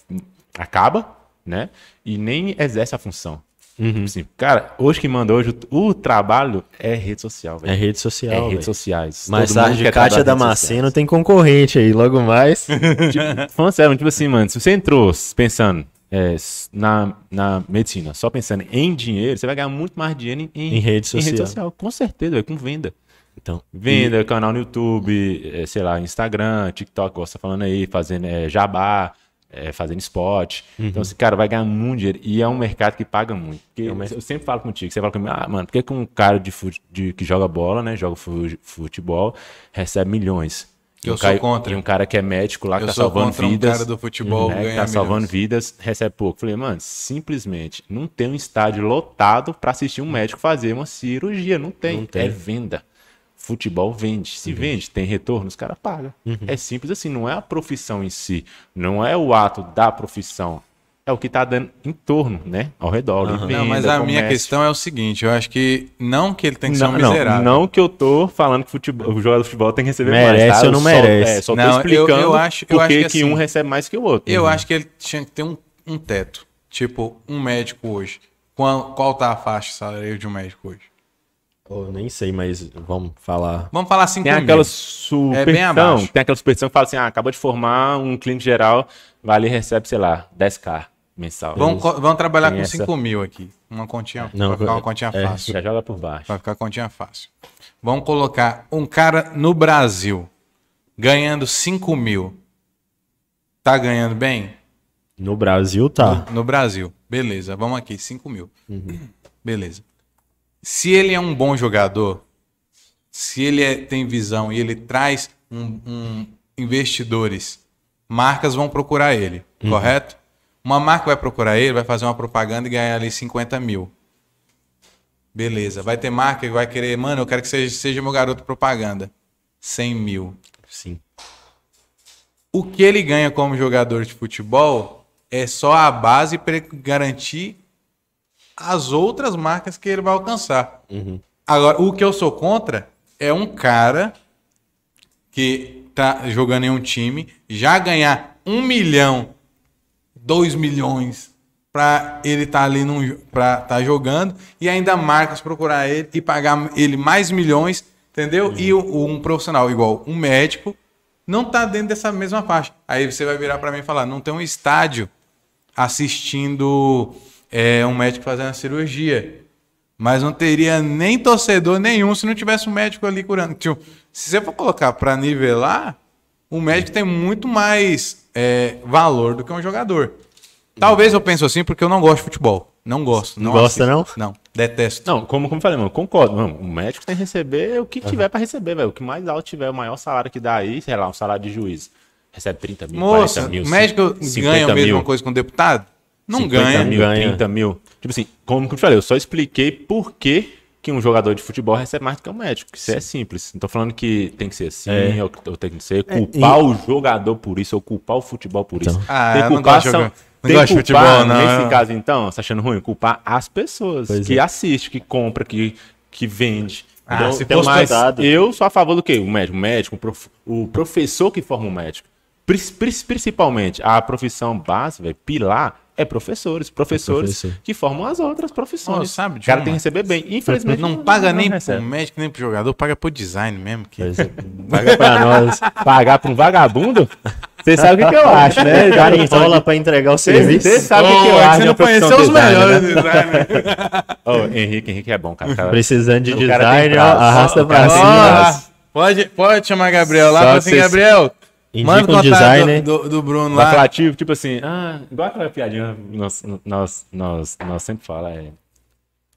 acaba, né? E nem exerce a função.
Uhum.
Assim, cara, hoje que manda hoje, o, o trabalho é rede social,
É
velho.
rede social,
É,
velho.
redes sociais.
Mais
Todo mundo
tarde, Kátia
quer trabalhar em redes
Damasceno tem concorrente aí, logo mais.
tipo, falando sério, tipo assim, mano, se você entrou pensando é, s- na, na medicina, só pensando em dinheiro, você vai ganhar muito mais dinheiro em,
Em rede social.
Com certeza, velho, com venda.
Então,
Venda, canal no YouTube, é, sei lá, Instagram, TikTok, igual você tá falando aí, fazendo é, jabá, é, fazendo spot.
Uhum.
Então, esse cara vai ganhar muito dinheiro. E é um mercado que paga muito.
É um
Porque Eu sempre falo contigo, você fala comigo, ah, mano, por que que um cara de fut- de- que joga bola, né, joga fu- futebol, recebe milhões? E
Eu
um
sou
cara-
contra.
E um cara que é médico lá, que
Eu
tá
sou
salvando
contra um
vidas.
cara do futebol
né, que tá
ganhar
salvando
milhões.
vidas, recebe pouco. Falei, mano, simplesmente não tem um estádio lotado pra assistir um médico fazer uma cirurgia. Não tem.
Não tem.
É venda. Futebol vende.
Uhum.
Se vende, tem retorno, os caras pagam. É simples assim, não é a profissão em si, não é o ato da profissão. É o que tá dando em torno, né? Ao redor. de
não, mas
venda,
a minha
comércio.
questão é o seguinte, eu acho que não que ele tem que ser um
Não,
miserável.
não, não que eu tô falando que futebol, o jogador de futebol tem que receber
Merece
mais. tá?
ou não
Eu só-
merece?
é, só
Não, eu-
tô explicando
eu acho- eu
por
acho
que
que
que um
assim,
recebe mais que o outro.
Uhum.
Eu acho que ele tinha que ter um, um teto. Tipo, um médico hoje. Qual, qual tá a faixa salarial de um médico hoje?
eu nem sei, mas vamos falar.
Vamos falar 5
Tem
mil.
aquela superstição,
É abaixo.
tem aquela superstição que fala assim, ah, acabou de formar um clínico geral, vai ali e recebe, sei lá, 10k mensal.
Vamos, co- vamos trabalhar
Tem
com
essa.
5 mil aqui. Uma continha,
Não,
vai ficar uma
é-
continha
é,
fácil.
Já joga por baixo.
Vai ficar continha fácil. Vamos colocar um cara no Brasil ganhando 5 mil. Tá ganhando bem?
No Brasil, tá.
No Brasil. Beleza, vamos aqui, 5 mil. Beleza. Se ele é um bom jogador, se ele é- tem visão e ele traz um- um investidores, marcas vão procurar ele, correto? Uma marca vai procurar ele, vai fazer uma propaganda e ganhar ali 50 mil. Beleza. Vai ter marca que vai querer, mano, eu quero que seja, seja meu garoto propaganda. 100 mil.
Sim.
O que ele ganha como jogador de futebol é só a base para garantir as outras marcas que ele vai alcançar. Agora, o que eu sou contra é um cara que tá jogando em um time já ganhar um milhão, dois milhões para ele estar ali para tá jogando e ainda marcas procurar ele e pagar ele mais milhões, entendeu? E o- um profissional igual um médico não tá dentro dessa mesma faixa. Aí você vai virar para mim e falar, não tem um estádio assistindo é, um médico fazendo a cirurgia. Mas não teria nem torcedor nenhum se não tivesse um médico ali curando. Tipo, se você for colocar para nivelar, o médico tem muito mais é, valor do que um jogador. Talvez eu pense assim porque eu não gosto de futebol. Não gosto. Não,
Não gosta,
assisto. Não, detesto.
Não, como, como eu falei, mano, concordo. Mano, o médico tem que receber o que tiver pra receber, velho. O que mais alto tiver, o maior salário que dá aí, sei lá, um salário de juiz. Recebe 30 mil,
Moça,
40 mil,
o médico
50
ganha a mesma
mil.
coisa que um deputado? Não
50
ganha. é.
mil,
Ganha.
30 mil. Tipo assim, como que eu te falei, eu só expliquei por que, que um jogador de futebol recebe mais do que um médico. Isso é simples. Não tô falando que tem que ser assim,
É.
ou, que- ou tem que ser. Culpar o jogador por isso, ou culpar o futebol por isso.
Ah,
tem
eu
que
não
culpar,
gosto de
são-
jogar- não
tem
gosto de
que culpar,
futebol, não. é.
Nesse caso, então, você tá achando ruim? Culpar as pessoas
Pois
que assistem, que compram, que, que vende.
Ah,
Então,
se
tem
fosse
mais-
cuidado.
eu sou a favor do quê? O médico, o médico, o, prof- o professor que forma o médico. Pris- pris- Principalmente a profissão base, velho, pilar, é professores. Professores
professor.
que formam as outras profissões.
Ô, sabe de
o cara
uma?
tem que receber bem. Infelizmente.
Não paga nem pro
recebe.
médico, nem pro jogador, paga pro design mesmo. Que...
Pois é. Paga
né?
pra nós.
Pagar pra um vagabundo? Você sabe o que, que eu acho, né?
O cara então, enrola pra entregar o serviço.
Você sabe o que, que eu
Ô, é que
acho.
você
de
não
uma profissão
conheceu os
designer, né?
melhores designers.
Ô, Henrique, Henrique é bom, cara. O cara-
Precisando de
O cara tem
design, ó,
prazo.
arrasta
O cara
pra
tem
cima.
prazo.
Ah, pode, pode chamar Gabriel lá e
Só
falar assim,
vocês-
Gabriel,
Indica
manda o
um
contato
designer.
do, do, do Bruno lá.
Apelativo, tipo assim, ah, igual aquela piadinha nós, nós, nós, nós sempre fala, é,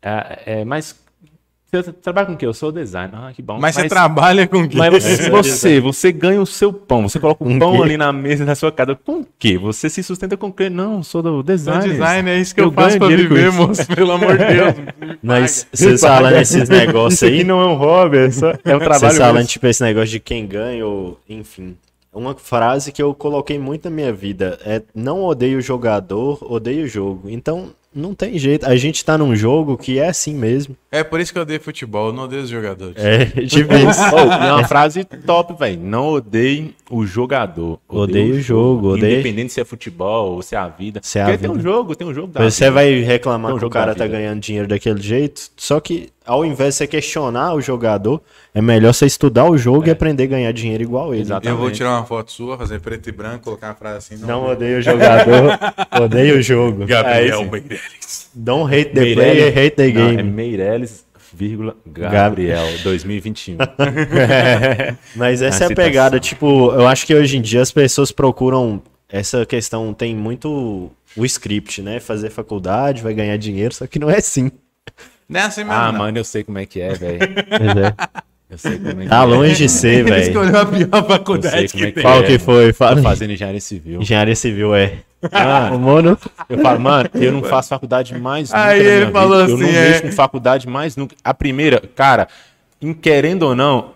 é, é mais Você trabalha com o quê? Eu sou designer. Ah, que bom.
Mas, você trabalha com o quê?
Mas você, você, você ganha o seu pão. Você coloca o pão ali na mesa da sua casa. Com o quê? Você se sustenta com o quê? Não, sou do
Sou
design.
designer, é isso que eu,
Eu
faço
ganho
pra
dinheiro com
viver,
isso.
moço. Pelo amor de Deus.
Mas vocês falam nesses negócios aí,
não é um hobby, é, só, é um
Vocês falam,
mesmo.
tipo, esse negócio de quem ganha ou... Enfim. Uma frase que eu coloquei muito na minha vida é não odeio o jogador, odeio o jogo. Então, não tem jeito. A gente tá num jogo que é assim mesmo.
É por isso que eu odeio futebol, eu não odeio os jogadores.
É, tipo isso.
Oh, e é uma frase top, velho. Não odeiem o jogador.
Odeie o jogo, odeie-
Independente se é futebol ou se é a vida.
Se é a
Porque tem um
vida.
jogo, tem um jogo da
Você
vida.
vai reclamar
Não,
que o
jogo da
cara tá
vida.
ganhando dinheiro daquele jeito, só que ao invés de você questionar o jogador, é melhor você estudar o jogo e aprender a ganhar dinheiro igual ele.
Exatamente.
Eu vou tirar uma foto sua, fazer preto e branco, colocar uma frase assim.
Não odeio o jogador, odeio o jogo.
Gabriel
É isso.
Meirelles.
Don't hate the player, hate the
Não, é
game.
Meirelles, vírgula, Gabriel, 2021.
Mas essa
A
é a
citação.
pegada, tipo, eu acho que hoje em dia as pessoas procuram essa questão, tem muito o script, né? Fazer faculdade, vai ganhar dinheiro, só que não é assim.
Não é assim mesmo.
ah,
não.
mano, eu sei como é que é, velho. Eu sei como é que
Tá
é.
longe de ser,
Ele
velho.
escolheu a pior
Eu sei
faculdade
como é
que
que
tem.
Qual que
é.
foi? Fala.
Tô fazendo engenharia civil.
Engenharia civil é.
Ah,
O mono.
eu falo, mano, eu não faço faculdade mais nunca.
Aí
na
ele
minha
falou
vida. Eu não
assim,
mexo
é.
com faculdade mais nunca. A primeira, cara, em querendo ou não,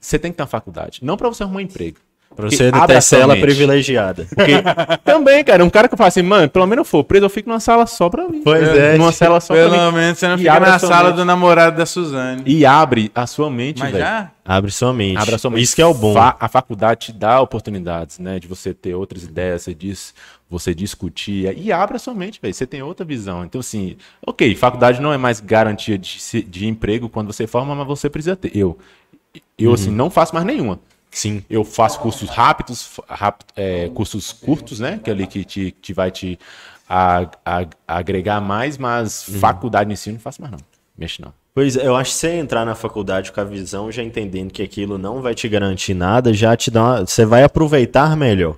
você tem que ter uma faculdade. Não pra você arrumar um emprego.
Pra
Porque
você
abre a
ter
sua
cela
mente.
privilegiada.
Porque também, cara, um cara que fala assim, mano, pelo menos eu for preso, eu fico numa sala só pra mim.
Pois é,
Numa
tipo,
cela só pra mim.
Pelo menos você não
E
fica
abre
na
a sua
sala
mente.
do namorado da Suzane.
E abre a sua mente,
Mas
velho.
já?
Abre sua mente.
Abra sua mente.
Isso que é o bom.
Fa- a faculdade te dá oportunidades, né? De você ter outras ideias, você, dis- você discutir. E abra sua mente, velho. Você tem outra visão. Então, assim, ok, faculdade não é mais garantia de, se- de emprego quando você forma, mas você precisa ter. Eu, eu assim, não faço mais nenhuma.
Uhum. Sim.
Eu faço cursos rápidos, fa- rápido, é, cursos curtos, né? Que ali que te, te vai te a- a- agregar mais, mas
Uhum.
faculdade em si eu não faço mais, não. Mexe não.
Pois é, eu acho que você entrar na faculdade com a visão, já entendendo que aquilo não vai te garantir nada, já te dá uma... Você vai aproveitar melhor.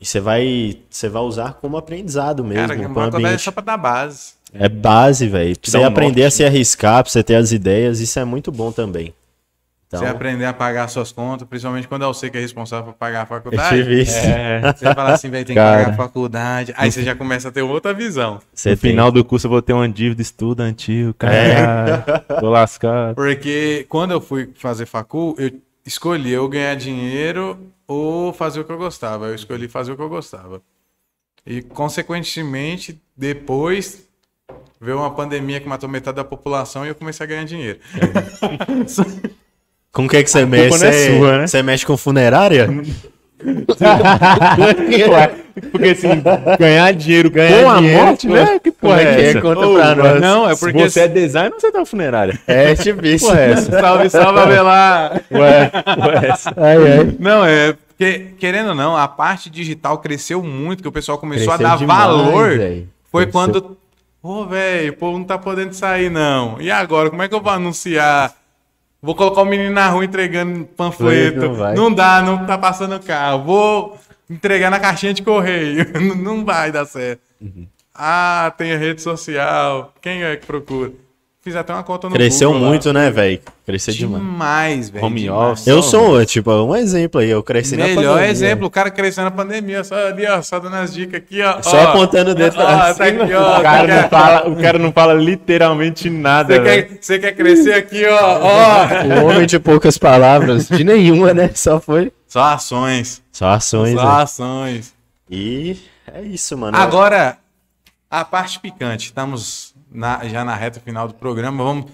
E você vai, você vai usar como aprendizado mesmo.
Cara, que uma
como
faculdade é
ambiente.
só pra dar base.
É base, velho. Pra
dá
você
um
aprender
norte,
a se arriscar, pra você ter as ideias, isso é muito bom também. Então,
Você aprender a pagar suas contas, principalmente quando é você que é responsável por pagar a
eu
faculdade.
tive isso.
É.
É.
Você fala assim, velho, tem que
Cara.
pagar a faculdade. Aí você já começa a ter outra visão.
Você
no
tem-
final do curso eu vou ter uma dívida estudantil, cara. Tô lascado.
Porque quando eu fui fazer facul, eu escolhi eu ganhar dinheiro ou fazer o que eu gostava. Eu escolhi fazer o que eu gostava. E, consequentemente, depois veio uma pandemia que matou metade da população e eu comecei a ganhar dinheiro.
Com o que, que você mexe?
culpa não é
Você-
sua, né?
Você mexe com funerária?
Porque assim, ganhar É dinheiro
Ganhar
com a
dinheiro,
morte, né? Que porra é,
É,
essa?
conta pra nós.
Não, é
Se
porque.
você
Você é designer ou você tá funerária?
É difícil.
Porra, é essa?
salve, salve, Avelar!
Ué, ué, essa.
Não, é porque, querendo ou não, a parte digital cresceu muito, que o pessoal começou
Cresceu
a dar
demais,
valor.
véi.
Foi
Cresceu.
quando. Ô, velho, o povo não tá podendo sair, não. E agora, como é que eu vou anunciar? Vou colocar o menino na rua entregando panfleto.
Não vai.
Não, dá, não tá passando carro. Vou entregar na caixinha de correio. Não- não vai dar certo.
Uhum.
Ah, tem a rede social. Quem é que procura? Fiz até uma conta no
Cresceu
Google lá.
muito, né, velho? Cresceu demais.
Demais, velho.
Home
demais.
office.
Eu sou, tipo, um exemplo aí. Eu cresci na
Melhor
pandemia.
exemplo, o cara cresceu na pandemia, só ali, ó, só dando as dicas aqui, ó.
Só
ó.
apontando o dedo
Ó,
pra
tá aqui, ó.
O cara,
você
não fala, o cara não fala literalmente nada.
quer- Você
velho.
quer, você quer crescer aqui, ó, ó.
O homem de poucas palavras, de nenhuma, né? Só foi.
Só ações.
Só ações,
só
né?
ações.
E é isso, mano.
Agora, a parte picante. Estamos na- já na reta final do programa. Vamos.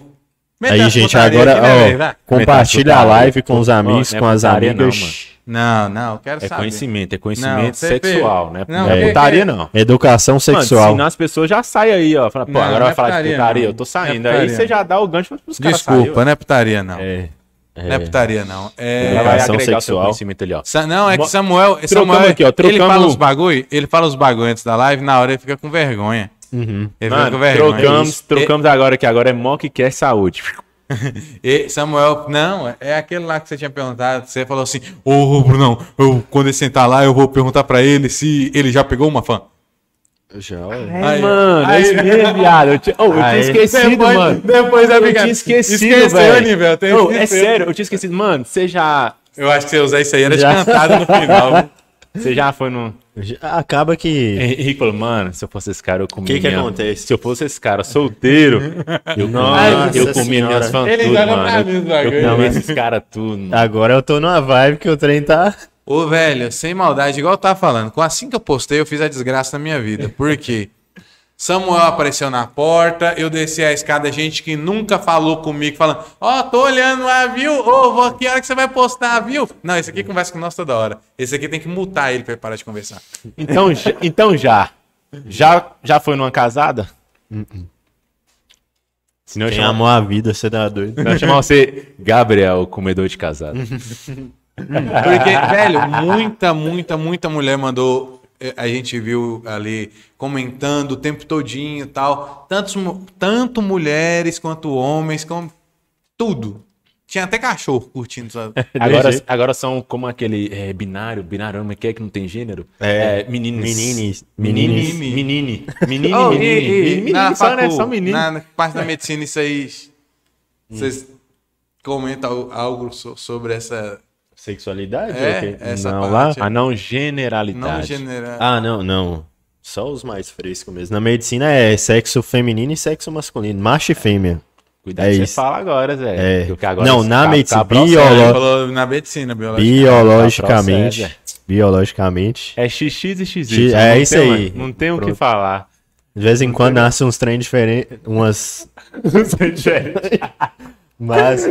meter
Aí,
as
gente,
putarias
agora,
aqui, né,
ó,
velho? Vai.
compartilha a
Metade do
live com os
Não,
amigos,
não é
com as
putaria
amigas.
não, mano.
Não, não, eu quero
É
saber.
conhecimento, é
Não,
conhecimento
você
sexual, né?
Não,
Não é
porque-
putaria, não.
Educação
Mano,
sexual.
senão as pessoas já saem aí, ó. Fala, pô,
Não,
agora
não
vai
é
falar de
putaria,
putaria,
não.
eu
Não
tô
é
saindo.
putaria,
aí você
não.
já dá o gancho pros caras saírem,
Desculpa, não é putaria, não.
É,
Não é putaria, não. É-
Ela vai
Educação
agregar o seu
sexual.
conhecimento ali, ó.
Sa- Não, é que
Mo-
Samuel, Samuel
aqui, ó,
ele
trocamos-
fala os bagulho, ele fala os bagulho antes da live, na hora ele fica com vergonha. Ele fica
Uhum. Mano,
com vergonha.
trocamos,
E-
trocamos agora, que agora é mock que é saúde.
e Samuel, não, é aquele lá que você tinha perguntado, você falou assim, ô Bruno, eu, quando ele sentar lá eu vou perguntar pra ele se ele já pegou uma fã.
Já, ué.
É, mano, é isso mesmo, viado. Eu tinha, oh, eu tinha
Aí.
esquecido,
Depois-
mano.
depois da
eu
brincadeira.
tinha esquecido,
assim, Esqueceu,
velho.
Nível, até
Oh, é
esqueceu.
sério, eu tinha esquecido. Mano, você já,
Eu acho que você usar isso aí era de
Já.
cantada no final.
você já foi no...
Já- Acaba que.
Henrique falou, mano, se eu fosse esse cara, eu comia...
Que que acontece?
Se eu fosse esse cara solteiro, eu comia,
Nossa
eu comia
senhora.
minhas fãs
Ele
tudo,
joga pra
mano.
mim os
Eu, eu
tá bagulho.
comia
Não, mas-
esses caras tudo, mano.
Agora eu tô numa vibe que o trem tá.
Ô, velho, sem maldade, igual eu tava falando, com assim que eu postei, eu fiz a desgraça na minha vida. Por quê? Samuel apareceu na porta, eu desci a escada, gente que nunca falou comigo, falando, ó, tô olhando lá, viu? Ô, vou que hora que você vai postar, viu? Não, esse aqui conversa com nós toda hora. Esse aqui tem que multar ele pra ele parar de conversar.
Então, já- então já. Já, já foi numa casada? Se não, eu
Quem
chamava,
amou a vida, você tá doido.
senão eu chamava você Gabriel, o comedor de casada.
Uhum.
Porque, velho, muita, muita, muita mulher mandou. eh, A gente viu ali comentando o tempo todinho e tal. Tantos, mu- tanto mulheres quanto homens, como tudo. Tinha até cachorro curtindo. Sabe?
Agora,
jeito.
agora são como aquele é, binário, binário, mas que é que não tem gênero?
É.
meninos.
Meninis.
Meninis.
Meninis.
Menini. Menini,
Oh,
menini.
e- e-
Menini
na
só, né?
facu,
Só menino.
Na, na parte da medicina, isso aí. Vocês comentam al- algo so- sobre essa
Sexualidade?
É,
ou quê?
essa
não,
parte.
lá?
A não
não
generalidade.
general.
Ah, não, não. Só os mais frescos mesmo. Na medicina é sexo feminino e sexo masculino. Macho e fêmea.
Cuidado
É
que você
isso.
fala agora, Zé.
É.
Porque agora
Não,
esse
na
cara
medicina,
próximo.
bio-
Ele falou na medicina, biológica.
Biologicamente.
Tá
biologicamente.
É XX e XY.
X- é
não
isso
tem,
aí.
Não tem o que
Pronto.
falar.
De vez em quando nasce uns trem diferentes. Umas. Mas.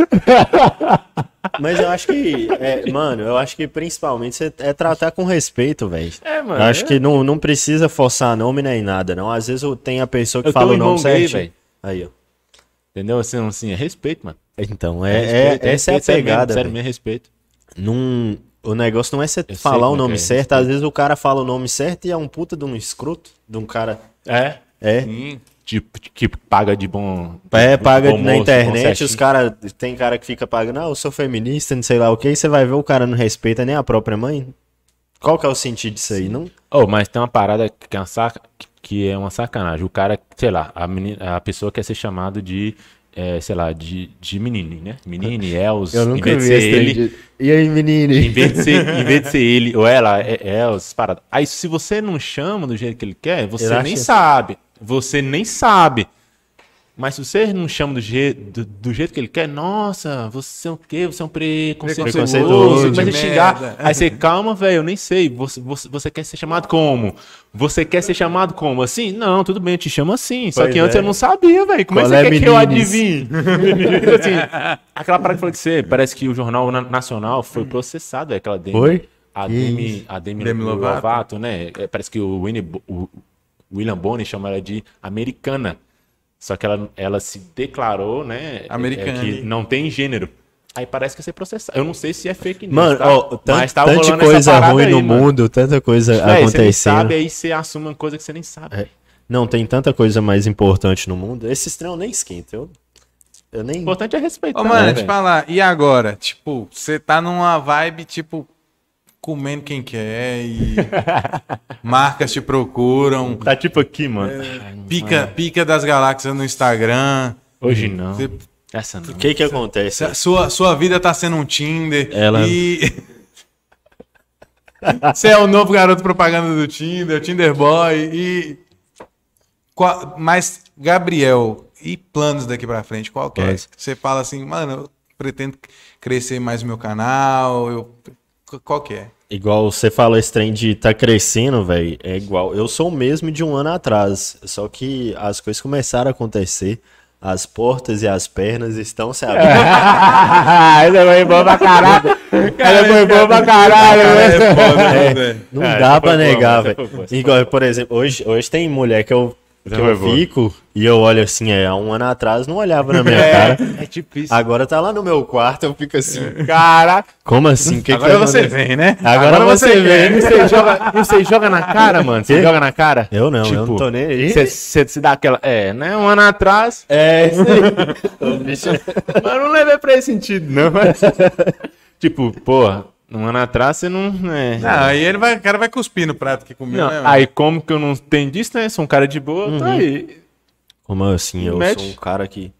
Mas eu acho que. é, mano, eu acho que principalmente cê- é tratar com respeito, velho.
É, mano.
Eu acho
é.
que não, não precisa forçar nome nem nada, não. Às vezes eu- tem a pessoa que
Eu tenho
fala
um
o nome
irmão gay,
certo.
velho.
Aí, ó.
Entendeu? Assim, assim, é respeito, mano.
Então, é, é,
respeito,
essa é a
respeito, sério mesmo,
pegada.
Sério
velho.
mesmo, respeito.
Num, o negócio não é você
sei
falar o
como é que
nome
é,
certo. Às vezes o cara fala o nome certo e é um puta de um escroto, de um cara.
É.
É.
Sim.
Tipo, que paga de bom.
É,
de
paga
bom
na
moço, bom
internet,
certinho.
os caras. Tem cara que fica pagando, ah, eu sou feminista, não sei lá o que, e você vai ver o cara não respeita nem a própria mãe. Qual que é o sentido disso aí? Não,
Oh, mas tem uma parada que é uma, saca- que é uma sacanagem. O cara, sei lá, a, menina, a pessoa quer ser chamada de, é, sei lá, de, de menine, né? Menine, Els,
eu
em
nunca
vez
vi
de
esse
ser ele.
ele... E aí, menino?
Em vez, de ser, em vez de ser ele ou ela, é, é essas paradas. Aí se você não chama do jeito que ele quer, você
Ele acha
nem
isso.
sabe. Você nem sabe. Mas se você não chama do, je, do, do jeito que ele quer, nossa, você é o quê? Você é um preconceituoso.
Preconceituoso,
Você começa a
de
xingar.
merda.
Aí você, calma, velho, eu nem sei. Você, você, você quer ser chamado como? Você quer ser chamado como? Assim? Não, tudo bem, eu te chamo assim. Só
Pois
que antes
é.
eu não sabia, velho. Como é
Qual
que você
é,
quer que eu
meninos?
adivinhe? Tipo assim, aquela parada que eu falei que você, parece que o Jornal Na- Nacional foi processado, velho, aquela Demi.
Foi?
A
Que
Demi,
isso.
a Demi,
Demi
Lovato.
Lovato.
né? É, Parece que o, Winnie, Bo- o William Bonner chama ela de americana. Só que ela, ela se declarou, né? é,
Americana.
que não tem gênero. Aí parece que você processado. Eu não sei se é fake news,
Mano,
tá?
ó, tan-
Mas tá
tanta
rolando essa
coisa
parada
ruim
aí,
no
mano.
mundo, tanta coisa
Véi, Você nem
acontecendo.
sabe, aí você assume uma coisa que você nem sabe.
É. Não, tem tanta coisa mais importante no mundo. Esse estrão nem esquenta. Eu, eu nem.
O importante é respeitar.
Ô, mano, tipo,
né,
te
velho?
falar, e agora? Tipo, você tá numa vibe, tipo, comendo quem quer e marcas te procuram,
Tá tipo aqui, mano. é.
pica, pica das galáxias no Instagram,
Hoje não.
Você-
Essa não.
O que que acontece?
sa- sua, sua vida tá sendo um Tinder
Ela-
e... Você é o novo garoto propaganda do Tinder, o Tinder Boy e... Qua- Mas, Gabriel, e planos daqui pra frente? Qual que é?
Planos.
Você fala assim, mano, eu pretendo crescer mais meu canal, eu... Qu- Qual que é?
Igual você fala esse trem de tá crescendo, velho. É igual. Eu sou o mesmo de um ano atrás. Só que as coisas começaram a acontecer. As portas e as pernas estão se abrindo.
Essa É. foi boa pra caralho. Ela foi boa pra caralho, né? velho.
né,
É, não
É, essa
dá
foi
pra
boa,
negar,
essa
velho.
foi boa, essa
Igual, por exemplo, hoje, hoje tem mulher que eu, que
Essa foi
eu
boa.
fico e eu olho assim, é, há um ano atrás não olhava na minha cara.
É difícil.
Agora tá lá no meu quarto, eu fico assim.
Caraca.
Como assim? Que que
Agora
tá
você
acontecendo?
vem, né?
Agora, você vem.
E você joga, e você joga na cara, mano? Você
Quê?
joga na cara?
Eu não, eu
Tipo,
não tô nem aí.
Você se dá aquela. É, né? Um ano atrás.
É, isso aí.
Então, Mas eu não levei pra esse sentido, não. Tipo, porra. Um ano atrás você não. né?
Ah, aí ele vai, o cara vai cuspir no prato que comeu,
Não,
né?
aí como que eu não entendi isso, né? Sou um cara de boa,
Hum,
tô aí.
Como assim? Eu
Mete.
sou um cara que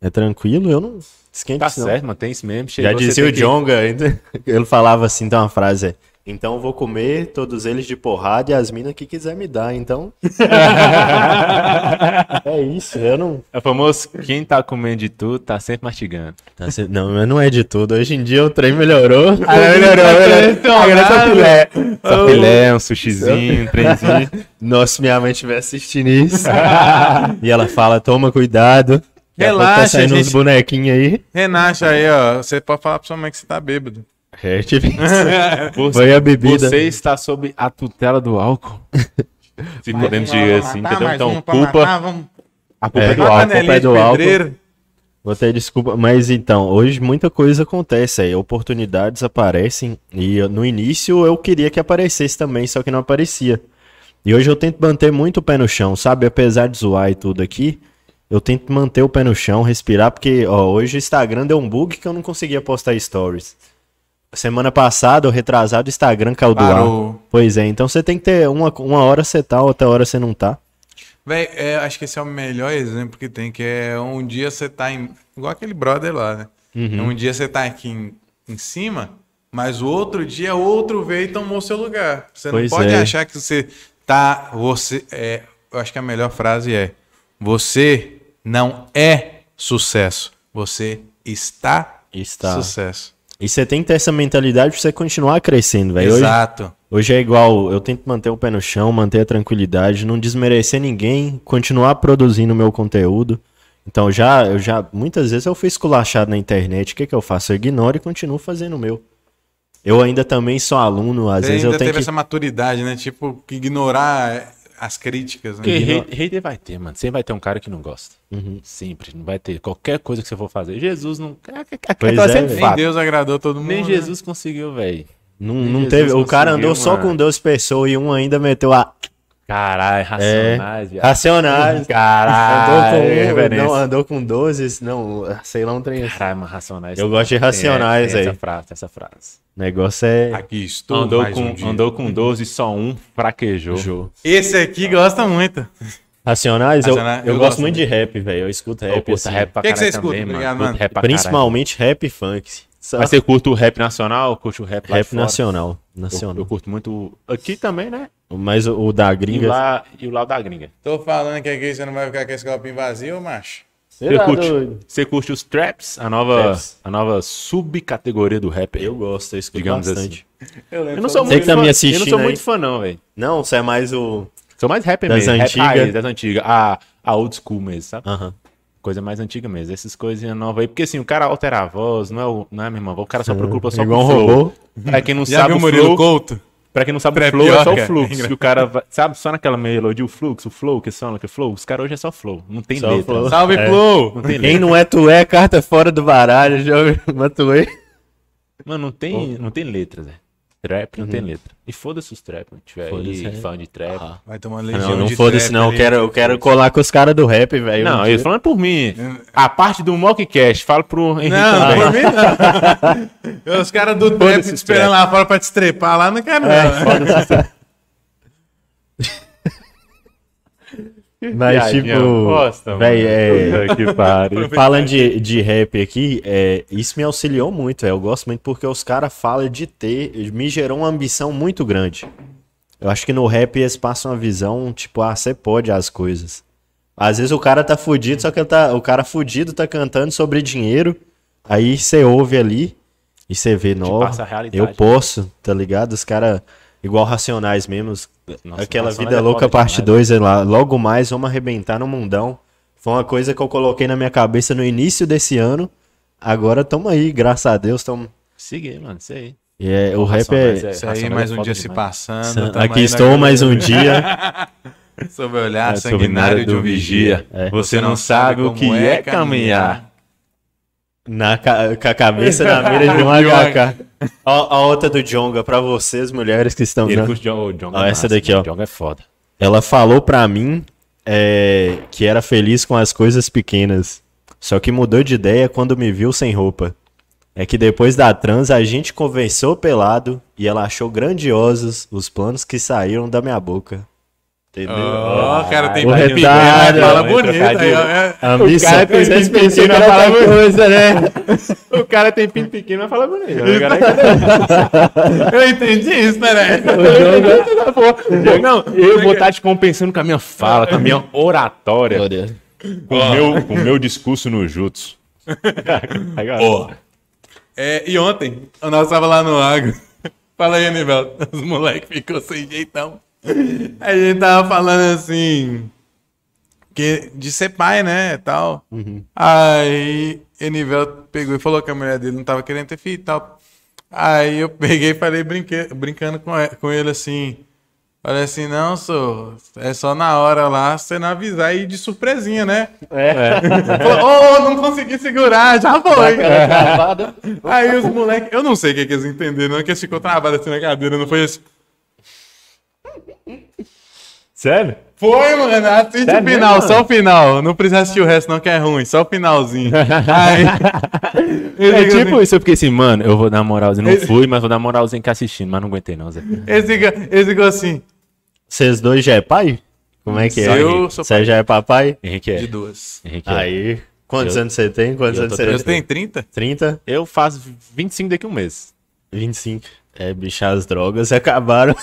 é tranquilo, eu não esquento
Tá
isso, não.
certo, mantém isso mesmo.
Já
Chegou, você
dizia
tem
o
que-
Jonga, ainda- ele falava assim, tem uma frase, é, então eu vou comer todos eles de porrada e as minas que quiser me dar, então... é isso, eu não...
É o famoso, quem tá comendo de tudo tá sempre mastigando.
Tá se- Não, mas não é de tudo, hoje em dia o trem Ah, melhorou.
melhorou, melhorou.
Agora é só filé.
Só filé, um sushizinho, um trenzinho.
Nossa, se minha mãe estiver assistindo isso. e ela fala, toma cuidado. Daqui a pouco
Relaxa,
tá saindo
gente.
uns bonequinhos aí.
Renaxa aí, ó. Você pode falar pra sua mãe que você tá bêbado.
É, tipo isso. Foi a bebida.
Você está sob a tutela do álcool. Se
Vamos
podemos dizer
lá,
assim,
matar
entendeu?
mais
Então,
um pra
culpa,
matar, vamos-
a culpa
É.
é do
Uma
álcool,
álcool.
panelinha
pé do
de
álcool.
pedreiro.
Vou ter desculpa, mas então, hoje muita coisa acontece aí, oportunidades aparecem e eu- no início eu queria que aparecesse também, só que não aparecia. E hoje eu tento manter muito o pé no chão, sabe? Apesar de zoar e tudo aqui, eu tento manter o pé no chão, respirar, porque ó, hoje o Instagram deu um bug que eu não conseguia postar stories. Semana passada, ou retrasado, o Instagram caiu do ar.
Parou.
Pois é, então você tem que ter uma, uma hora você tá, outra hora você não tá.
Véi, é, acho que esse é o melhor exemplo que tem, que é um dia você tá em. Igual aquele brother lá, né?
Uhum.
Um dia você tá aqui em, em cima, mas o outro dia outro veio e tomou seu lugar. Você
Pois
não pode
é.
achar que você tá. Você. É, eu acho que a melhor frase é: Você não é sucesso. Você está,
Está.
sucesso.
E você tem que ter essa mentalidade pra você continuar crescendo, velho. Hoje-
Exato.
Hoje é igual, eu tento manter o pé no chão, manter a tranquilidade, não desmerecer ninguém, continuar produzindo meu conteúdo. Então já, eu já, muitas vezes eu fui esculachado na internet, o que que eu faço? Eu ignoro e continuo fazendo o meu. Eu ainda também sou aluno, às
Você
vezes
ainda
eu tenho
teve
que...
essa maturidade, né? Tipo, ignorar é, as críticas, né?
Porque hater, hater vai ter, mano. Sempre vai ter um cara que não gosta.
Uhum.
Sempre. Não vai ter qualquer coisa que você for fazer. Jesus não.
Pois
Tá
é,
sempre
velho.
Nem
fato.
Deus agradou todo mundo.
Nem
né?
Jesus conseguiu, velho.
Não, não
Jesus
teve, o cara
conseguiu,
andou só
mano.
com duas pessoas e um ainda meteu a...
Caralho, é racionais, viado.
Racionais.
Caralho, é
Andou com um,
reverência.
não, andou com 12, não, sei lá um trem assim.
Caralho, mas racionais.
Eu gosto de racionais
Tem
aí.
Essa frase, tem essa frase.
O negócio é...
Aqui estou
Andou
mais
com,
um dia.
andou com 12, só um fraquejou.
Esse aqui gosta muito.
Racionais, eu,
Racionais,
eu
eu
gosto
gosto
muito de rap, velho, eu escuto
Eu
rap
curto
assim.
rap pra
O que que
caralho
você escuta?
também, mano.
Obrigado,
Curto
mano.
rap pra
Principalmente rap e funk. Só
caralho. Mas você curte o rap nacional, curte o rap lá de
rap
fora?
nacional.
Eu- Eu,
Nacional.
curto muito aqui também, né?
Mas o, o da
E
gringa.
lá, e lá o da gringa.
Tô falando que aqui você não vai ficar com esse copinho vazio, macho.
Você
tá
curte,
doido.
você curte os traps, a nova,
Traps.
A nova subcategoria do rap. aí.
Eu gosto, eu escuto
Digamos assim.
bastante.
Eu não sou
Você
muito
que tá
fã,
me
eu não
assistindo
sou
aí.
muito fã não, velho.
Não, você é mais o.
Sou mais rap
Das
mesmo,
antigas.
rap raiz, das antigas, a, a old school mesmo, sabe?
Aham.
Coisa mais antiga mesmo, essas coisinhas novas aí, porque assim, o cara altera a voz, não é, o, não é a mesma voz, o cara só preocupa só
Igual
com
um
o flow.
robô.
Pra quem não
Já
sabe
viu
o
o Murilo
flow,
Couto?
Pra quem não sabe, o
Pré-pioca.
flow é só o
É
fluxo.
engraçado.
que o cara, vai- sabe, só naquela melodia, o fluxo, o flow, que só que o flow. Os caras hoje é só flow. Não tem
Só o
letra.
flow.
Salve, Flow!
Não tem
Quem
letra.
não é tu é, carta fora do baralho, já matuei.
Mano, não tem, não tem letra, né? Trap não tem letra. E foda-se os trap, mano. Tiver
Uhum. Foda-se, é.
aí, fã de trap.
Vai tomar
Não,
legião
não
de
foda-se,
trap
não. Eu
ali.
quero, eu quero colar com os caras do rap, velho. um
Não,
dia.
eu falando por mim. A parte do mockcast, falo pro Henrique
Não,
também.
por mim não. Os caras do trap te esperando lá fora pra te estrepar lá, não quero não.
Mas,
Piadinha
tipo.
bosta, mano.
Véi, é.
Puta que pariu.
Falando de, de rap aqui, é, isso me auxiliou muito. é, eu gosto muito porque os caras falam de ter. Me gerou uma ambição muito grande. Eu acho que no rap eles passam uma visão, tipo, ah, você pode as coisas. Às vezes o cara tá fudido, só que ele tá, o cara fudido tá cantando sobre dinheiro. Aí você ouve ali e você vê,
passa
nossa,
a realidade." né?"
eu posso, tá ligado? Os caras, igual Racionais mesmo, os-
Nossa,
Aquela
Racionais
Vida
é
Louca
foda
parte
demais.
2, sei lá, logo mais vamos arrebentar no mundão. Foi uma coisa que eu coloquei na minha cabeça no início desse ano. Agora tamo aí, graças a Deus, tamo.
Segui, mano, isso aí.
E é, o rap
Racionais
é.
é-
Isso aí,
Racionais
mais
é
um
foda
dia se
demais.
passando. tamo
Aqui
aí
estou
na-
mais um dia.
Sob o olhar
É, sobre
sanguinário
nada
de um vigia.
É.
Você não sabe o que
como
é caminhar.
Na, ca- com a cabeça na mira de um HK. Ó, a, outra do Jonga, pra vocês, mulheres que estão
Ele
Né?
vendo.
curte o John.
Ó, essa daqui, ó.
O John é foda.
Ela falou pra mim é, que era feliz com as coisas pequenas. Só que mudou de ideia quando me viu sem roupa. É que depois da trans a gente conversou pelado e ela achou grandiosos os planos que saíram da minha boca. Entendeu?
Ah.
Ó, cara, tem
o
pipi, né?
retalho,
Fala
né,
bonito. Aí,
trocadilho.
ó, é-
A missa
cara fez
fez
isso pensando
pequena
na
fala
palavra.
coisa, né?
O cara tem pinto pequeno, mas fala bonito.
Eu entendi isso, né? né?
Não, eu vou estar te compensando com a minha fala, com a minha oratória, com o meu, com o meu discurso no jutsu.
Ó. É, e ontem, nós tava lá no lago. Fala aí, Anivel. Os moleques ficou sem jeitão. A gente tava falando assim. Que, de ser pai, né? e Tal. Aí, Anivel pegou e falou que a mulher dele não tava querendo ter filho e tal. Aí eu peguei e falei, brinque, brincando com, e- com ele assim. Falei assim, não, sou. É só na hora lá, você não avisar e de surpresinha, né? É. Ô, ô, não consegui segurar, já foi. Aí os moleques, eu não sei o que, que eles entenderam, não, que eles ficou travados assim na cadeira, não foi assim.
Sério?
Foi, mano, assiste o final, só o final. Não precisa assistir o resto, não, que é ruim, só o finalzinho. Aí.
É
eles ficam
tipo
assim-
isso, eu fiquei assim, mano, eu vou dar moralzinha. Não fui, mas vou dar moralzinha que assistindo, mas não aguentei não, Zé.
Eles ficam eles ficam assim,
Vocês dois já é pai? Como é que é?
Eu sou
Você já é papai?
Henrique é.
de duas.
Henrique é.
Aí. Quantos
Eu-
anos você tem? Quantos
eu
anos
tô
você
Eu
tem?
tenho 30?
30?
Eu faço 25 daqui a um mês.
25. É, bicho, as drogas acabaram.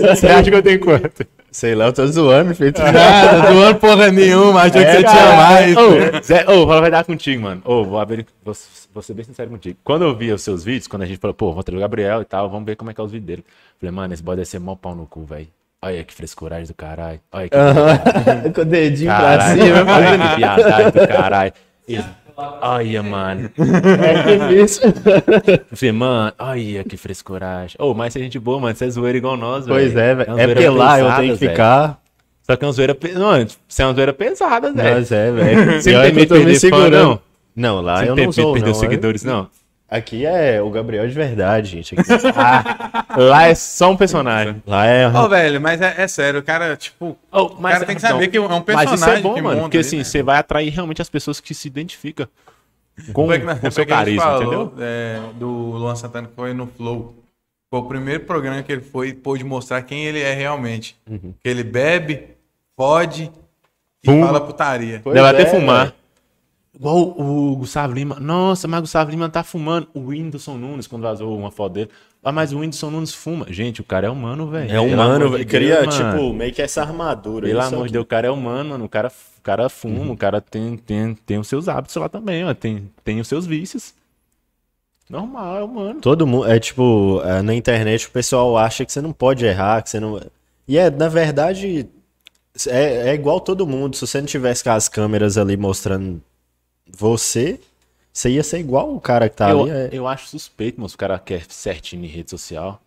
Você acha que eu tenho quanto?
Sei lá, eu tô zoando, feito.
Nada, doando porra nenhuma, achou que você tinha mais.
É, Ô, Zé, ô, ela vai dar contigo, mano. Ô, vou abrir. Vou, vou ser bem sincero contigo. Quando eu vi os seus vídeos, quando a gente falou, pô, vou trazer o Gabriel e tal, vamos ver como é que é os vídeos dele. Falei, mano, esse boy deve ser mó pau no cu, velho. Olha que frescuragem do caralho. Olha que.
Com o dedinho
Caralho,
pra cima.
olha que viadagem do caralho. Esse- Olha, mano.
é
Eu Falei, mano, olha que frescuragem. Ô, mas você é gente boa, mano. Você é zoeira igual nós, velho.
Pois é, velho.
uma
É
zoeira
porque lá eu
pesada,
tenho que
velho.
ficar.
Só que é uma zoeira. pe- Não, você é uma zoeira pesada, Zé.
Mas é, velho.
Você
E
não
olha
tem
que
medo de perder fã, não?
Não, lá
Você
eu
tem
não
medo de
sou,
perder
não. é.
os seguidores, não. é.
Aqui é o Gabriel de verdade, gente. Aqui-
Lá é só um personagem.
lá é...
Ô, velho, mas é, é sério, o cara, tipo,
Oh,
o cara tem que saber que é um personagem
Mas isso é bom,
que
mano.
monta
Porque
ali,
assim,
né?
você vai atrair realmente as pessoas que se identificam com
Foi é que na-
com o seu
foi que a gente
carisma,
falou,
entendeu?
é, do Luan Santana que foi no Flow. Foi o primeiro programa que ele foi e pôde mostrar quem ele é realmente. Que ele bebe, pode e
Uhum. Fuma.
fala putaria.
Deve até
é,
fumar. Igual o Gustavo Lima. Nossa, mas o Gustavo Lima tá fumando. O Whindersson Nunes, quando vazou uma foto dele. Ah, mas o Whindersson Nunes fuma. Gente, o cara é humano, velho.
É
Pelo
humano,
amor de
velho. Cria,
Deus, mano.
tipo, meio que essa armadura.
Pelo
isso
amor de
aqui.
Deus, o cara é Uhum. humano, mano. O cara, o cara fuma, o cara tem, tem, tem os seus hábitos lá também, ó. Tem, tem os seus vícios. Normal, é humano.
Todo mundo. É tipo, é, na internet o pessoal acha que você não pode errar, que você não. E é, na verdade, é, é igual todo mundo. Se você não tivesse com as câmeras ali mostrando você, você ia ser igual o cara que tá
eu,
ali. é.
eu acho suspeito, moço, o cara quer certinho em rede social.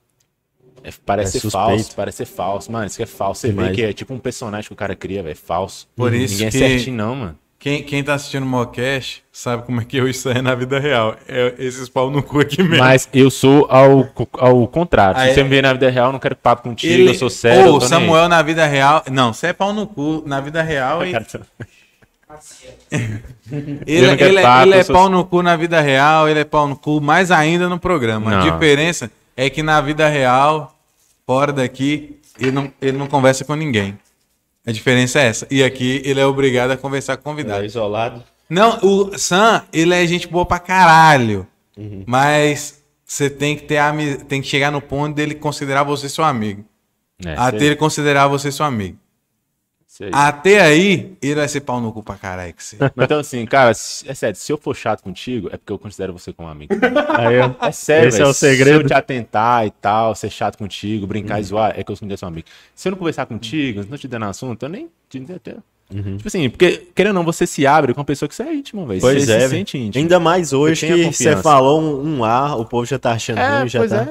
É, parece
É
ser
suspeito.
falso, parece ser falso. Mano, isso que é falso. Você vê
Demais.
que é tipo um personagem que o cara cria, velho. é Falso.
Por isso
Ninguém
que-
é certinho, não, mano.
Quem, quem tá assistindo o Mocast sabe como é que eu isso é na vida real. É esses pau no cu aqui mesmo.
Mas eu sou ao, co- ao contrário.
Aí-
Se você me vê na vida real, eu não quero papo contigo,
Ele-
eu sou sério.
Ô,
eu
o
tô nem aí.
Samuel na vida real. Não, você é pau no cu na vida real e. Ele,
Eu não quero
ele é-
papo,
ele é
eu sou-
pau no cu na vida real, ele é pau no cu, mais ainda no programa. A
Não.
diferença é que na vida real, fora daqui, ele não, ele não conversa com ninguém. A diferença é essa. E aqui ele é obrigado a conversar com
Tá
É.
convidados.
isolado.
Não, o Sam, ele é gente boa pra caralho.
Uhum.
Mas você tem que ter ami- tem que chegar no ponto dele considerar você seu amigo.
É,
até
sei-
ele considerar você seu amigo.
sei.
Até aí, ele vai ser pau no cu pra caralho que você.
Mas Então, assim, cara, se- é sério, se eu for chato contigo, é porque eu considero você como amigo.
Aí eu-
É sério,
Esse
velho.
é o
Se eu
segredo. Uhum.
te atentar e tal, ser chato contigo, brincar e zoar, é que eu considero seu amigo. Se eu não conversar contigo, se eu não te dando assunto, eu nem te entendo.
Uhum.
Tipo assim, porque, querendo ou não, você se abre com uma pessoa que você é íntimo,
Pois
velho. você
é,
se
velho.
sente íntimo.
Ainda mais hoje
Você tem a
que você
confiança. É,
falou um, um ar, o povo já tá achando ruim, já tá.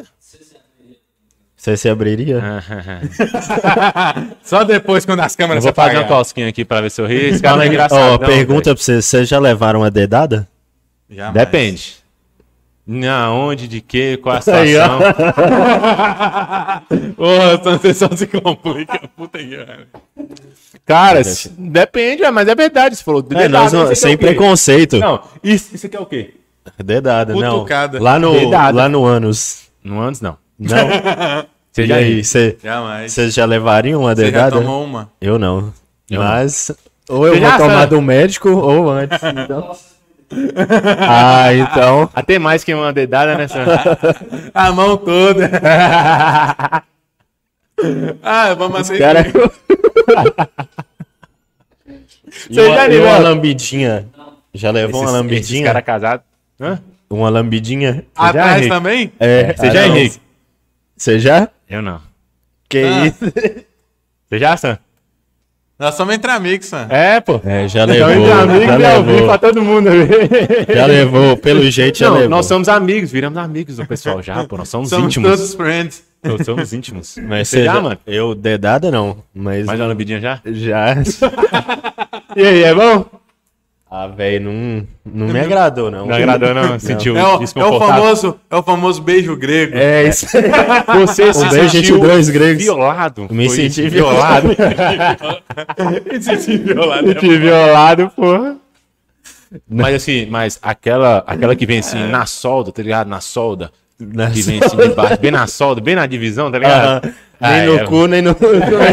Você se abriria?
Só depois quando as
Eu
câmeras
vou fazer uma
apagarem.
cosquinha aqui pra ver se eu ri. Esse cara não
Ó,
é engraçado. não,
pergunta pra vocês, vocês já levaram uma dedada?
Jamais.
velho. Depende. Na onde, Né, de quê, qual a
Tá
situação. Porra, essa sessão se complica. Puta que pariu. Cara, se- depende, é, mas é verdade. Você falou.
É,
dedada,
nós
isso
não-
aqui é
sem
o quê?
preconceito.
Não, isso, isso aqui é o quê?
Dedada, não.
Cutucada.
Lá no,
Dedada.
lá no ânus.
No anos, não.
Não.
Você
e
já
aí, vocês
Jamais.
já levariam uma
tá
Você já
né?
dedada?
tomou uma?
Eu não.
Eu
Mas ou eu
Você
vou
já
tomar
sabe.
do médico ou antes. Então. ah, então.
Até mais que uma dedada, né, Sandra?
A mão toda. ah, vamos aceitar.
Cara,
Você já
e
levou
uma
uma
lambidinha. Já levou uma lambidinha?
cara casado. Hã?
Uma lambidinha?
Atrás
Henrique?
também?
É,
Você já,
ah, não.
Henrique?
Você já?
Eu não.
Que
Ah.
isso?
Você já, Sam?
Nós somos entre amigos, mano.
É, pô.
É, já
Então,
levou.
entre amigos,
já,
é ao vivo pra
levou
todo mundo. né?
já levou, pelo jeito já
Não,
levou.
nós somos amigos, viramos amigos do pessoal já, pô. Nós somos,
Somos
íntimos.
todos friends.
Nós somos íntimos.
Mas
você já,
já-
mano?
Eu, dedada não, mas
Mais uma lambidinha já?
já.
E aí, é bom?
Ah, velho, não, não me agradou, não.
Não agradou, não? Sentiu
É o, é o
desconfortável?
famoso, é o famoso beijo grego.
É isso.
Você se
Um beijo
sentiu
entre dois gregos.
violado?
Me
Foi
senti
isso?
violado.
Me senti violado. Me senti violado, porra. Mas assim, mas aquela, aquela que vem assim na solda, tá ligado? Na solda.
Na
que vem assim de baixo, bem na solda, bem na divisão, tá
Aham.
ligado? Ah,
nem no
é.
cu, nem no,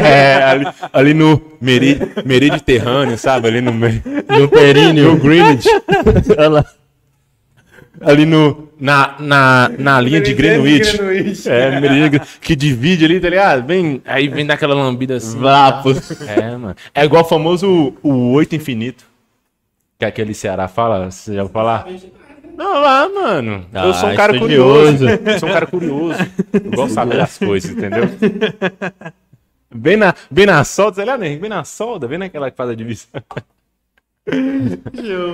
É, ali, ali no meri, Mediterrâneo, sabe? Ali no, me-
no períneo.
no Greenwich.
Olha lá.
Ali no, na, na, na linha de Greenwich. É, merigo, que divide ali, tá ligado? Bem, aí vem daquela lambida assim.
Vapo.
É, mano. É igual o famoso o oito infinito. Que é aquele Ceará fala, você já vai falar? Não, lá, mano. eu sou
Ah,
um cara
estudioso.
curioso. Eu sou um cara curioso. Eu gosto de saber das coisas, entendeu? Bem na, bem na solda, sei lá, né? Bem na solda, bem naquela que faz a divisão.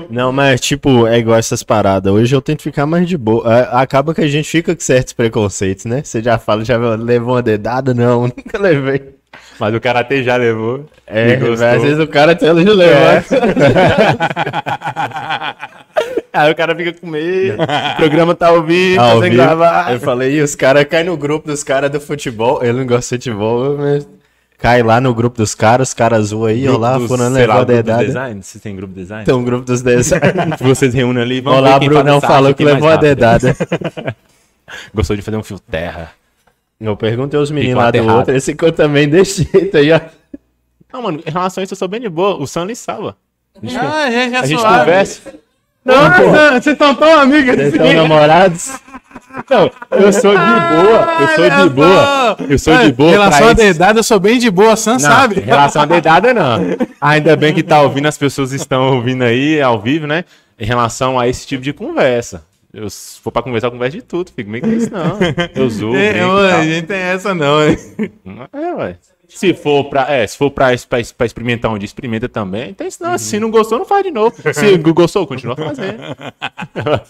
Não, mas tipo, é igual essas paradas. Hoje eu tento ficar mais de boa. A- Acaba que a gente fica com certos preconceitos, né? Você já fala, já levou uma dedada? Não, nunca levei.
Mas o cara até já levou.
É,
E gostou. É.
velho, às vezes o cara até hoje levou.
Aí o cara fica com medo. O programa tá ao vivo,
Ao
tá sem
vivo.
gravar.
Eu falei, e os caras caem no grupo dos caras do futebol. Ele não gosta de futebol, mas cai lá no grupo dos caras, os caras zoam aí, ó
Grupo
lá,
dos-
fulano
sei lá,
levou a
grupo dos
dedada.
design? Vocês têm grupo design?
Então, o grupo dos desenhos.
Vocês reúnem ali. Vamos
Olá,
ver quem faz
Brunão
essa arte
falou
aqui
que
mais
levou a
rápido.
dedada.
Gostou de fazer um fio terra.
Eu perguntei aos meninos
Ficou
lá do
aterrado.
outro, esse ficou também desse jeito aí, ó.
Não, mano, em relação a isso eu sou bem de boa. O Sam lhe salva.
Ah, a gente é
A gente
suave.
conversa. Não, Sam, vocês estão tão amigos
Vocês são namorados? Ah.
Não, eu sou de boa. Eu sou de boa. Eu sou de boa.
Em relação
pra
à
isso.
dedada, eu sou bem de boa, Sam
Não, é
sabe.
Em relação à dedada, não. Ainda bem que tá ouvindo, as pessoas estão ouvindo aí ao vivo, né? Em relação a esse tipo de conversa. Eu, se for pra conversar, eu converso de tudo. Fico meio que isso, não. Eu zoo,
É,
brinco
ô,
e
a
tal.
gente tem essa não, hein?
É, ué. Se for pra, é, se for pra, pra, pra experimentar onde experimenta também. Então, se não, se não gostou, não faz de novo. Se gostou, continua fazendo.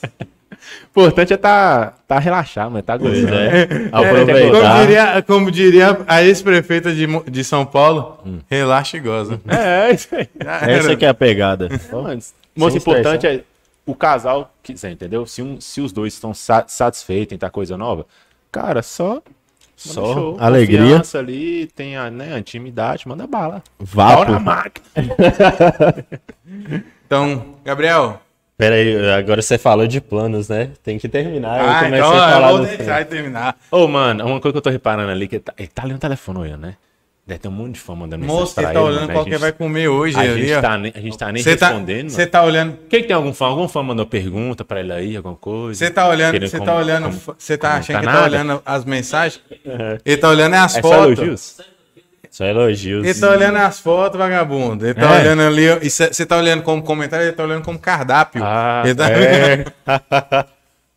importante é tá, tá relaxar, mano. Tá gostando.
Como
é. Aproveitar.
diria, como diria a ex-prefeita de, Mo- de São Paulo, relaxa e goza.
Hum. É, é isso aí.
Já
Essa
era.
que é a pegada.
Mano, o mais
Sem
importante é o casal quiser, entendeu? Se, um, se os dois estão sa- satisfeitos em tá coisa nova, cara, só. manda
Só
show.
alegria.
Confiança ali, tem a, né, a intimidade, manda bala.
Ah,
Bora na
Vapo.
máquina.
Então, Gabriel.
Pera aí, agora você falou de planos, né? Tem que terminar. Eu
Ah,
comecei
então
a falar
eu vou
dos-
deixar e terminar.
Ô, mano, uma coisa que eu tô reparando ali, que ele tá, ele tá ali no telefone olhando, né? Deve ter um monte de fã mandando mensagem
Moço,
pra
ele tá
ele,
olhando
mano.
qual
a
que
né, gente,
vai comer hoje
a
ali,
gente
ó.
tá nem, a gente tá nem
Você tá,
respondendo,
cê
mano.
tá olhando,
Quem que tem algum fã? Algum fã mandou pergunta pra ele aí, alguma coisa?
você tá olhando,
Querendo
você tá
como-
olhando,
como-
você tá
como
achando que ele
nada?
tá olhando as mensagens? Ele tá olhando as
É só
fotos.
elogios?
Só elogios.
Ele tá olhando as fotos, vagabundo. Ele tá
É.
olhando ali, ó, e você tá olhando como comentário, ele tá olhando como cardápio.
Ah,
ele tá...
é.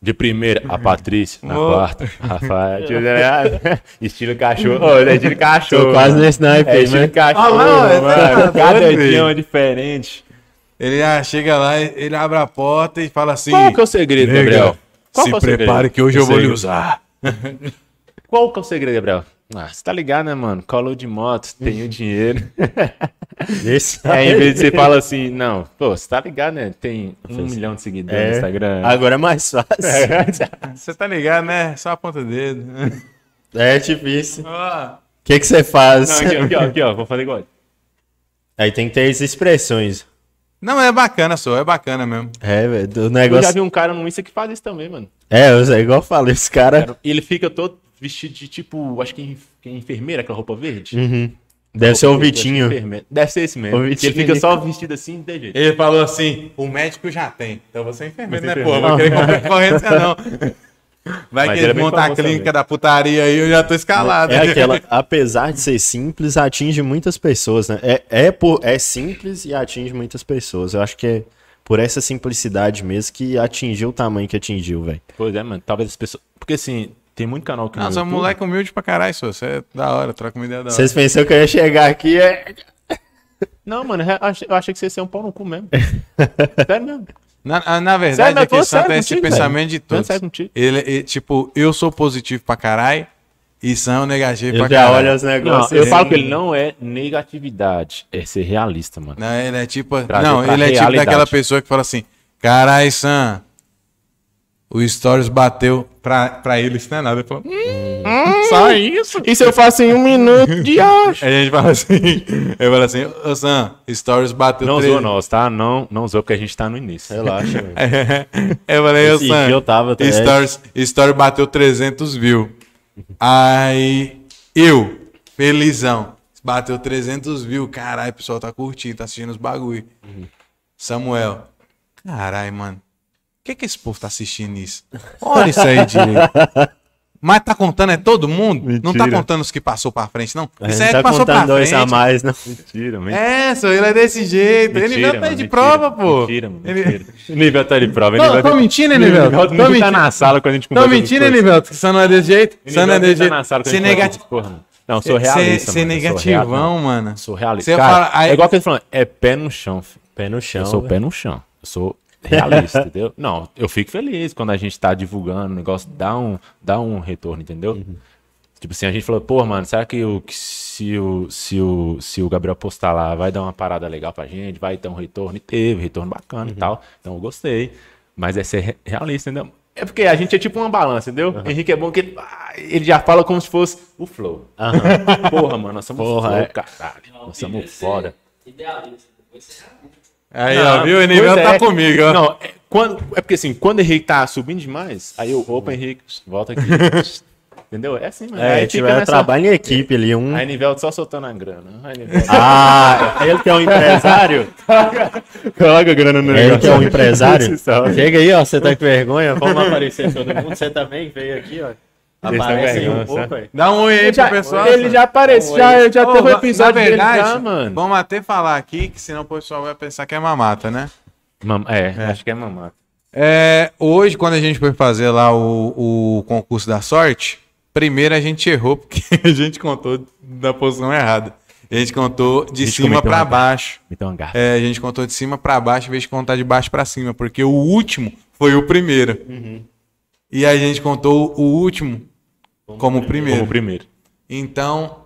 De primeira, a Patrícia. Na
Ô.
quarta, Rafael. né? estilo cachorro. Ô, é estilo cachorro.
Tô quase
mano.
no
É
sniper,
estilo
né?
cachorro,
Olha lá,
mano.
tá
Cada
doido,
dia é
velho.
uma diferente.
Ele já chega lá, ele abre a porta e fala assim.
Qual que é o segredo,
"Nega,
Gabriel? Qual
se
que é o segredo?
prepare que hoje eu vou lhe usar.
Qual que é o segredo, Gabriel? Ah, você tá ligado, né, mano? Colou de moto, tenho dinheiro.
Esse
Aí, É, em vez de você
aí-
fala assim, não, pô, você tá ligado, né? Tem um milhão de seguidores no
É.
Instagram.
Agora é mais fácil.
Você tá ligado, né? Só aponta o dedo.
É, difícil. O
Ó,
que que você faz?
Não, aqui, ó, aqui, ó, aqui, ó, vou fazer igual.
Aí tem que ter as expressões.
Não, é bacana, só, é bacana mesmo.
É, velho, do
Eu já
negócio.
vi um cara no Insta que faz isso também, mano.
É, eu- é igual eu falo, esse cara
E ele fica todo vestido de tipo, acho que en- que é enfermeira, aquela roupa verde.
deve ser
Roupa
o
verde, acho que é
Vitinho.
enfermeira. Deve ser esse mesmo.
O
Que
Vitinho,
ele fica
ele-
só vestido assim, de jeito.
Ele falou assim: o médico já tem, então você é enfermeiro,
Você é
né, pô?
enfermeiro.
Vou querer concorrência, não. Vai
Mas
que
ele é
eles
bem
montam a
famoso
clínica
também.
da putaria aí, eu já tô escalado.
É aquela, apesar de ser simples, atinge muitas pessoas, né? É, é, por, é simples e atinge muitas pessoas. Eu acho que é por essa simplicidade mesmo que atingiu o tamanho que atingiu, velho.
Pois é, mano. Talvez as pessoas. Porque assim, tem muito canal que.
Nossa, é um moleque humilde pra caralho, só. Você é da hora, troca uma ideia da hora.
Vocês pensam que eu ia chegar aqui é.
Não, mano, eu achei, eu achei que você ia ser um pau no cu mesmo. Sério mesmo.
Na, ah, na verdade,
Sério, mas
aqui em
tô
Santos
sério
é esse
contigo,
pensamento de
Tô
todos.
sério contigo.
Ele, é, tipo, eu sou positivo pra caralho e são negativo
Eu
pra
já
caralho.
olho os
Não,
negócios.
eu
assim.
falo
um-
que ele não é negatividade, é ser realista, mano.
Não, ele é tipo.
Trazer
não,
pra
ele é tipo
realidade.
daquela pessoa que fala assim: Carai, Sam, o Stories bateu pra, pra ele, isso não é nada. Ele fala, "Hum."
Só isso? Isso eu faço em um minuto de acho.
Aí a gente fala assim: eu falo assim, ô Sam, Stories bateu.
Não
treze."
zoa nós, tá? Não, não zoa porque a gente tá no início.
Relaxa, velho.
eu falei, ô
Esse
Sam,
dia eu tava atrás.
Stories, Stories bateu 300 views. Aí eu, felizão, bateu 300 views. Caralho, o pessoal tá curtindo, tá assistindo os bagulho. Samuel, caralho, mano. O que que esse povo tá assistindo isso? Olha isso aí, direito. Mas tá contando é todo mundo? Não tá
Mentira.
contando os que passou pra frente, não?
A
Isso
gente
aí
tá
passou pra
contando dois a
frente.
mais, não.
Mentira, men-
É, só ele é desse jeito.
mentira.
ele veio até
mano,
de
mentira,
prova, pô.
Mentira, mano,
Ele-
mentira. O nível tá de prova.
Tô- tô mentindo, hein, Nivelto?
Nivel
Tô
nunca tá
mentindo.
na sala quando a gente
Tô
conversa
mentindo,
essas coisas.
Nivelto? que Você não é desse jeito?
O
Você não é
Nivel
desse
nunca tá na
jeito?
sala quando a
Você
gente conversa
negati-
essas coisas, mano. Não, eu sou realista,
Você é
mano, eu sou real- não,
negativão, mano.
eu Sou realista.
Você
Cara,
fala- aí-
É igual que ele falando, é pé no chão, filho.
Pé no chão.
Eu sou pé no chão. Eu sou realista, entendeu? Não, eu fico feliz quando a gente tá divulgando o negócio, dá um, dá um retorno, entendeu?
Uhum.
Tipo assim, a gente falou, pô, mano, será que, o, que se, o, se, o, se o Gabriel postar lá, vai dar uma parada legal pra gente, vai ter um retorno? E teve, retorno bacana
Uhum.
e tal. Então eu gostei. Mas é ser re- realista, entendeu? É porque a gente é tipo uma balança, entendeu?
Uhum.
Henrique é bom que ele, ah, ele já fala como se fosse o flow. Porra, mano, nós somos
Porra,
flow,
é.
caralho.
Não,
Nós
filho,
somos
esse
foda.
Idealista. depois você realista.
Aí,
Não,
ó, viu? O
pois
Nivelto tá
é.
comigo, ó.
Não, é, quando, é porque assim, quando o Henrique tá subindo demais, aí eu, opa, Henrique, volta aqui. Entendeu? É assim, mano.
É,
aí
tiver trabalho em equipe ali, um.
Aí Nivel só soltando a grana. né? Aí Nivel...
Ah, ele que é um empresário?
Coloca a grana no
ele que é um empresário? Chega aí, ó, você tá com vergonha, vamos aparecer todo mundo. Você também veio aqui, ó.
Eles tão
Aparece aí
vergonha,
um pouco,
sabe?
aí.
Dá um oi aí
Ele
pro
já,
pessoal.
Ah, ele já apareceu, já, eu já
Ô,
teve um
na-
episódio
na verdade,
dele já, mano.
Vamos até falar aqui, que senão o pessoal vai pensar que é mamata, né?
Mam- é, acho que é mamar.
É, hoje, quando a gente foi fazer lá o, o concurso da sorte, primeiro a gente errou, porque a gente contou da posição errada. A gente contou de
A gente
cima
cometeu um
pra
erro.
baixo.
Me deu uma garra.
É, a gente contou de cima pra baixo em vez de contar de baixo pra cima, porque o último foi o primeiro. E a gente contou o último como o primeiro.
Como o primeiro.
Então,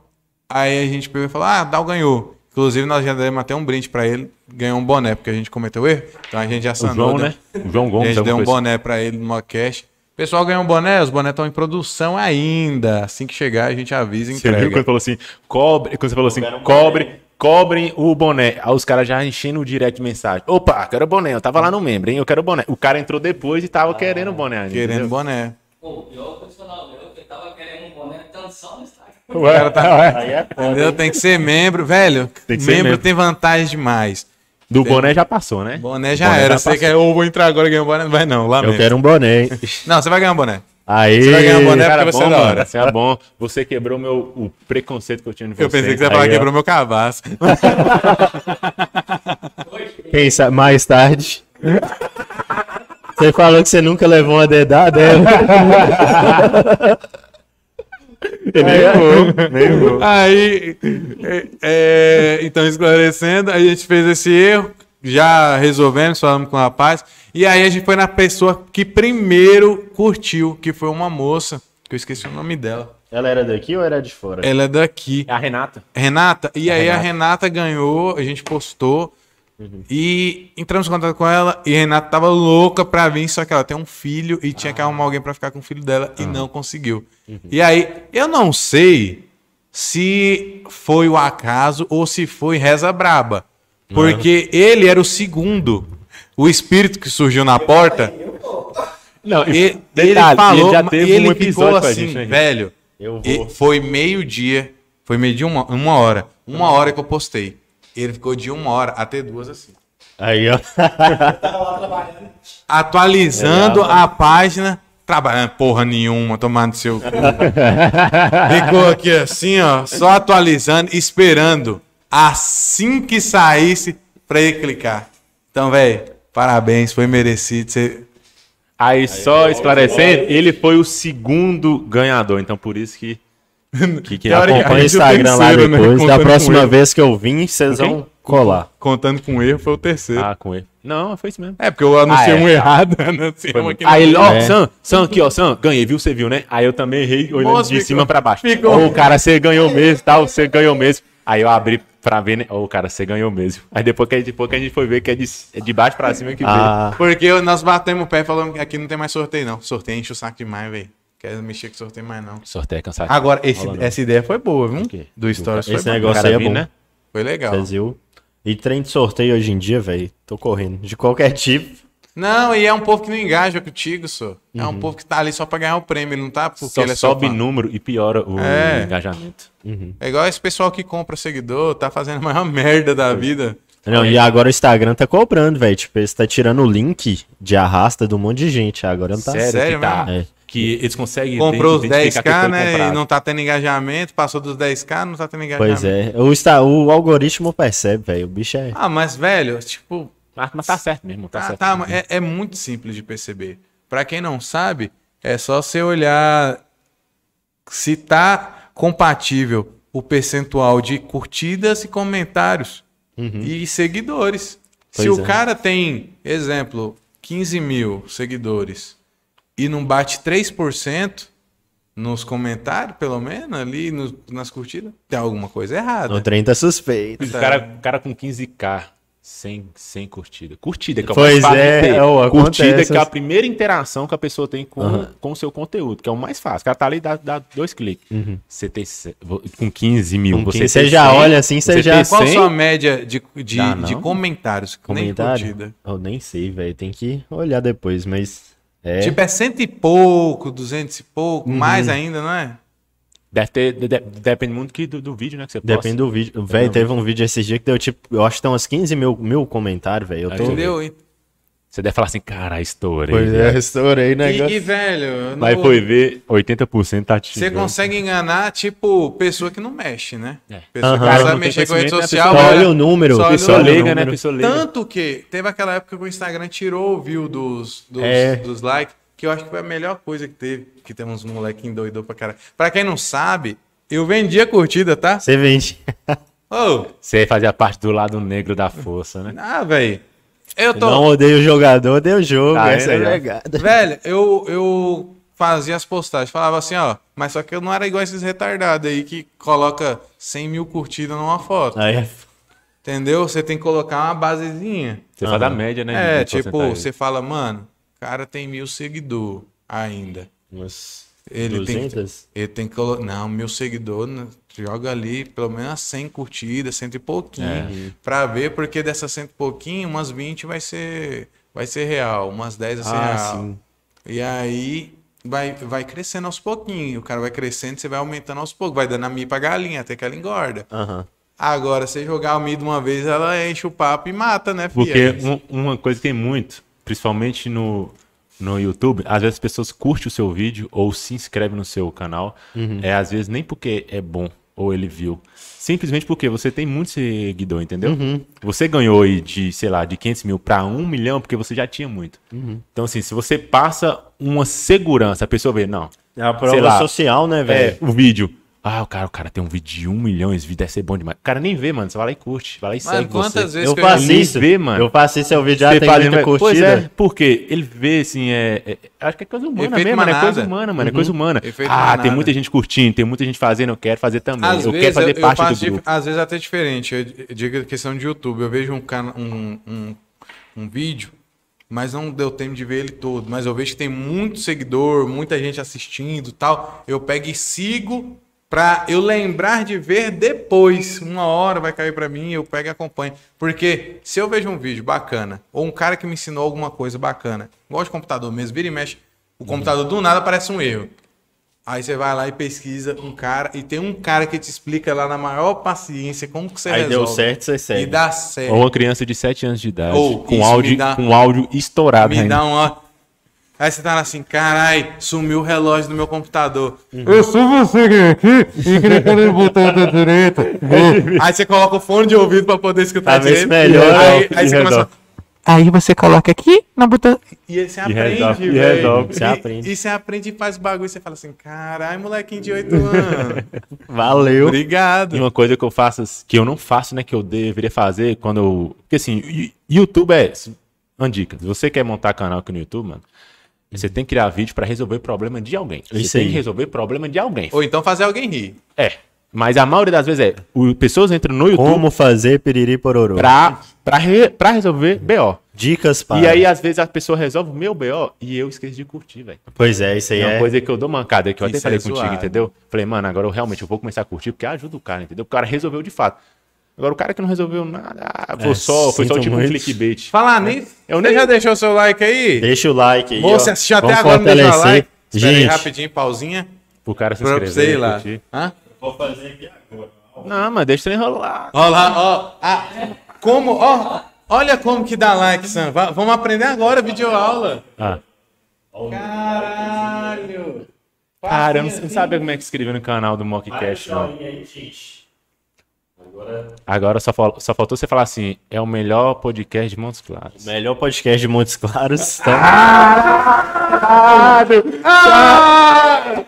aí a gente pegou e falou: ah, Dal ganhou. Inclusive, nós já demos até um brinde pra ele, ganhou um boné, porque a gente cometeu erro. Então a gente já
O
sanou.
João,
deu-
né? O João
A
Gomes.
gente deu um
alguma coisa.
boné pra ele no Mocast. O pessoal ganhou um boné, os bonés estão em produção ainda. Assim que chegar, a gente avisa e
Você viu
entrega.
quando falou assim, cobre, quando você falou assim,
Cobraram o
cobre, cobrem o boné. Aí os caras já enchendo o direct de mensagem. Opa, quero boné, eu tava lá no membro, hein? Eu quero boné. O cara entrou depois e tava querendo boné. ainda,
Querendo
entendeu?
boné.
Pô, o pior profissional meu, que eu tava querendo um boné, tanto só no Instagram.
Ué, ué.
Aí é foda.
Entendeu? Tem que ser membro, velho.
Tem que ser
membro,
membro.
tem vantagem demais.
Do boné já passou, né?
Boné já
Boné
era.
já
Você
passou.
quer, ou vou entrar agora e ganhar um boné? Não vai não, lá
Eu
mesmo.
quero um boné, hein?
Não, você vai ganhar um boné.
Aí.
vai ganhar um boné.
Cara
porque você
bom,
é da
mano,
hora.
você é bom. Você quebrou meu, o preconceito que eu tinha de você.
Eu pensei que você ia falar
Aí, é,
que
ó.
quebrou meu cavaço.
é?
Quem sabe, mais tarde. Você falou que você nunca levou uma dedada, é?
aí, é, é, então esclarecendo, aí a gente fez esse erro, já resolvemos, falamos com o rapaz. E aí a gente foi na pessoa que primeiro curtiu, que foi uma moça, que eu esqueci o nome dela.
Ela era daqui ou era de fora?
Ela é daqui.
É a Renata. É
Renata? E aí a Renata ganhou, a gente postou.
Uhum.
E entramos em contato com ela e a Renata tava louca pra vir, só que ela tem um filho e
Ah.
tinha que arrumar alguém pra ficar com o filho dela e não conseguiu.
Uhum.
E aí, eu não sei se foi o acaso ou se foi reza braba,
Uhum.
porque ele era o segundo. O espírito que surgiu na porta,
Não,
e- ele
detalhe,
falou,
ele já
ma-
teve
ele
um
ficou
episódio com a
assim,
gente, né, gente?
velho.
Eu
E
vou.
foi meio-dia. Foi meio-dia, uma, uma hora. Uma hora que eu postei. Ele ficou de uma hora até duas assim.
Aí, ó.
Tava lá trabalhando.
Atualizando a página. Trabalhando porra nenhuma, tomando seu cu. Ficou aqui assim, ó. Só atualizando, esperando. Assim que saísse, pra ele clicar. Então, velho, parabéns, foi merecido. Você
Aí,
é.
só esclarecendo, ele foi o segundo ganhador, então por isso que. que, que
Teórica-
Acompanha
acompanha-
o
gente é o
Instagram lá
terceiro, né?
depois. Da
Contando com
próxima
ele.
vez que eu vim, vocês vão colar.
contando com erro, foi o terceiro.
Ah, com ele. Não, foi isso mesmo.
É, porque eu anunciei
Ah, é.
um errado, anunciei um aqui.
Aí ele, ó,
É.
Sam, Sam aqui, ó, Sam, ganhei, viu? Você viu, né? Aí eu também errei olhando
Moço,
de
ficou-
cima pra baixo.
ficou-
Ô, cara, você ganhou mesmo, tal, você ganhou mesmo. Aí eu abri pra ver, né? Ô, cara, você ganhou mesmo. Aí depois que, depois que a gente foi ver que é de, é de baixo pra cima que veio.
Ah,
Porque eu- nós batemos o pé e falamos que aqui não tem mais sorteio, não. Sorteio enche o saco demais, velho. Quero mexer com sorteio mais, não.
Sorteio é cansativo.
Agora, esse-
Rola, não.
essa ideia foi boa, viu?
quê?
Do Stories foi
esse
bom.
negócio
Cara,
aí é
vi,
bom.
né?
Foi legal.
Brasil. E trem de sorteio hoje em dia, velho, tô correndo. De qualquer tipo.
Não, e é um povo que não engaja contigo, só. É um povo que tá ali só pra ganhar o prêmio, ele não tá porque
Uhum. Só
ele é só
sobe
fã.
número e piora o
É.
engajamento. Uhum.
É igual esse pessoal que compra seguidor, tá fazendo a maior merda da vida.
Não, e agora o Instagram tá cobrando, velho. Tipo, eles tá tirando o link de arrasta de um monte de gente. Agora não tá
Sério,
sério
que tá. É,
mesmo? É.
Que eles conseguem.
Comprou os
identificar
10k,
quem foi
né? E
comprado.
não tá tendo engajamento, passou dos 10k, não tá tendo engajamento.
Pois é. O, insta- o algoritmo percebe, velho. O bicho é.
Ah, mas velho, tipo,
Mas, mas tá certo mesmo, tá
Ah,
certo.
tá,
mesmo.
mas é, é muito simples de perceber. Pra quem não sabe, é só você olhar se tá compatível o percentual de curtidas e comentários
Uhum.
e seguidores. se
Pois
o
é.
cara tem, exemplo, 15 mil seguidores e não bate 3% nos comentários, pelo menos, ali no- nas curtidas, tem alguma coisa errada.
né?
O trem tá suspeito.
O cara, o cara com 15k sem, sem curtida. Curtida, que é o
Pois
mais fácil
é,
de ter.
é, ó,
Curtida
acontece.
que é a primeira interação que a pessoa tem com,
Aham.
com o seu conteúdo, que é o mais fácil. O cara tá ali, dá, dá dois cliques. Você tem ce- vo- com 15 mil.
Com
você
15, você
tem
já
100,
olha assim, você já-
tem
Qual a
100,
sua média de, de,
Dá,
de
não?
comentários?
Comentário?
Nem curtida.
Eu nem sei, velho. Tem que olhar depois, mas. É.
Tipo, é cento e pouco, duzentos e pouco,
Uhum.
mais ainda, não é?
Deve ter, de- de- depende muito que do, do vídeo, né? Que você posta.
Depende do vídeo. Velho, teve um vídeo esses dias que deu tipo, eu acho que tem umas 15 mil, mil comentários, velho. Eu
Aí
tô.
deu.
Entendeu? E,
Você deve falar assim, cara, estourei.
Pois é, restaurei o
e,
negócio.
e, velho, eu
Mas
não-
foi ver, 80% tá
você
atingindo.
consegue enganar, tipo, pessoa que não mexe, né?
É.
Pessoa que
Aham.
não
Cara,
sabe
não tem
mexer com rede
conhecimento, né?
social.
Só
velho.
olha o número,
só
Pessoa
olha o
liga,
número.
né? Pessoa liga.
Tanto que teve aquela época que o Instagram tirou o view dos, dos,
É.
dos likes, que eu acho que foi a melhor coisa que teve, que temos um moleque doidou pra caralho. Pra quem não sabe, eu vendi a curtida, tá?
Você vende.
Ô,
Você fazia parte do lado negro da força, né?
ah, velho, eu tô...
Não odeio o jogador, odeio o jogo.
Tá
essa é a
vendo, ó?
jogada.
Velho, eu, eu fazia as postagens, falava assim, ó, mas só que eu não era igual esses retardados aí que coloca 100 mil curtidas numa foto.
Aí é
Entendeu? Você tem que colocar uma basezinha.
Você faz a média, né?
É,
de
tipo,
porcentagem.
você fala, mano, o cara tem mil seguidor ainda.
umas
Ele tem que.
200?
Ele tem que colocar. Não, mil seguidor, né, joga ali pelo menos 100 curtidas, cento e pouquinho. Pra ver, porque dessas cento e pouquinho, umas 20 vai ser, vai ser real, umas 10 vai ser
Ah,
real.
sim.
E aí vai, vai crescendo aos pouquinhos. O cara vai crescendo, você vai aumentando aos poucos. Vai dando a mi pra galinha, até que ela engorda.
Aham.
Agora, você jogar a mi de uma vez, ela enche o papo e mata, né, filha?
Porque um- uma coisa que tem muito, principalmente no, no YouTube, às vezes as pessoas curtem o seu vídeo ou se inscrevem no seu canal.
Uhum.
É, às vezes nem porque é bom ou ele viu. Simplesmente porque você tem muito seguidor, entendeu?
Uhum.
Você ganhou aí de, sei lá, de 500 mil para 1 milhão porque você já tinha muito.
Uhum.
Então, assim, se você passa uma segurança, a pessoa vê, não,
É a
Sei
prova
lá.
social, né,
é,
velho?
o vídeo.
Ah, o cara, o cara tem um vídeo de um milhão, esse vídeo deve ser bom demais. O cara nem vê, mano. Você vai lá e curte. Vai lá e
Mano,
segue
quantas
você.
vezes
Eu
que
faço
nem
isso.
vê, mano.
Eu faço isso, é o vídeo já
Você
tem
faz,
muita
mas-
curtida.
Pois é, porque ele vê, assim, é, é- acho que é coisa humana
Efeito
mesmo, mano. É
manada.
coisa humana, mano. É
Uhum.
coisa humana.
Efeito
ah, tem
manada.
muita gente curtindo, tem muita gente fazendo, eu quero fazer também.
Às
eu
vezes,
quero fazer
eu- eu
parte
faço
do
dif-
grupo.
Às vezes até diferente. Eu di- digo a questão de YouTube. Eu vejo um, cana- um, um, um vídeo, mas não deu tempo de ver ele todo. Mas eu vejo que tem muito seguidor, muita gente assistindo e tal. Eu pego e sigo pra eu lembrar de ver depois. Uma hora vai cair pra mim, eu pego e acompanho. Porque se eu vejo um vídeo bacana, ou um cara que me ensinou alguma coisa bacana, igual de computador mesmo, vira e mexe, o computador do nada parece um erro. Aí você vai lá e pesquisa um cara, e tem um cara que te explica lá na maior paciência como que você
Aí
resolve.
deu certo, você segue.
E dá certo.
Ou uma criança de 7 anos de idade,
Ou,
com,
isso,
áudio,
me dá-
com áudio estourado
Me
ainda.
dá uma. Aí você tá lá assim, carai, sumiu o relógio do meu computador. Uhum. Eu sou você que aqui e clicando no botão da direita. Aí você coloca o fone de ouvido pra poder escutar
Pra ver se
direito.
melhora
Aí,
ou
aí você
se
começa.
resolve.
Aí você coloca aqui na botão.
E aí você
resolve,
aprende,
e
velho.
resolve, você aprende.
E você aprende e faz bagulho. Você fala assim, carai, molequinho de 8 anos.
Valeu.
Obrigado.
E uma coisa que eu faço, que eu não faço, né, que eu deveria fazer quando eu. Porque assim, Yu- YouTube é. Uma dica: se você quer montar canal aqui no YouTube, mano, você tem que criar vídeo pra resolver problema de alguém. Você
Uhum. Isso
tem
aí.
que resolver problema de alguém.
Ou então fazer alguém rir.
É. Mas a maioria das vezes é. O, pessoas entram no YouTube
Como fazer piriri pororô.
pra, pra, re- pra resolver BO.
Dicas para.
E aí, às vezes, a pessoa resolve o meu BO e eu esqueço de curtir, velho.
Pois é, isso aí
É uma
é.
coisa que eu dou mancada, que eu até
Isso
falei
é
contigo,
zoado.
entendeu? Falei, mano, agora eu realmente eu vou começar a curtir, porque ajuda o cara, entendeu? O cara resolveu de fato. Agora o cara que não resolveu nada, ah, foi
É,
só, foi só
sinto
tipo um
muito.
clickbait.
Falar nisso.
Eu
É. Eu
nem-
nem já deixou seu like aí?
Deixa o like aí.
Você
ó.
assistiu até
Vamos
agora, não deixou o
fortalecer.
like. Espera aí
Gente.
rapidinho, pausinha.
O cara se
Pra
inscrever,
você ir lá.
curtir.
Hã?
Vou fazer aqui agora.
Não, mas deixa ele enrolar.
Ó lá, ó. Ah, como, ó. Olha como que dá like, Sam. Va- Vamos aprender agora, videoaula.
Ah.
Caralho.
Cara, eu não, não sabia como é que escreveu no canal do Mockcast, não.
Joinha aí, gente. Agora
Agora só, fal- só faltou você falar assim, é o melhor podcast de Montes Claros.
Melhor podcast de Montes Claros. Então,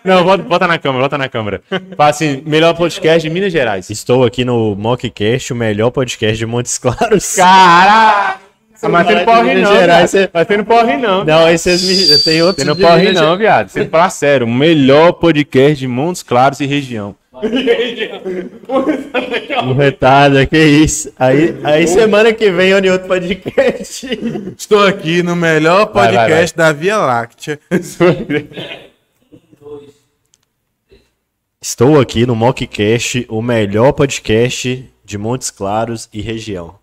Não, bota, bota na câmera, bota na câmera. Fala assim, melhor podcast de Minas Gerais.
Estou aqui no Mockcast, o melhor podcast de Montes Claros.
Caralho! Ah, Mas você
falar é
não
de
pode rir,
Minas
não.
Gerais,
viado.
você-
Mas você não pode rir, não.
Não, é aí vocês me. Eu tenho
Você
outros.
não
de
pode rir,
Minas
não, viado. Você fala sério. O melhor podcast de Montes Claros e região.
Um retardo, que isso. Aí, aí semana que vem eu em outro podcast.
Estou aqui no melhor
Vai, vai,
podcast da Via Láctea.
Estou aqui no Mockcast, o melhor podcast de Montes Claros e região.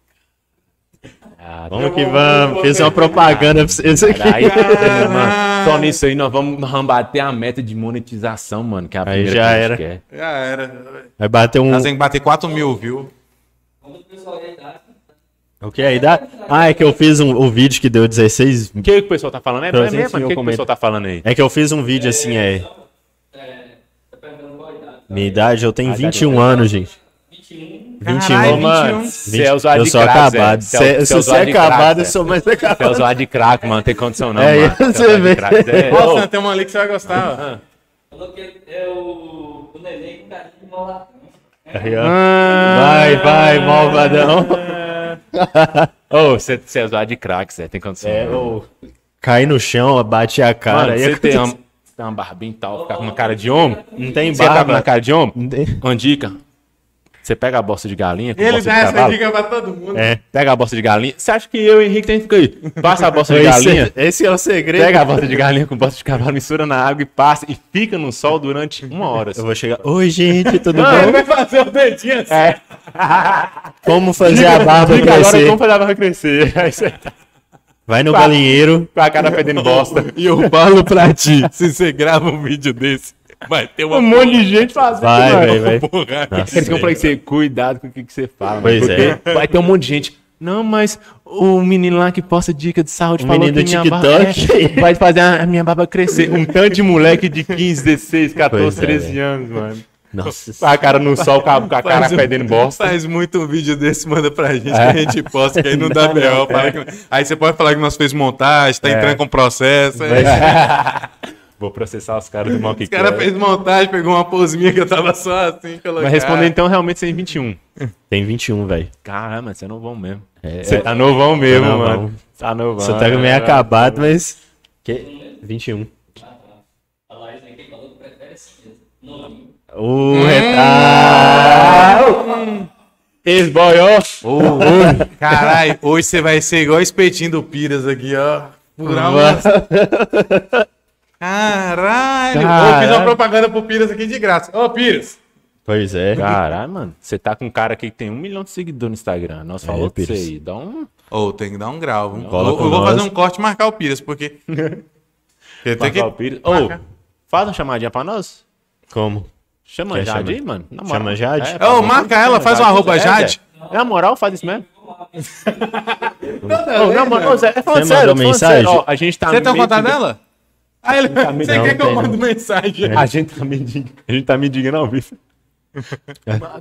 Vamos que vamos. Fiz uma propaganda pra vocês aqui.
Aí, mano, só nisso aí nós vamos nós vamos bater a meta de monetização, mano. Que é a
Aí
primeira
já
que a gente
era.
quer.
Já era.
Vai bater um.
Nós temos que bater 4 mil, viu?
Quando o pessoal tá? ia dar,
O que aí dá? Ah, é que eu fiz um, o vídeo que deu 16.
O que, que o pessoal tá falando? É, é mesmo,
300
mano.
mil
O que, que o pessoal
comenta.
tá falando aí?
É que eu fiz um vídeo assim, é.
é, tá perguntando qual a idade.
Minha idade, eu tenho
Ah, tá
21 anos, gente.
21,
21, mano.
21.
Você é usuário
eu
de
sou
crack, Zé.
acabado.
Você
Se,
é-
se
você é
você é
usuário de crack,
acabado, eu
Zé.
sou mais
Você é
acabado.
usuário de crack, mano. Não tem condição, não.
É,
mano. Você é
você
usuário de
vê.
crack, Zé.
Ó, Sam, tem uma ali que você vai gostar, ó.
falou que é o, o neném com carinho de molatão.
Aí, ó. Vai, vai, malvadão.
Ô, você você é usuário de crack, Zé. Tem condição.
É,
não.
ô, Cai no chão, bate a cara.
Mano,
aí é
você tem uma,
acontece-
você tem uma barbinha e tal, fica com uma cara de homem.
Hum.
Não tem
Você tá com
barba.
uma cara de homem?
Não tem-
Uma dica. Você pega a bosta de galinha com
Ele
bosta
dá
de
essa
cavalo.
dica pra todo mundo.
É.
Pega a bosta de galinha. Você acha que eu e o Henrique tem que ficar aí? Passa a bosta de
Esse-
galinha.
Esse é o segredo.
Pega a bosta de galinha com bosta de cavalo, mistura na água e passa. E fica no sol durante uma hora.
Eu
assim.
vou chegar. Oi, gente, tudo
Mano,
bom?
Vai fazer o dedinho assim.
É.
Como fazer a barba
Diga agora
crescer?
como fazer a barba crescer. Aí você tá
Vai no galinheiro.
com a cara tá fedendo bosta.
E eu falo pra ti, se você grava um vídeo desse, vai ter uma
Um monte de gente fazendo. mano.
Vai, vai, vai.
porra.
É isso que eu falei que você, cuidado com o que, que você fala.
Pois
mano,
é.
porque Vai ter um monte de gente. Não, mas o menino lá que posta dica de saúde
O
falou
Um menino do
que minha
TikTok.
barba é, vai fazer a a minha barba crescer. Um tanto de moleque de 15, 16, 14,
Pois é,
13 anos, mano.
Nossa
Com a cara no sol, com a, com a cara
Faz um-
fedendo bosta.
Faz muito um vídeo desse, manda pra gente, que a gente posta, que aí não dá
é.
B.O. fala que- Aí você pode falar que nós fez montagem, tá entrando com processo. aí-
Vou processar os caras
é.
do
Os
Mockcast.
cara fez montagem, pegou uma pose minha que eu tava só assim, colocando.
Mas respondendo então, realmente você tem 21.
Tem 21, velho.
Caramba, você é novão mesmo. Você tá novão mesmo,
Tá novão.
mano. Tá novão.
Você tá meio acabado, mas. Que? 21.
A Laís aqui falou que prefere assim mesmo. Novinho.
O retalho.
Ex-boy, ó.
Caralho, hoje você vai ser igual o espetinho do Piras aqui, ó. Furar uma... Caralho! Eu fiz uma
Caralho.
propaganda pro Piras aqui de graça. Ô, Piras!
Pois é.
Caralho, mano. Você tá com um cara aqui que tem um milhão de seguidores no Instagram. Nós
É,
falou pra você
Pires.
aí. Dá um.
Ô, tem que dar um grau. viu? Eu,
Cola
eu
com
vou
nós.
fazer um corte e marcar o Piras, porque. Porque tem que...
Marcar o Pires. Ô, faz uma chamadinha pra nós.
Como?
Chama
Quer
a Jade
chamar?
aí, mano. Na
Chama a Jade?
faz
Ô,
um-
marca ela, faz uma
Jade,
arroba
é,
Jade.
Zé. Na moral, faz isso mesmo.
Ô,
Ô, na moral, Zé, é falando
Você
sério,
mandou
falando sério,
mensagem?
ó, a gente tá
Você tem o
meio
contato
que-
dela? Ah, ele...
tá
Você
não,
quer que eu
tem não.
mande mensagem?
A gente tá mendigando, a gente tá mendigando ao vivo.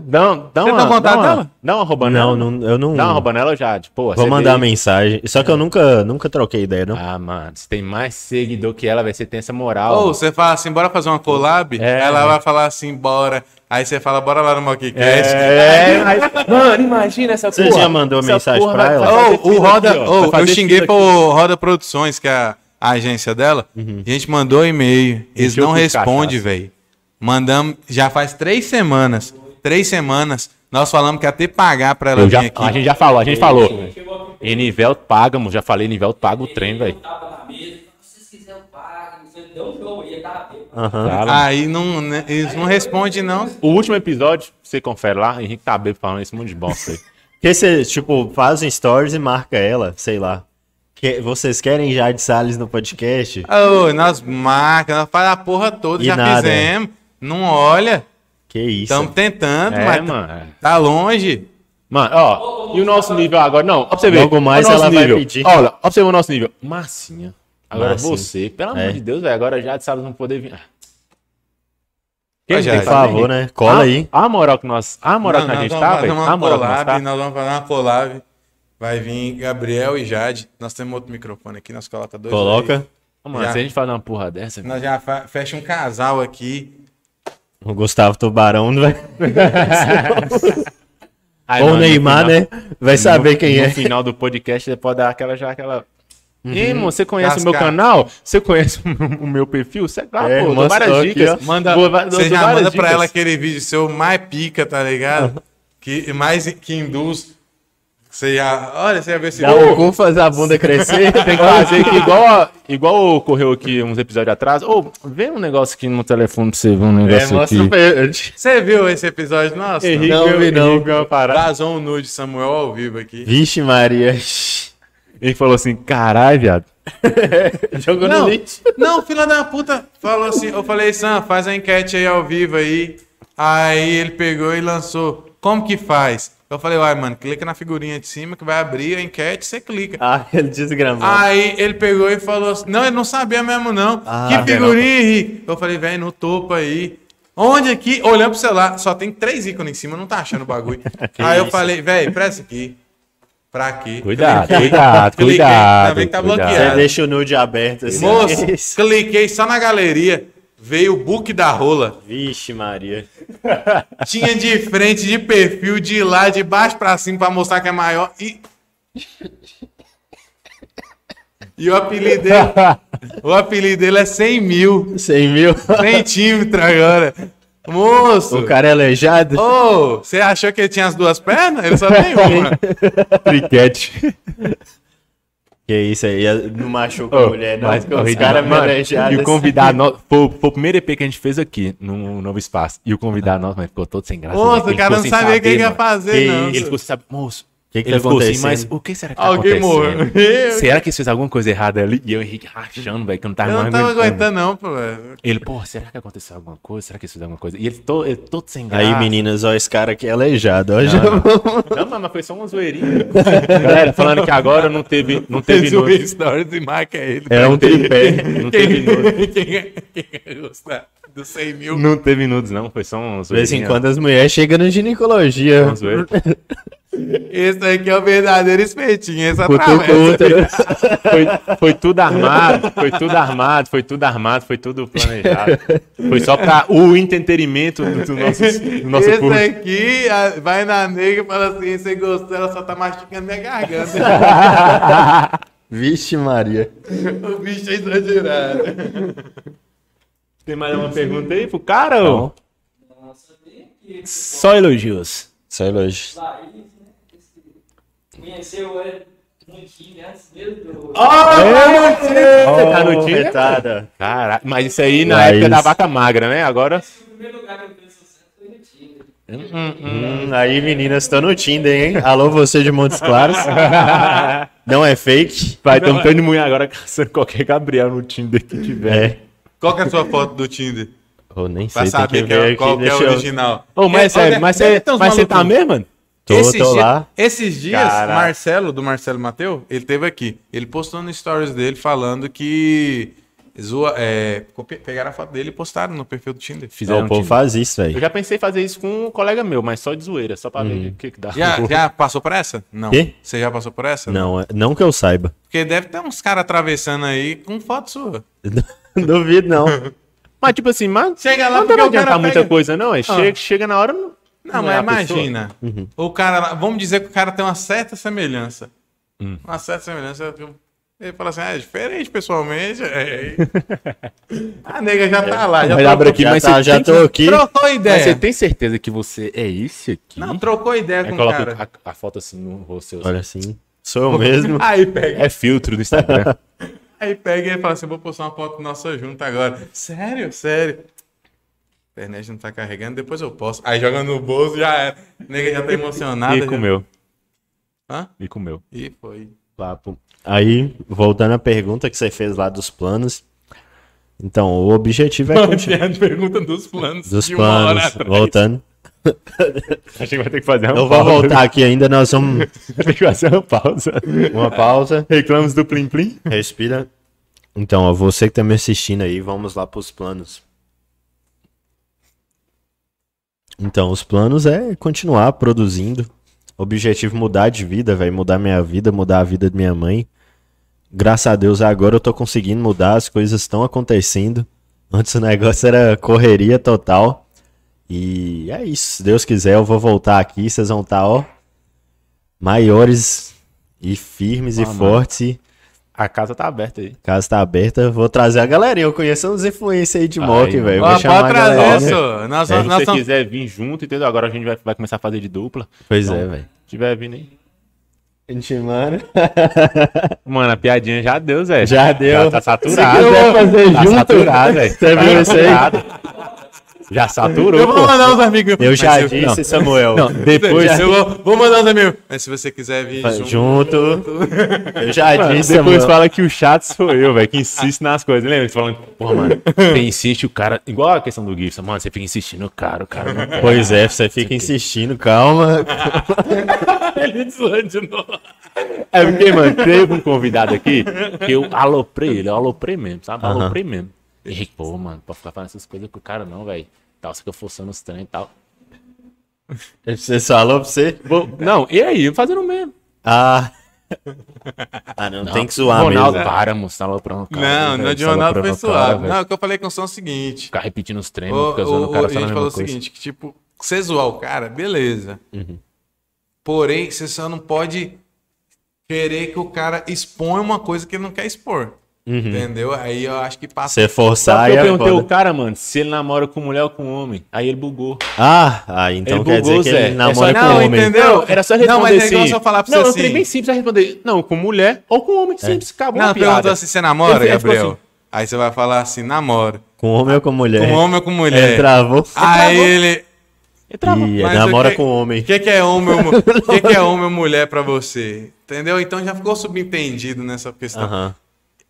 Dá, um- dá
Você
uma,
tem o contato
dá uma,
dela?
Dá uma rouba
Ah, Não,
nela.
não, eu não.
Dá uma É. rouba nela, Jade. Pô,
Vou
você
mandar
veio-
mensagem. Só que eu nunca, nunca troquei ideia, não.
Ah, mano, você tem mais seguidor que ela, velho. Você tem essa moral.
Ou você fala assim, bora fazer uma collab?
É.
Ela vai falar assim, bora. Aí você fala, bora lá no Mockcast.
É, mas, mano, imagina essa
Você já mandou
essa
mensagem
porra
pra
vai-
ela?
vai fazer
Ou o
fila
Roda.
aqui, ó.
ou
Vai
eu
fazer
xinguei
fila
pro
aqui.
Roda Produções, que é a, a agência dela. A gente mandou e-mail. Eles
Uhum. Encheu
não
com
respondem,
cachaça.
velho. Mandamos. Já faz três semanas. Três semanas. Nós falamos que até pagar pra ela
Eu
vir
já-
aqui.
a gente já falou, a gente falou.
Chegou a
E Nivel paga, mano. Já falei, Nivel paga o trem, velho.
tava na mesa. "Não, Se vocês quiserem, paga. Deu um jogo aí, tá bem.
Aham.
Tá,
Aí não, né, eles não respondem, não.
O último episódio, você confere lá, Henrique tá bêbado falando esse monte de bosta aí.
Porque você, tipo, faz um stories e marca ela, sei lá. Que, vocês querem Jade Salles no podcast?
Ô, nós marca, nós faz a porra toda,
E
já
é.
nada.
fizemos. Não olha.
Que isso.
Estamos tentando,
É,
mas
mano.
tá longe.
Mano, ó, e o nosso nível agora? Não, ó pra você ver.
Logo mais
o nosso
ela vai
nível.
pedir.
Olha, ó pra você ver o nosso nível. Marcinha. Agora
Marcinha.
você, pelo
É.
amor de Deus, velho. Agora já sabe não poder vir. Ah.
Ô,
não tem
Jade,
que
Por
fazer,
favor,
Henrique?
né? Cola
a,
aí.
A moral que nós. A moral
Não,
que a
nós
gente
vamos
tá,
fazer
velho.
uma
A moral que nós
collab,
tá.
Nós vamos fazer uma collab. Vai vir Gabriel e Jade. Nós temos outro microfone aqui, nós coloca dois.
Coloca.
Ô, Mano,
Já.
se a gente fazer uma porra dessa.
aí. Nós já fa- fecha um casal aqui.
O Gustavo Tubarão não vai.
Aí,
Ou o
mano, no
Neymar,
final-
né? Vai saber
no-
quem
no
é.
final do podcast, você pode dar aquela já, aquela.
Uhum.
Ih, irmão, você conhece o meu
Cascar.
canal? Você conhece o meu- o meu perfil? Você claro,
É,
pô, dou
mostrou
várias
aqui,
dicas.
ó.
Manda,
Você já manda pra ela aquele vídeo seu mais pica, tá ligado? que mais que induz. Você já. Olha, você já vê se.
Dá É
um-
o cu fazer a bunda crescer.
Tem que fazer aqui igual, a- igual ocorreu aqui uns episódios atrás. Ô, vê um negócio aqui no telefone pra você ver um
É,
negócio aqui.
Você viu esse episódio? Nossa,
Não vi, não. vi uma parada.
vazou um nude Samuel ao vivo aqui.
Vixe, Maria.
Ele falou assim, caralho, viado.
Jogou
Não,
no lixo.
não, filha da puta falou assim. Eu falei, Sam, faz a enquete aí ao vivo aí. Aí ele pegou e lançou. Como que faz? Eu falei, uai, mano, clica na figurinha de cima que vai abrir a enquete, você clica.
Ah, ele desgramado.
Aí ele pegou e falou assim: Não, ele não sabia mesmo, não.
Ah,
que figurinha, Henrique? Eu falei, velho, no topo aí. Onde aqui? Olhando pro celular, só tem três ícones em cima, não tá achando o bagulho. aí eu falei, velho, presta aqui. Pra quê?
Cuidado,
Cliquei.
cuidado,
Cliquei,
cuidado,
Ainda bem que tá
cuidado.
bloqueado.
Você deixa o nude aberto assim.
Moço,
Isso.
cliquei só na galeria, veio o book da rola.
Vixe, Maria.
Tinha de frente, de perfil, de lá, de baixo pra cima pra mostrar que é maior e. E o apelido dele, o apelido dele é 100 mil
100 mil.
centímetro agora. Moço!
O cara é aleijado.
Oh.
Ô, você achou que ele tinha as duas pernas? Ele só tem uma.
Triquete.
Que isso aí, é, não machuca a
Ô,
mulher, não.
Oh, mas
Os é
corrida,
caras
mano. E
manejados.
assim.
o convidado nosso. Foi, foi o primeiro EP que a gente fez aqui, no novo espaço. E o convidado nosso, mas ficou todo sem graça. né?
Moço,
Ele
o cara
ficou
não
sem
sabia o que
saber,
ele ia
mano.
fazer, não.
Ele ficou sem saber, moço.
Que que
ele
tá
ficou assim, mas
acontecendo?
o que será que tá
Alguém
acontecendo?
morreu.
Será que eles fez alguma coisa errada ali? E eu, Henrique, rachando, velho, que eu não tava
Eu
mais
não tava aguentando, não, pô. velho.
Ele, pô, será que aconteceu alguma coisa? Será que isso fizeram alguma coisa? E ele, to, ele todo sem graça.
Aí, meninas, ó, esse cara aqui é aleijado. Ó, já...
Ah. Não, mas- mas foi só uma zoeirinha. Galera, falando que agora não teve, não teve
Fez o
nude.
stories e marca ele.
É um tripé.
Não teve nudes.
quem, é quem gostar dos 100 mil.
Não teve nudes, não. Foi só um uma
De vez em
zoeirinha.
quando as mulheres chegam na ginecologia.
Uma zoeira.
Esse daqui é o verdadeiro espetinho, essa
Botou com
travessa.
outra. Foi, foi tudo armado, foi tudo armado, foi tudo armado, foi tudo planejado. Foi só pra o entretenimento do, do nosso, do nosso
Esse
público.
aqui a- vai na nega e fala assim: você gostou, ela só tá mastigando minha garganta.
Vixe, Maria.
o bicho é exagerado.
Tem mais uma pergunta aí pro cara? ou?
Nossa, tem aqui.
Só elogios.
Só elogios.
Laís, né? Esse... Conheceu ele no Tinder antes mesmo do.
Você tá no time?
Retada.
Caralho, mas isso aí na
Mas-
época da vaca magra, né? Agora.
O primeiro lugar que eu fiz sucesso foi no Tinder.
Hum, aí, meninas, estão no Tinder, hein? Alô, você de Montes Claros. Não é fake.
Vai ter um tanto de mulher agora caçando qualquer Gabriel no Tinder que tiver.
É.
Qual que é a sua foto do Tinder?
Eu nem
Pra
sei, tem
saber
que
que
ver
é,
aqui.
qual que é
deixa
o
eu-
original.
Ô, mas
É,
sério,
olha,
mas
deve
você
ter uns
mas você tá
malucos.
mesmo? mano?
Tô,
esses
tô
dia-
lá.
Esses dias,
Caraca.
Marcelo, do Marcelo Mateu, ele teve aqui. Ele postou no stories dele falando que. Zoa, é, copi- pegaram a foto dele e postaram no perfil do Tinder.
Fizeram
Não, o povo
Tinder.
faz isso,
Eu
velho.
já pensei em fazer isso com um colega meu, mas só de zoeira, só pra ver o que, que dá.
Já, já passou por essa? Não.
Quê?
Você já passou por essa?
Não, é- não que eu saiba.
Porque deve ter uns caras atravessando aí com foto sua.
Duvido, não.
Mas tipo assim, mas
Chega lá
não
porque
deve
o cara
adiantar muita
pega-
coisa, não. É, chega, chega na hora. Não,
Não,
é
mas
a pessoa.
imagina.
Uhum.
O cara lá, vamos dizer que o cara tem uma certa semelhança.
Hum.
Uma certa semelhança. Ele fala assim, ah, é diferente pessoalmente. é. a nega já tá lá, já
Mas abre
trocou,
aqui,
já
mas
tá-
você
já
tem
tô aqui.
trocou
Mas
ideia.
você tem certeza que você é esse aqui?
Não, trocou ideia
Aí
com o
coloca
cara.
a, a foto assim no rosto.
Olha assim. Sou eu mesmo.
Aí pega,
É filtro do Instagram.
aí pega e fala assim, vou postar uma foto nossa junto agora. Sério, sério. A internet não tá carregando, depois eu posso. Aí joga no bolso, já era. A nega já tá emocionada.
e
já-
comeu.
Hã?
E comeu.
E foi.
Papo. Aí, voltando à pergunta que você fez lá dos planos. Então, o objetivo é continuar.
a pergunta dos planos.
Dos
de uma hora
planos,
atrás.
voltando.
A gente vai ter que fazer uma
Eu vou
pausa.
voltar aqui ainda, nós vamos.
Vai ter que fazer uma pausa.
Uma pausa.
Reclamos do Plim Plim.
Respira. Então, ó, você que tá me assistindo aí, vamos lá pros planos. Então, os planos é continuar produzindo. Objetivo mudar de vida, velho, mudar minha vida, mudar a vida de minha mãe. Graças a Deus agora eu tô conseguindo mudar, as coisas estão acontecendo. Antes o negócio era correria total. E é isso, se Deus quiser eu vou voltar aqui, vocês vão estar, ó, maiores e firmes e
Ah, mano.
fortes. e-
A casa tá aberta aí.
Casa tá aberta, vou trazer a galerinha. Eu conheço uns influencers aí de
Aí,
mock,
mano.
velho.
Ó,
Vou chamar a
Ah, pode trazer,
galerinha.
senhor. Nós,
É,
nós,
se
nós
você
somos-
quiser vir junto, entendeu? Agora a gente vai, vai começar a fazer de dupla.
Pois é, velho.
Se tiver vindo aí.
Gente, mano.
Mano, a piadinha já deu, Zé.
Já deu.
tá
Se
saturado,
quiser fazer
Tá
junto,
saturado, Zé. Tá
você viu isso aí?
Já saturou,
Eu vou
pô.
mandar uns amigos.
Eu
Mas
já
se-
disse, Samuel.
Não, depois,
Eu vou, vou mandar uns amigos. Mas se você quiser vir
Fa-
junto.
Junto. Eu já
mano,
disse,
depois
Samuel.
fala que o chato sou eu, velho, que insiste nas coisas. Lembra? Você falando, porra, mano, você insiste o cara. Igual a questão do Gibson, mano, você fica insistindo o cara, o cara não quer.
Pois é, você fica insistindo, calma.
Ele zoando de novo. É porque, mano, teve um convidado aqui que eu aloprei ele, eu aloprei mesmo, sabe?
Aham.
Aloprei mesmo. E, pô, mano, pode ficar falando essas coisas com o cara não, velho. Tal, você fica forçando os trem e tal.
Você falou pra você?
Vou- Não, e aí? Fazendo o mesmo.
Ah. Ah, não, tem que zoar
Ronaldo,
mesmo.
para, moço, tá aloprando o cara.
Não,
velho,
não de
tá
Ronaldo foi
aloprando o cara,
suave.
velho.
Não, o que eu falei com o som é o seguinte.
Ficar repetindo os treinos,
O,
ficar zoando o,
o-
cara
a
falando
gente
a
falou
mesma
o
coisa. Uhum.
seguinte, que tipo, você zoar o cara, beleza. Porém, você só não pode querer que o cara exponha uma coisa que ele não quer expor.
Uhum.
Entendeu? Aí eu acho que passa.
Você forçar e
Sabe que eu um
é
perguntei
foda.
ao cara, mano, se ele namora com mulher ou com homem. Aí ele bugou.
Ah, ah, então
ele
quer
bugou,
dizer que
Zé.
ele namora
é só-
com
Não,
homem.
entendeu?
Não, era só
Não,
responder
mas é igual
sim.
se eu falar pra
Não,
você
eu fiquei
assim.
bem simples a responder. Não, com mulher ou com homem. Simples, acabou
Não,
a
perguntou
piada.
assim, você namora,
Ele- assim. ele falou
Gabriel? Aí você vai falar assim, namora.
Com homem ou com
É.
mulher?
Com homem ou com
Ele
mulher?
travou.
Aí ele...
Ele travou.
Ih,
Mas
namora
o que-
com um homem.
O que, que é homem ou mu- o que, que é homem ou mulher pra você? Entendeu? Então já ficou subentendido nessa questão.
Aham.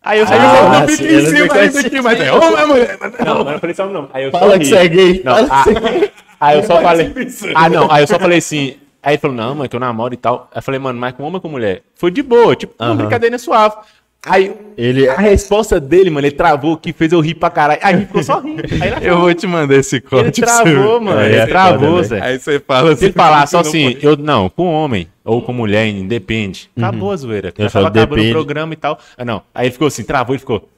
Aí eu
Ah,
falei, não,
sim,
fiquei em
ele
cima,
ficou
aí
assim.
fiquei, mas é homem é mulher. Não, mas eu falei só não. Aí eu
Fala que
ri.
você é gay.
Não,
Fala que
ah,
você é gay.
aí eu só falei. Ah, não. Aí eu só falei assim. Aí ele falou, não, mano, que eu namoro e tal. Aí eu falei, mano, mas com homem ou com mulher? Foi de boa, tipo, uma
Aham.
brincadeira suave. Aí
Ele-
a resposta dele, mano, ele travou que fez eu rir pra caralho. Aí ficou só rindo. Aí ele,
Eu vou te mandar esse
ele
corte. pra você ver.
travou, mano.
É,
ele
é
travou,
foda,
Zé.
né? Aí você fala assim.
Se ele falar só
não
assim,
pode. Uhum.
eu não, com homem. Ou com mulher, independe. Acabou a zoeira. Já
falo,
tava acabando o
depende.
programa e tal. Ah, não. Aí ele ficou assim, travou e ficou.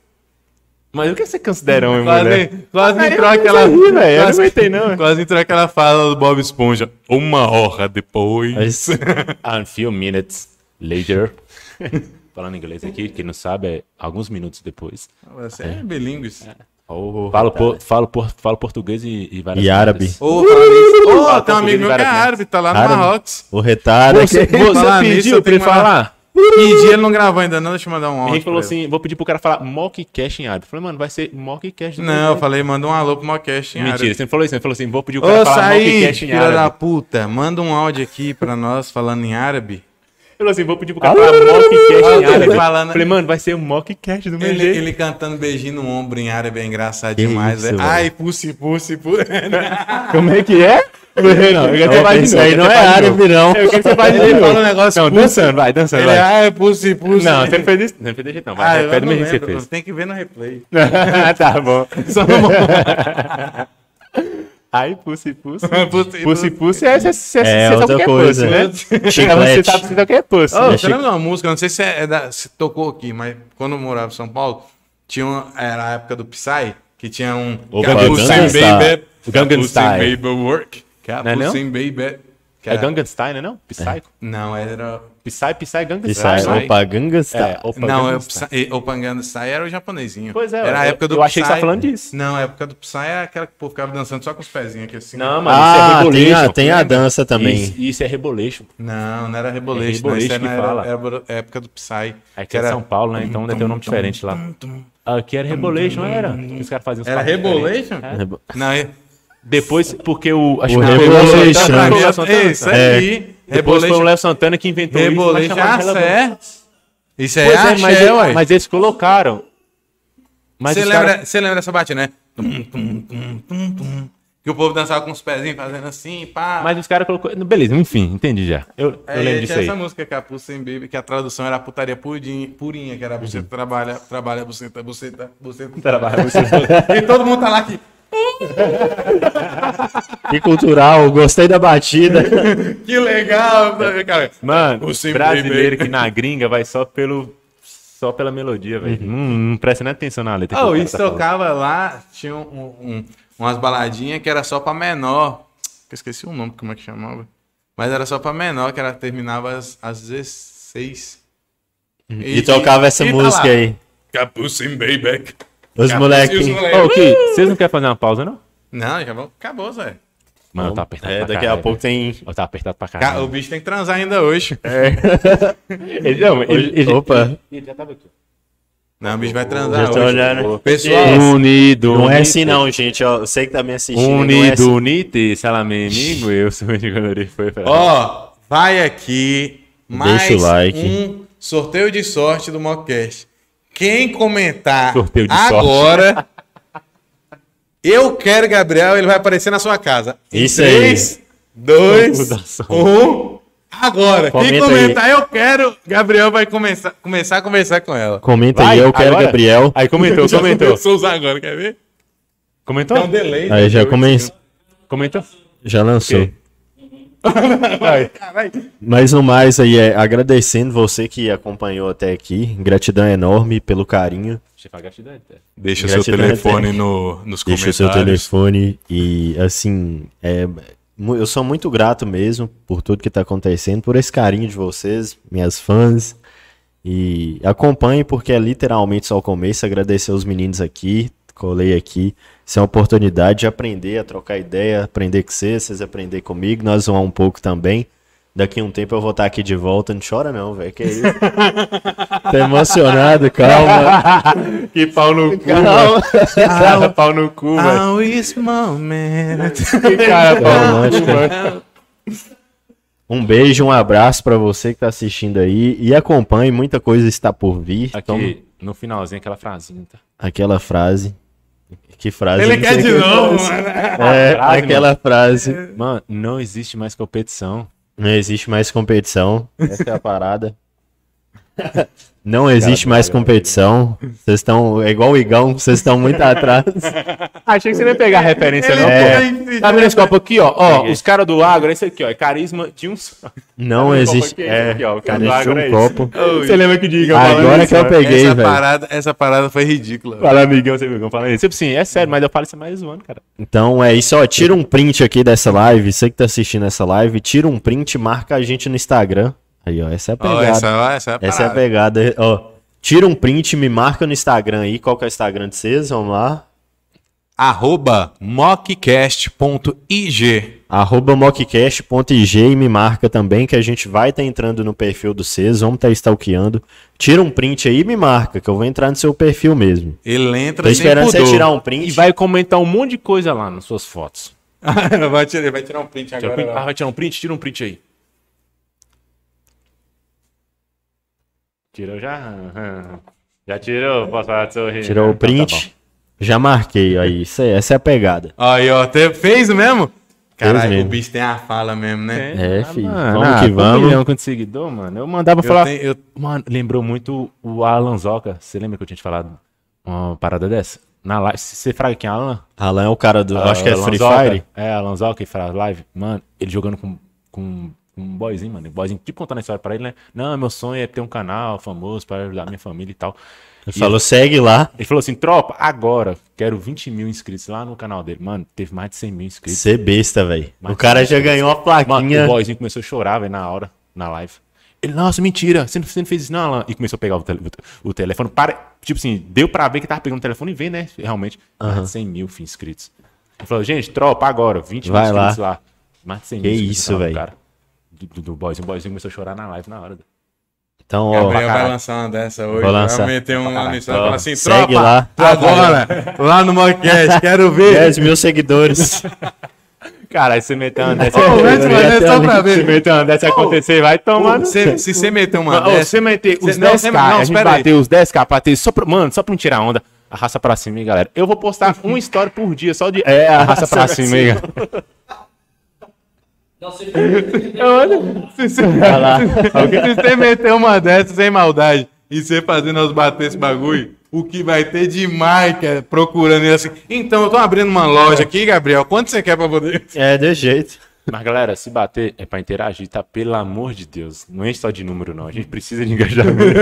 Mas o que é você considera uma
Quase,
mulher?
quase
Aí
entrou
eu
aquela.
não ri, velho, eu
quase-
não aguentei, não.
Quase entrou aquela fala do Bob Esponja. Uma hora depois.
Mas,
A few minutes later. Falando em inglês aqui, quem não sabe, é alguns minutos depois.
Você é bilíngue.
oh,
Falo,
tá.
por- falo, por- falo português e, e várias
E
outras.
árabe.
Ô, fala nisso. Ô,
Fala
tem um amigo
português,
meu que é
cara,
árabe, tá lá no
Árabe.
Marrocos.
O retardo
Você,
é que-
você
Falar nisso, eu
pediu pra
tenho
ele
que mandar-
falar?
Que dia ele não gravou ainda, não? Deixa eu mandar um
A
áudio.
gente falou
pra ele.
assim, vou pedir pro cara falar mockcast em árabe. Eu Falei, mano, vai ser mockcast.
Não, eu falei, manda um alô pro Mocast, hein,
Mentira,
árabe.
você não falou isso, você falou assim, vou pedir o cara
Ô,
falar
Saí,
mockcast em
filha da
árabe.
puta, manda um áudio aqui pra nós falando em árabe.
Ele falou assim, vou pedir pro cara falar mockcast em
Ah,
árabe.
falando-
Falei, mano, vai ser o mockcast do meu
Ele,
jeito.
ele cantando beijinho no ombro em árabe é engraçado
Que
demais,
isso,
né?
velho.
Ai, pussy, pussy, pussy.
Como é que é? Não, eu quero que você fale de
Isso
novo,
aí
eu
não
quero
é
que você fale de
árabe,
novo.
não.
Eu quero que você fale de
Ele
novo.
fala um negócio
Não,
pussy.
dançando, vai, dançando,
Ele,
vai.
ai, pussy, pussy.
Não, você não fez isso, você não fez desse jeito não, vai,
Ah, eu
repete
não
o mesmo que você
lembro,
fez.
tem que ver no replay.
tá bom.
Só no
Ai, pussy, pussy.
Pussy,
Pussy, pussy, é, você sabe
É,
o
outra
que é pussy,
coisa.
né? Você
Chiclete.
sabe o que é pussy.
Ô,
né?
você lembra de uma música, não sei se, é da- se tocou aqui, mas quando eu morava em São Paulo, tinha uma, era a época do Psy, que tinha um...
Opa,
Capucin
Gangnam Style.
Gangnam
Capucin
Style.
Baby Work. Capucin Baby... que
É
era-
Gangnam Style, né, não? Psycho.
Não, era...
Psy, Psy, é Gangnam
Isso aí,
Style.
Sai.
opa, ganga
É,
está.
opa,
não, é
Gangnam
o
Style.
Psy, e- o Gangnam Style era o japonesinho.
Pois é,
era a
eu-
época do
eu achei que você
Psy.
tava falando disso.
Não, a época do Psy era aquela que o povo ficava dançando só com os pezinhos aqui assim.
Não, mano,
Ah,
isso é
tem a,
Rebolation.
tem a dança também.
Isso, isso é Rebolation.
Não, não era Rebolation, não.
É
Isso
Rebolation que
era, era,
fala.
era a época do Psy.
É que é São Paulo, né? Então deve ter um nome diferente lá. Aqui era Rebolation, era? Que Os caras faziam os
Era
papos diferentes.
Rebolation?
Rebo-
Não, é...
Depois, porque o... Acho
O
que foi
Rebolation.
Léo Santana, foi o Léo Santana.
É isso aí.
Depois foi o
Rebolation.
Léo Santana que inventou isso.
Rebolation.
mas chamaram de
Ah,
Rebolation.
é? Isso é
Pois é, mas,
axé, ué.
mas eles colocaram. Mas
Você
os
lembra,
caras-
você lembra dessa batida, né? Tum, tum, tum, tum, tum. Que o povo dançava com os pezinhos fazendo assim, pá.
Mas os caras colocou. Beleza, enfim, entendi já. Eu, eu
É,
lembro
tinha
disso aí.
essa música, Capuz Sem Baby, que a tradução era putaria purinha, purinha que era
Uhum.
buceta, trabalha, trabalha, tá, buceta, buceta, buceta. Trabalha, buceta. e todo mundo tá lá aqui.
Que cultural, gostei da batida.
Que legal,
É.
cara.
Mano,
O Sim
brasileiro
Baby.
que na gringa vai só pelo. Só pela melodia, velho.
Uhum.
Não, não presta nem atenção na letra. que
Ah,
o
Oh,
cara
é
isso
tá falando.
tocava lá, tinha um- um- umas baladinhas que era só pra menor. Que Eu esqueci o nome, como é que chamava. Mas era só pra menor, que ela terminava às, às 16.
Uhum. E tocava essa
e tá
música
lá.
aí.
Capuz Sem Baby.
Os
Capuz e os
moleques.
moleque.
Ô, Ki, vocês não querem fazer uma pausa, não?
Não, já vamos. Acabou, Zé.
Mano, tá apertado
É,
pra
daqui a
caralho,
pouco
velho.
tem.
Eu tava apertado pra
Ca- O
caralho.
bicho tem que transar ainda hoje.
Ele, não, ele- ele-
Opa,
Não, o bicho vai
já
transar
tô
hoje.
olhando.
Pessoal,
Gente,
Unido.
Não é
unido,
assim não, gente. ó, Eu sei que tá me assistindo. não é
Unido,
assim.
unite, salame, amigo. Eu sou o Nicolori. Foi pra.
Ó, vai aqui mais
Deixa o like.
um sorteio de sorte do Mockcast. Quem comentar
Sorteio de
agora, eu quero Gabriel, ele vai aparecer na sua casa. Em
Isso aí.
Três, dois,
Vamos mudar
um. Agora, quem
Comenta aí.
comentar eu quero, Gabriel vai começar, começar a conversar com ela.
Comenta aí,
Vai,
eu quero
agora?
Gabriel.
Aí comentou,
Já
comentou.
começou a usar agora, quer ver?
Comentou?
É um delay.
Aí já começou.
Comentou?
Já lançou.
Ok. Vai.
Mas no mais aí, é, agradecendo você que acompanhou até aqui. Gratidão enorme pelo carinho.
Você faz gratidão, até.
Deixa
o seu Gratidão, telefone
no, nos
Deixa o seu telefone e, assim, é, mu- eu sou muito grato mesmo por tudo que tá acontecendo, por esse carinho de vocês, minhas fãs. E acompanhe, porque é literalmente só o começo. Agradecer os meninos aqui, colei aqui. Isso é uma oportunidade de aprender, a trocar ideia, aprender com vocês, vocês aprender comigo, nós zoar um pouco também. Daqui a um tempo eu vou estar aqui de volta. Não chora não, velho. Que é isso? tá emocionado, calma.
Que pau no cu,
Calma.
cara. Pau no cu, velho.
Ah, esse momento.
Cara, pau no
Romântico.
cu, velho.
é. Um beijo, um abraço pra você que tá assistindo aí e acompanhe, muita coisa está por vir. Então,
Aqui, no finalzinho, aquela frasinha, tá?
aquela frase. Que frase?
Ele
Não
quer
sei
de
que-
novo, mano.
É,
frase,
aquela frase.
Mano, não existe mais competição.
Não existe mais competição. Essa é a parada. Não existe mais competição. Vocês estão. É igual o Igão, vocês estão muito atrás. É.
Achei que você não ia pegar a referência,
É.
não. pô. Tá vendo esse copo aqui, ó? Ó, os caras do agro, esse aqui, ó. É carisma de um só.
Não
Sabe qual
existe.
que é esse
É,
aqui, ó? O cara do
existe
agro é
um
esse.
copo.
Você lembra que diga
Agora que eu peguei,
essa,
velho.
parada, essa parada foi ridícula. velho.
Fala, amigão, você amigão, fala isso. Tipo assim, é sério, mas eu falo isso mais zoando, cara.
Então é isso, ó. Tira um print aqui dessa live. Você que tá assistindo essa live, tira um print e marca a gente no Instagram. Aí, ó, essa é a
Ó,
pegada.
essa, ó, essa é a parada.
Essa é a pegada. Ó, tira um print, me marca no Instagram aí. Qual que é o Instagram de vocês? Vamos lá.
Arroba mockcast.ig.
Arroba mockcast.ig e me marca também que a gente vai estar entrando no perfil do vocês, vamos estar tá stalkeando. Tira um print aí e me marca, que eu vou entrar no seu perfil mesmo.
Ele entra
Tô
sem
esperando você
pudor.
tirar um print.
E vai comentar um monte de coisa lá nas suas fotos.
vai, tirar, vai tirar um print
Tira um print, ah,
agora. ó.
vai tirar um print, tira um print aí. Tirou já? Aham. Já tirou, posso falar do seu rir.
Tirou o
Então tá
print. já marquei, aí. Isso aí, essa é a pegada.
Aí, ó, até fez mesmo? Caralho, o
mesmo.
bicho tem a fala mesmo, né?
bom.
É,
Ah,
filho.
mano,
vamos
ah,
que
com um
vamos.
milhão de seguidor, mano. Eu mandava
Eu
falar.
tenho- eu-
Mano, lembrou muito o Alan Zoca. Você lembra que eu tinha te falado uma parada dessa? Na live. Você fraga quem é Alan?
Alan é o cara do. acho que é
Alan
Free
Zoca.
Fire.
É, Alan Zoca e Fra Live. Mano, ele jogando com, com, com um boyzinho, mano. Um boyzinho, tipo contando a história pra ele, né? Não, meu sonho é ter um canal famoso pra ajudar minha família e tal.
Ele falou, segue lá.
Ele falou assim, tropa, agora quero 20 mil inscritos lá no canal dele. Mano, teve mais de 100 mil inscritos.
Ser é besta, velho. O
Mas-
cara já ganhou a
Mano,
plaquinha.
o boyzinho começou a chorar, velho, na hora, na live. Ele, nossa, mentira, você não, você não fez isso não, Alan. E começou a pegar o, tele- o te- o telefone. Para, tipo assim, deu pra ver que tava pegando o telefone e ver, né? Realmente, mais de 100 mil inscritos. Ele falou, gente, tropa agora, 20
Vai
mil
lá.
inscritos lá. Mais de 100
Que
mil inscritos
isso,
lá do
velho.
cara. Do, do, do boyzinho. O boyzinho começou a chorar na live na hora.
Então,
Gabriel
ó.
vai
caralho.
lançar uma dessa hoje.
Vou lançar.
Vai meter um ano e falar assim,
Segue
tropa,
lá.
agora, lá no Mockcast, quero ver.
10 mil seguidores.
Cara, se meter uma dessa...
Ô, mete uma
é
dessa só pra
Se
ver.
meter uma dessa acontecer, vai tomar
Pô,
no
se, se você meter uma
Mano, ô,
dessa...
você meter os
Cê- não,
10k,
cê- não,
a gente
espera aí.
bateu os 10k, bateu só pra, mano, só pra não tirar onda. Arrasta pra cima, hein, galera. Eu vou postar um story por dia só de. É, arrasta pra cima, hein, galera.
Não sei se
Olha, se você
lá.
Se você meter uma dessa sem maldade e você fazer nós bater esse bagulho, o que vai ter de marca procurando ele assim. Então, eu tô abrindo uma loja aqui, Gabriel. Quanto você quer pra poder?
É, de jeito.
Mas, galera, se bater é pra interagir, tá? Pelo amor de Deus. Não enche só de número, não. A gente precisa de engajamento.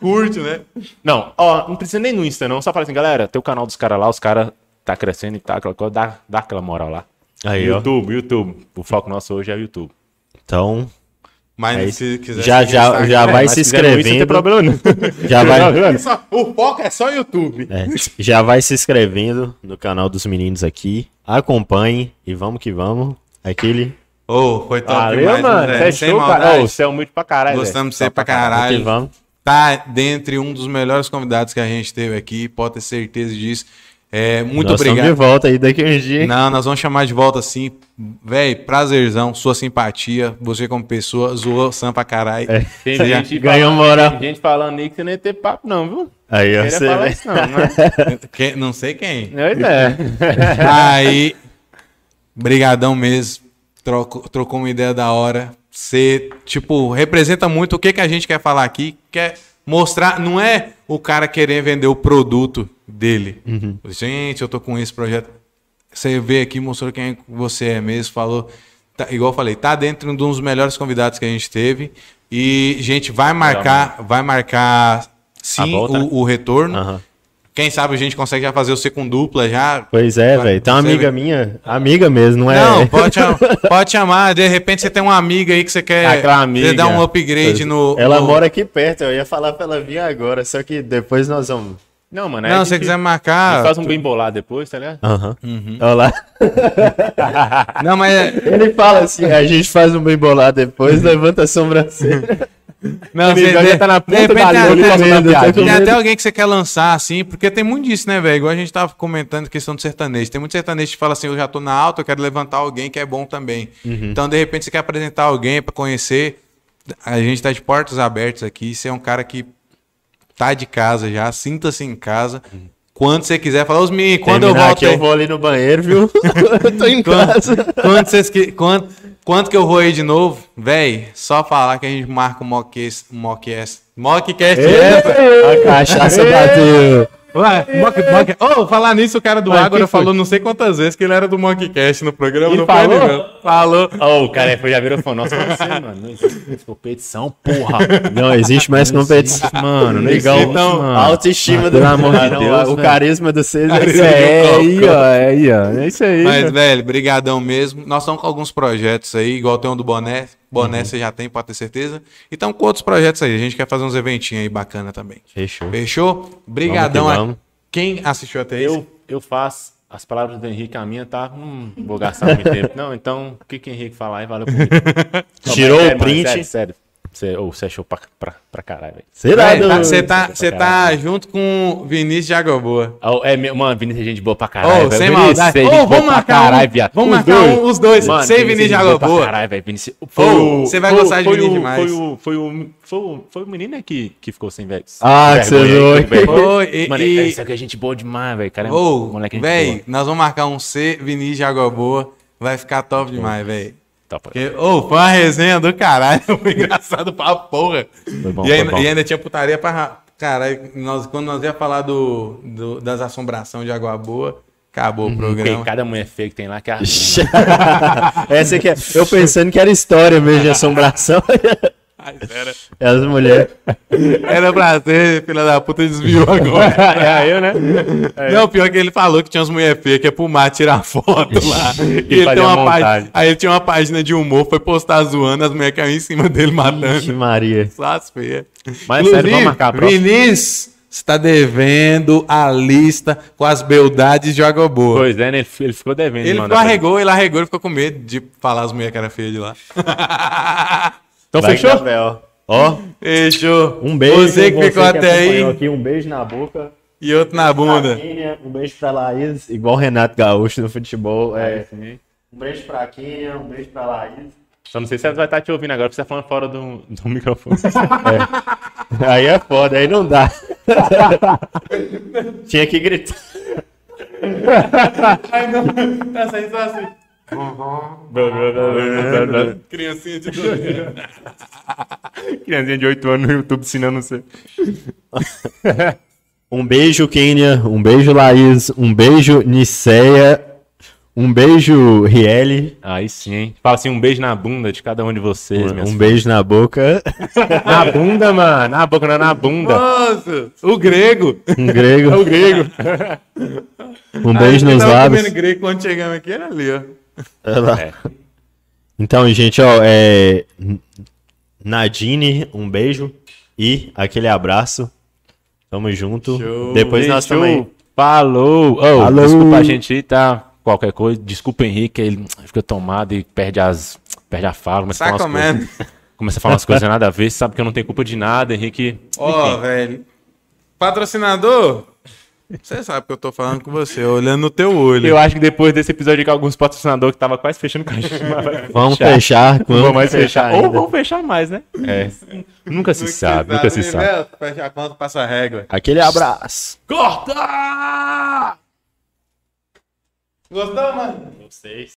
Curte, né?
não, ó, não precisa nem no Insta, não. Só fala assim, galera, tem o canal dos caras lá, os caras tá crescendo e tá, aquela coisa, dá, dá aquela moral lá.
Aí, ó.
YouTube, YouTube. O foco nosso hoje é o YouTube.
Então,
Mas
Aí,
se quiser.
já-
seguir
já-
o Instagram-
já Ah, vai-
mas
se
quiser no Insta,
inscrevendo.
Não tem problema, não.
já vai,
Mano,
Só- o foco é só YouTube.
é, já vai se inscrevendo no canal dos meninos aqui. Acompanhe e vamos que vamos. Aquele.
Ô, foi top
Valeu,
demais,
mano.
Zé.
Você é
Sem
show,
maldade.
cara. Ô, Você é humilde pra caralho.
Gostamos de você
velho.
pra
Vamos que
caralho.
vamos.
Tá dentre um dos melhores convidados que a gente teve aqui. Pode ter certeza disso. É, muito
Nós estamos
obrigado.
de volta aí daqui a uns dias.
Não, nós vamos chamar de volta sim. Véi, prazerzão, sua simpatia. Você, como pessoa, zoou Sam pra caralho.
Tem
Você
gente,
Ganhou
falando,
moral.
tem gente falando aí que você não ia ter papo, não, viu?
Aí, ó.
Não ia
Você
falar
vê.
isso, não, né?
já- Quem- não sei quem.
Pois é.
Aí, brigadão mesmo. Troco- trocou uma ideia da hora. Você, tipo, representa muito o que, que a gente quer falar aqui. Quer mostrar, não é o cara querer vender o produto dele.
Uhum.
Gente, eu tô com esse projeto. Você veio aqui, mostrou quem você é mesmo, falou. tá- igual eu falei, tá dentro de um dos melhores convidados que a gente teve. E, gente, vai marcar, vai marcar sim
A volta?
o, o retorno.
Aham.
Quem sabe a gente consegue já fazer o C com dupla já.
Pois é,
Vai,
velho. Tem uma
você
amiga
vê.
minha. Amiga mesmo, não é?
Não, pode, cham- pode chamar. De repente você tem uma amiga aí que você quer
Aquela amiga.
você dá um upgrade no.
Ela
no-
mora aqui perto. Eu ia falar pra ela vir agora. Só que depois nós vamos.
Não, mano. aí a
Não, se você
gente-
quiser
a gente
marcar.
Faz um bem bolado depois, tá ligado?
Aham.
Uhum.
Olha lá.
Não, mas é-
Ele fala assim: a gente faz um bem bolado depois, levanta a sobrancelha.
não,
Ele
você-
já tá na
de
ponta
repente
da
tem-
língua, ele
tem-
tá mandando
tem-
piadinha.
Tem até alguém que você quer lançar, assim, porque tem muito disso, né, velho? Igual a gente tava comentando questão do sertanejo. Tem muito sertanejo que fala assim, eu já tô na alta, eu quero levantar alguém que é bom também.
Uhum.
Então, de repente, você quer apresentar alguém pra conhecer. A gente tá de portas abertas aqui. Você é um cara que tá de casa já, sinta-se em casa.
Uhum.
Quando você quiser, fala, os meninos, quando eu
Terminar
volto
aqui,
aí-
eu vou ali no banheiro, viu? eu tô em casa.
Quando vocês que, quando, quando que eu vou aí de novo? Véi, só falar que a gente marca o Mockcast Mockcast é.
A cachaça bateu.
Ué, mock,
É.
mock. Oh, falar nisso, o cara do
Ué,
Ágora
quem foi?
falou não sei quantas vezes que ele era do Mockcast no programa
E
do
falou?
Pernambuco. Falou.
Ó, o cara é, já virou fã. Nossa, como assim, mano? Não existe competição, porra.
Não existe mais competição.
Existe, mano, não
Legal.
existe,
Então,
mano.
A autoestima do
Pelo amor de
Ah, não,
Deus, né?
O
velho.
carisma do César.
Carisma
é,
do
é aí,
Coco.
ó. É aí, ó. É isso aí.
Mas,
Mas,
velho, brigadão mesmo. Nós estamos com alguns projetos aí, igual tem um do Boné. Boné
Uhum.
você já tem, pode ter certeza. E estamos com outros projetos aí. A gente quer fazer uns eventinhos aí bacana também.
Fechou.
Fechou? Brigadão
Vamos que
a
vamos.
quem assistiu até isso.
Eu, eu faço as palavras do Henrique, a minha tá. Hum, vou gastar muito tempo. Não, então, o que, que o Henrique falar aí, valeu por mim. Não,
Tirou
mas é,
o
mano,
print.
sério, sério. Você, ou você achou pra, pra, pra caralho, velho.
Será,
Velho, tá- Você
doido?
tá, você tá junto com o Vinícius de Água Boa.
Ó, é, meu, mano, Vinícius é gente boa pra caralho.
Ô,
velho.
sem
Vinícius
maldade.
é
Ô,
gente boa
vamos
pra
marcar um.
caralho, viado.
Vamos
Os
marcar
dois.
um, os dois.
Mano,
Sem
Vinícius é
Vinícius de
gente
Água
pra
Boa.
Caralho, velho. Vinícius.
Ô, você vai
foi o-
gostar de
foi o-
Vinícius demais.
Foi o, foi o, foi o, foi o menino né, que, que ficou sem velho.
Ah, que você
vergonha,
zoou.
tudo bem.
Ô, e-
Mano,
e-
isso aqui é gente boa demais, velho. Cara, é
Ô,
um moleque gente
velho,
boa.
nós vamos marcar um C, Vinícius de Água Boa. Vai ficar top demais, velho.
Tá, pô.
Porque, Ô, foi uma resenha do caralho. Foi engraçado pra porra. e,
bom, foi
ainda,
bom.
e ainda tinha putaria pra. ra- Caralho, nós, quando nós ia falar do, do- das assombrações de Água Boa, acabou o
Porque
programa.
cada mulher feia que tem lá que é
Essa aqui é. Eu pensando que era história mesmo de assombração. É As mulheres.
Era pra ser, filha da puta, desviou agora.
É eu, né?
Não, pior que ele falou que tinha umas mulher feias que ia pro mar tirar foto lá. E ele
fazer
tem uma
a montagem.
página, aí ele tinha uma página de humor, foi postar zoando, as mulheres caíram em cima dele
Ixi,
matando.
Maria.
Só as feias.
Mas sério, vamos marcar a próxima.
Vinícius, você tá devendo a lista com as beldades de água boa.
Pois é, né? Ele, fi- ele ficou devendo.
Ele
mano,
ficou arregou, ele arregou, ele ficou com medo de falar as mulheres que era feia de lá.
Então
Vai,
fechou?
Gabriel. Ó,
Fechou.
um beijo.
Você que ficou até
acompanhou
aí
Aqui, um beijo na boca.
e outro na
Pra
bunda.
Kênia, um beijo pra Laís.
Igual o Renato Gaúcho no futebol. É.
Um beijo pra Kênia, um beijo pra Laís.
Só não sei se ela vai estar te ouvindo agora, porque você tá falando fora do, do microfone.
Aí é foda, aí não dá. Tinha que gritar.
Tá saindo só assim. É, Criancinha de dois anos.
Criancinha de 8 anos no YouTube ensinando você.
Um beijo, Kênia. Um beijo, Laís. Um beijo, Niceia. Um beijo, Riele.
Aí sim, hein? Fala assim, um beijo na bunda de cada um de vocês, minhas
Um beijo na boca.
filhas. Na bunda, mano. Na boca, não é na bunda.
Nossa, o grego.
Um grego.
O grego.
Um beijo
Eu
nos
Ah, tava
lábios.
comendo grego quando chegamos aqui, era ali, ó.
Olha lá.
É.
Então, gente, ó, é... Nadine, um beijo e aquele abraço. Tamo junto.
Show.
Depois nós
Fechou.
também.
Falou. Oh,
Falou.
Desculpa a gente aí, tá? Qualquer coisa. Desculpa, Henrique, ele fica tomado e perde as. Perde a fala, mas
Tá
fala umas coisas.
comendo.
Começa a falar umas coisas nada a ver, sabe que eu não tenho culpa de nada, Henrique.
Ó, velho. Patrocinador, você sabe que eu tô falando com você, olhando no teu olho.
Eu acho que depois desse episódio que alguns patrocinadores que tava quase fechando o cachimbo. vai
Vamos
fechar.
fechar.
Não
Vamos,
vão mais fechar. Ou
ainda.
vão fechar mais, né? É. Nunca se sabe, nunca se sabe.
né? Fecha a conta, passa a régua.
Aquele abraço.
Corta!
Gostou, mano?
Não sei.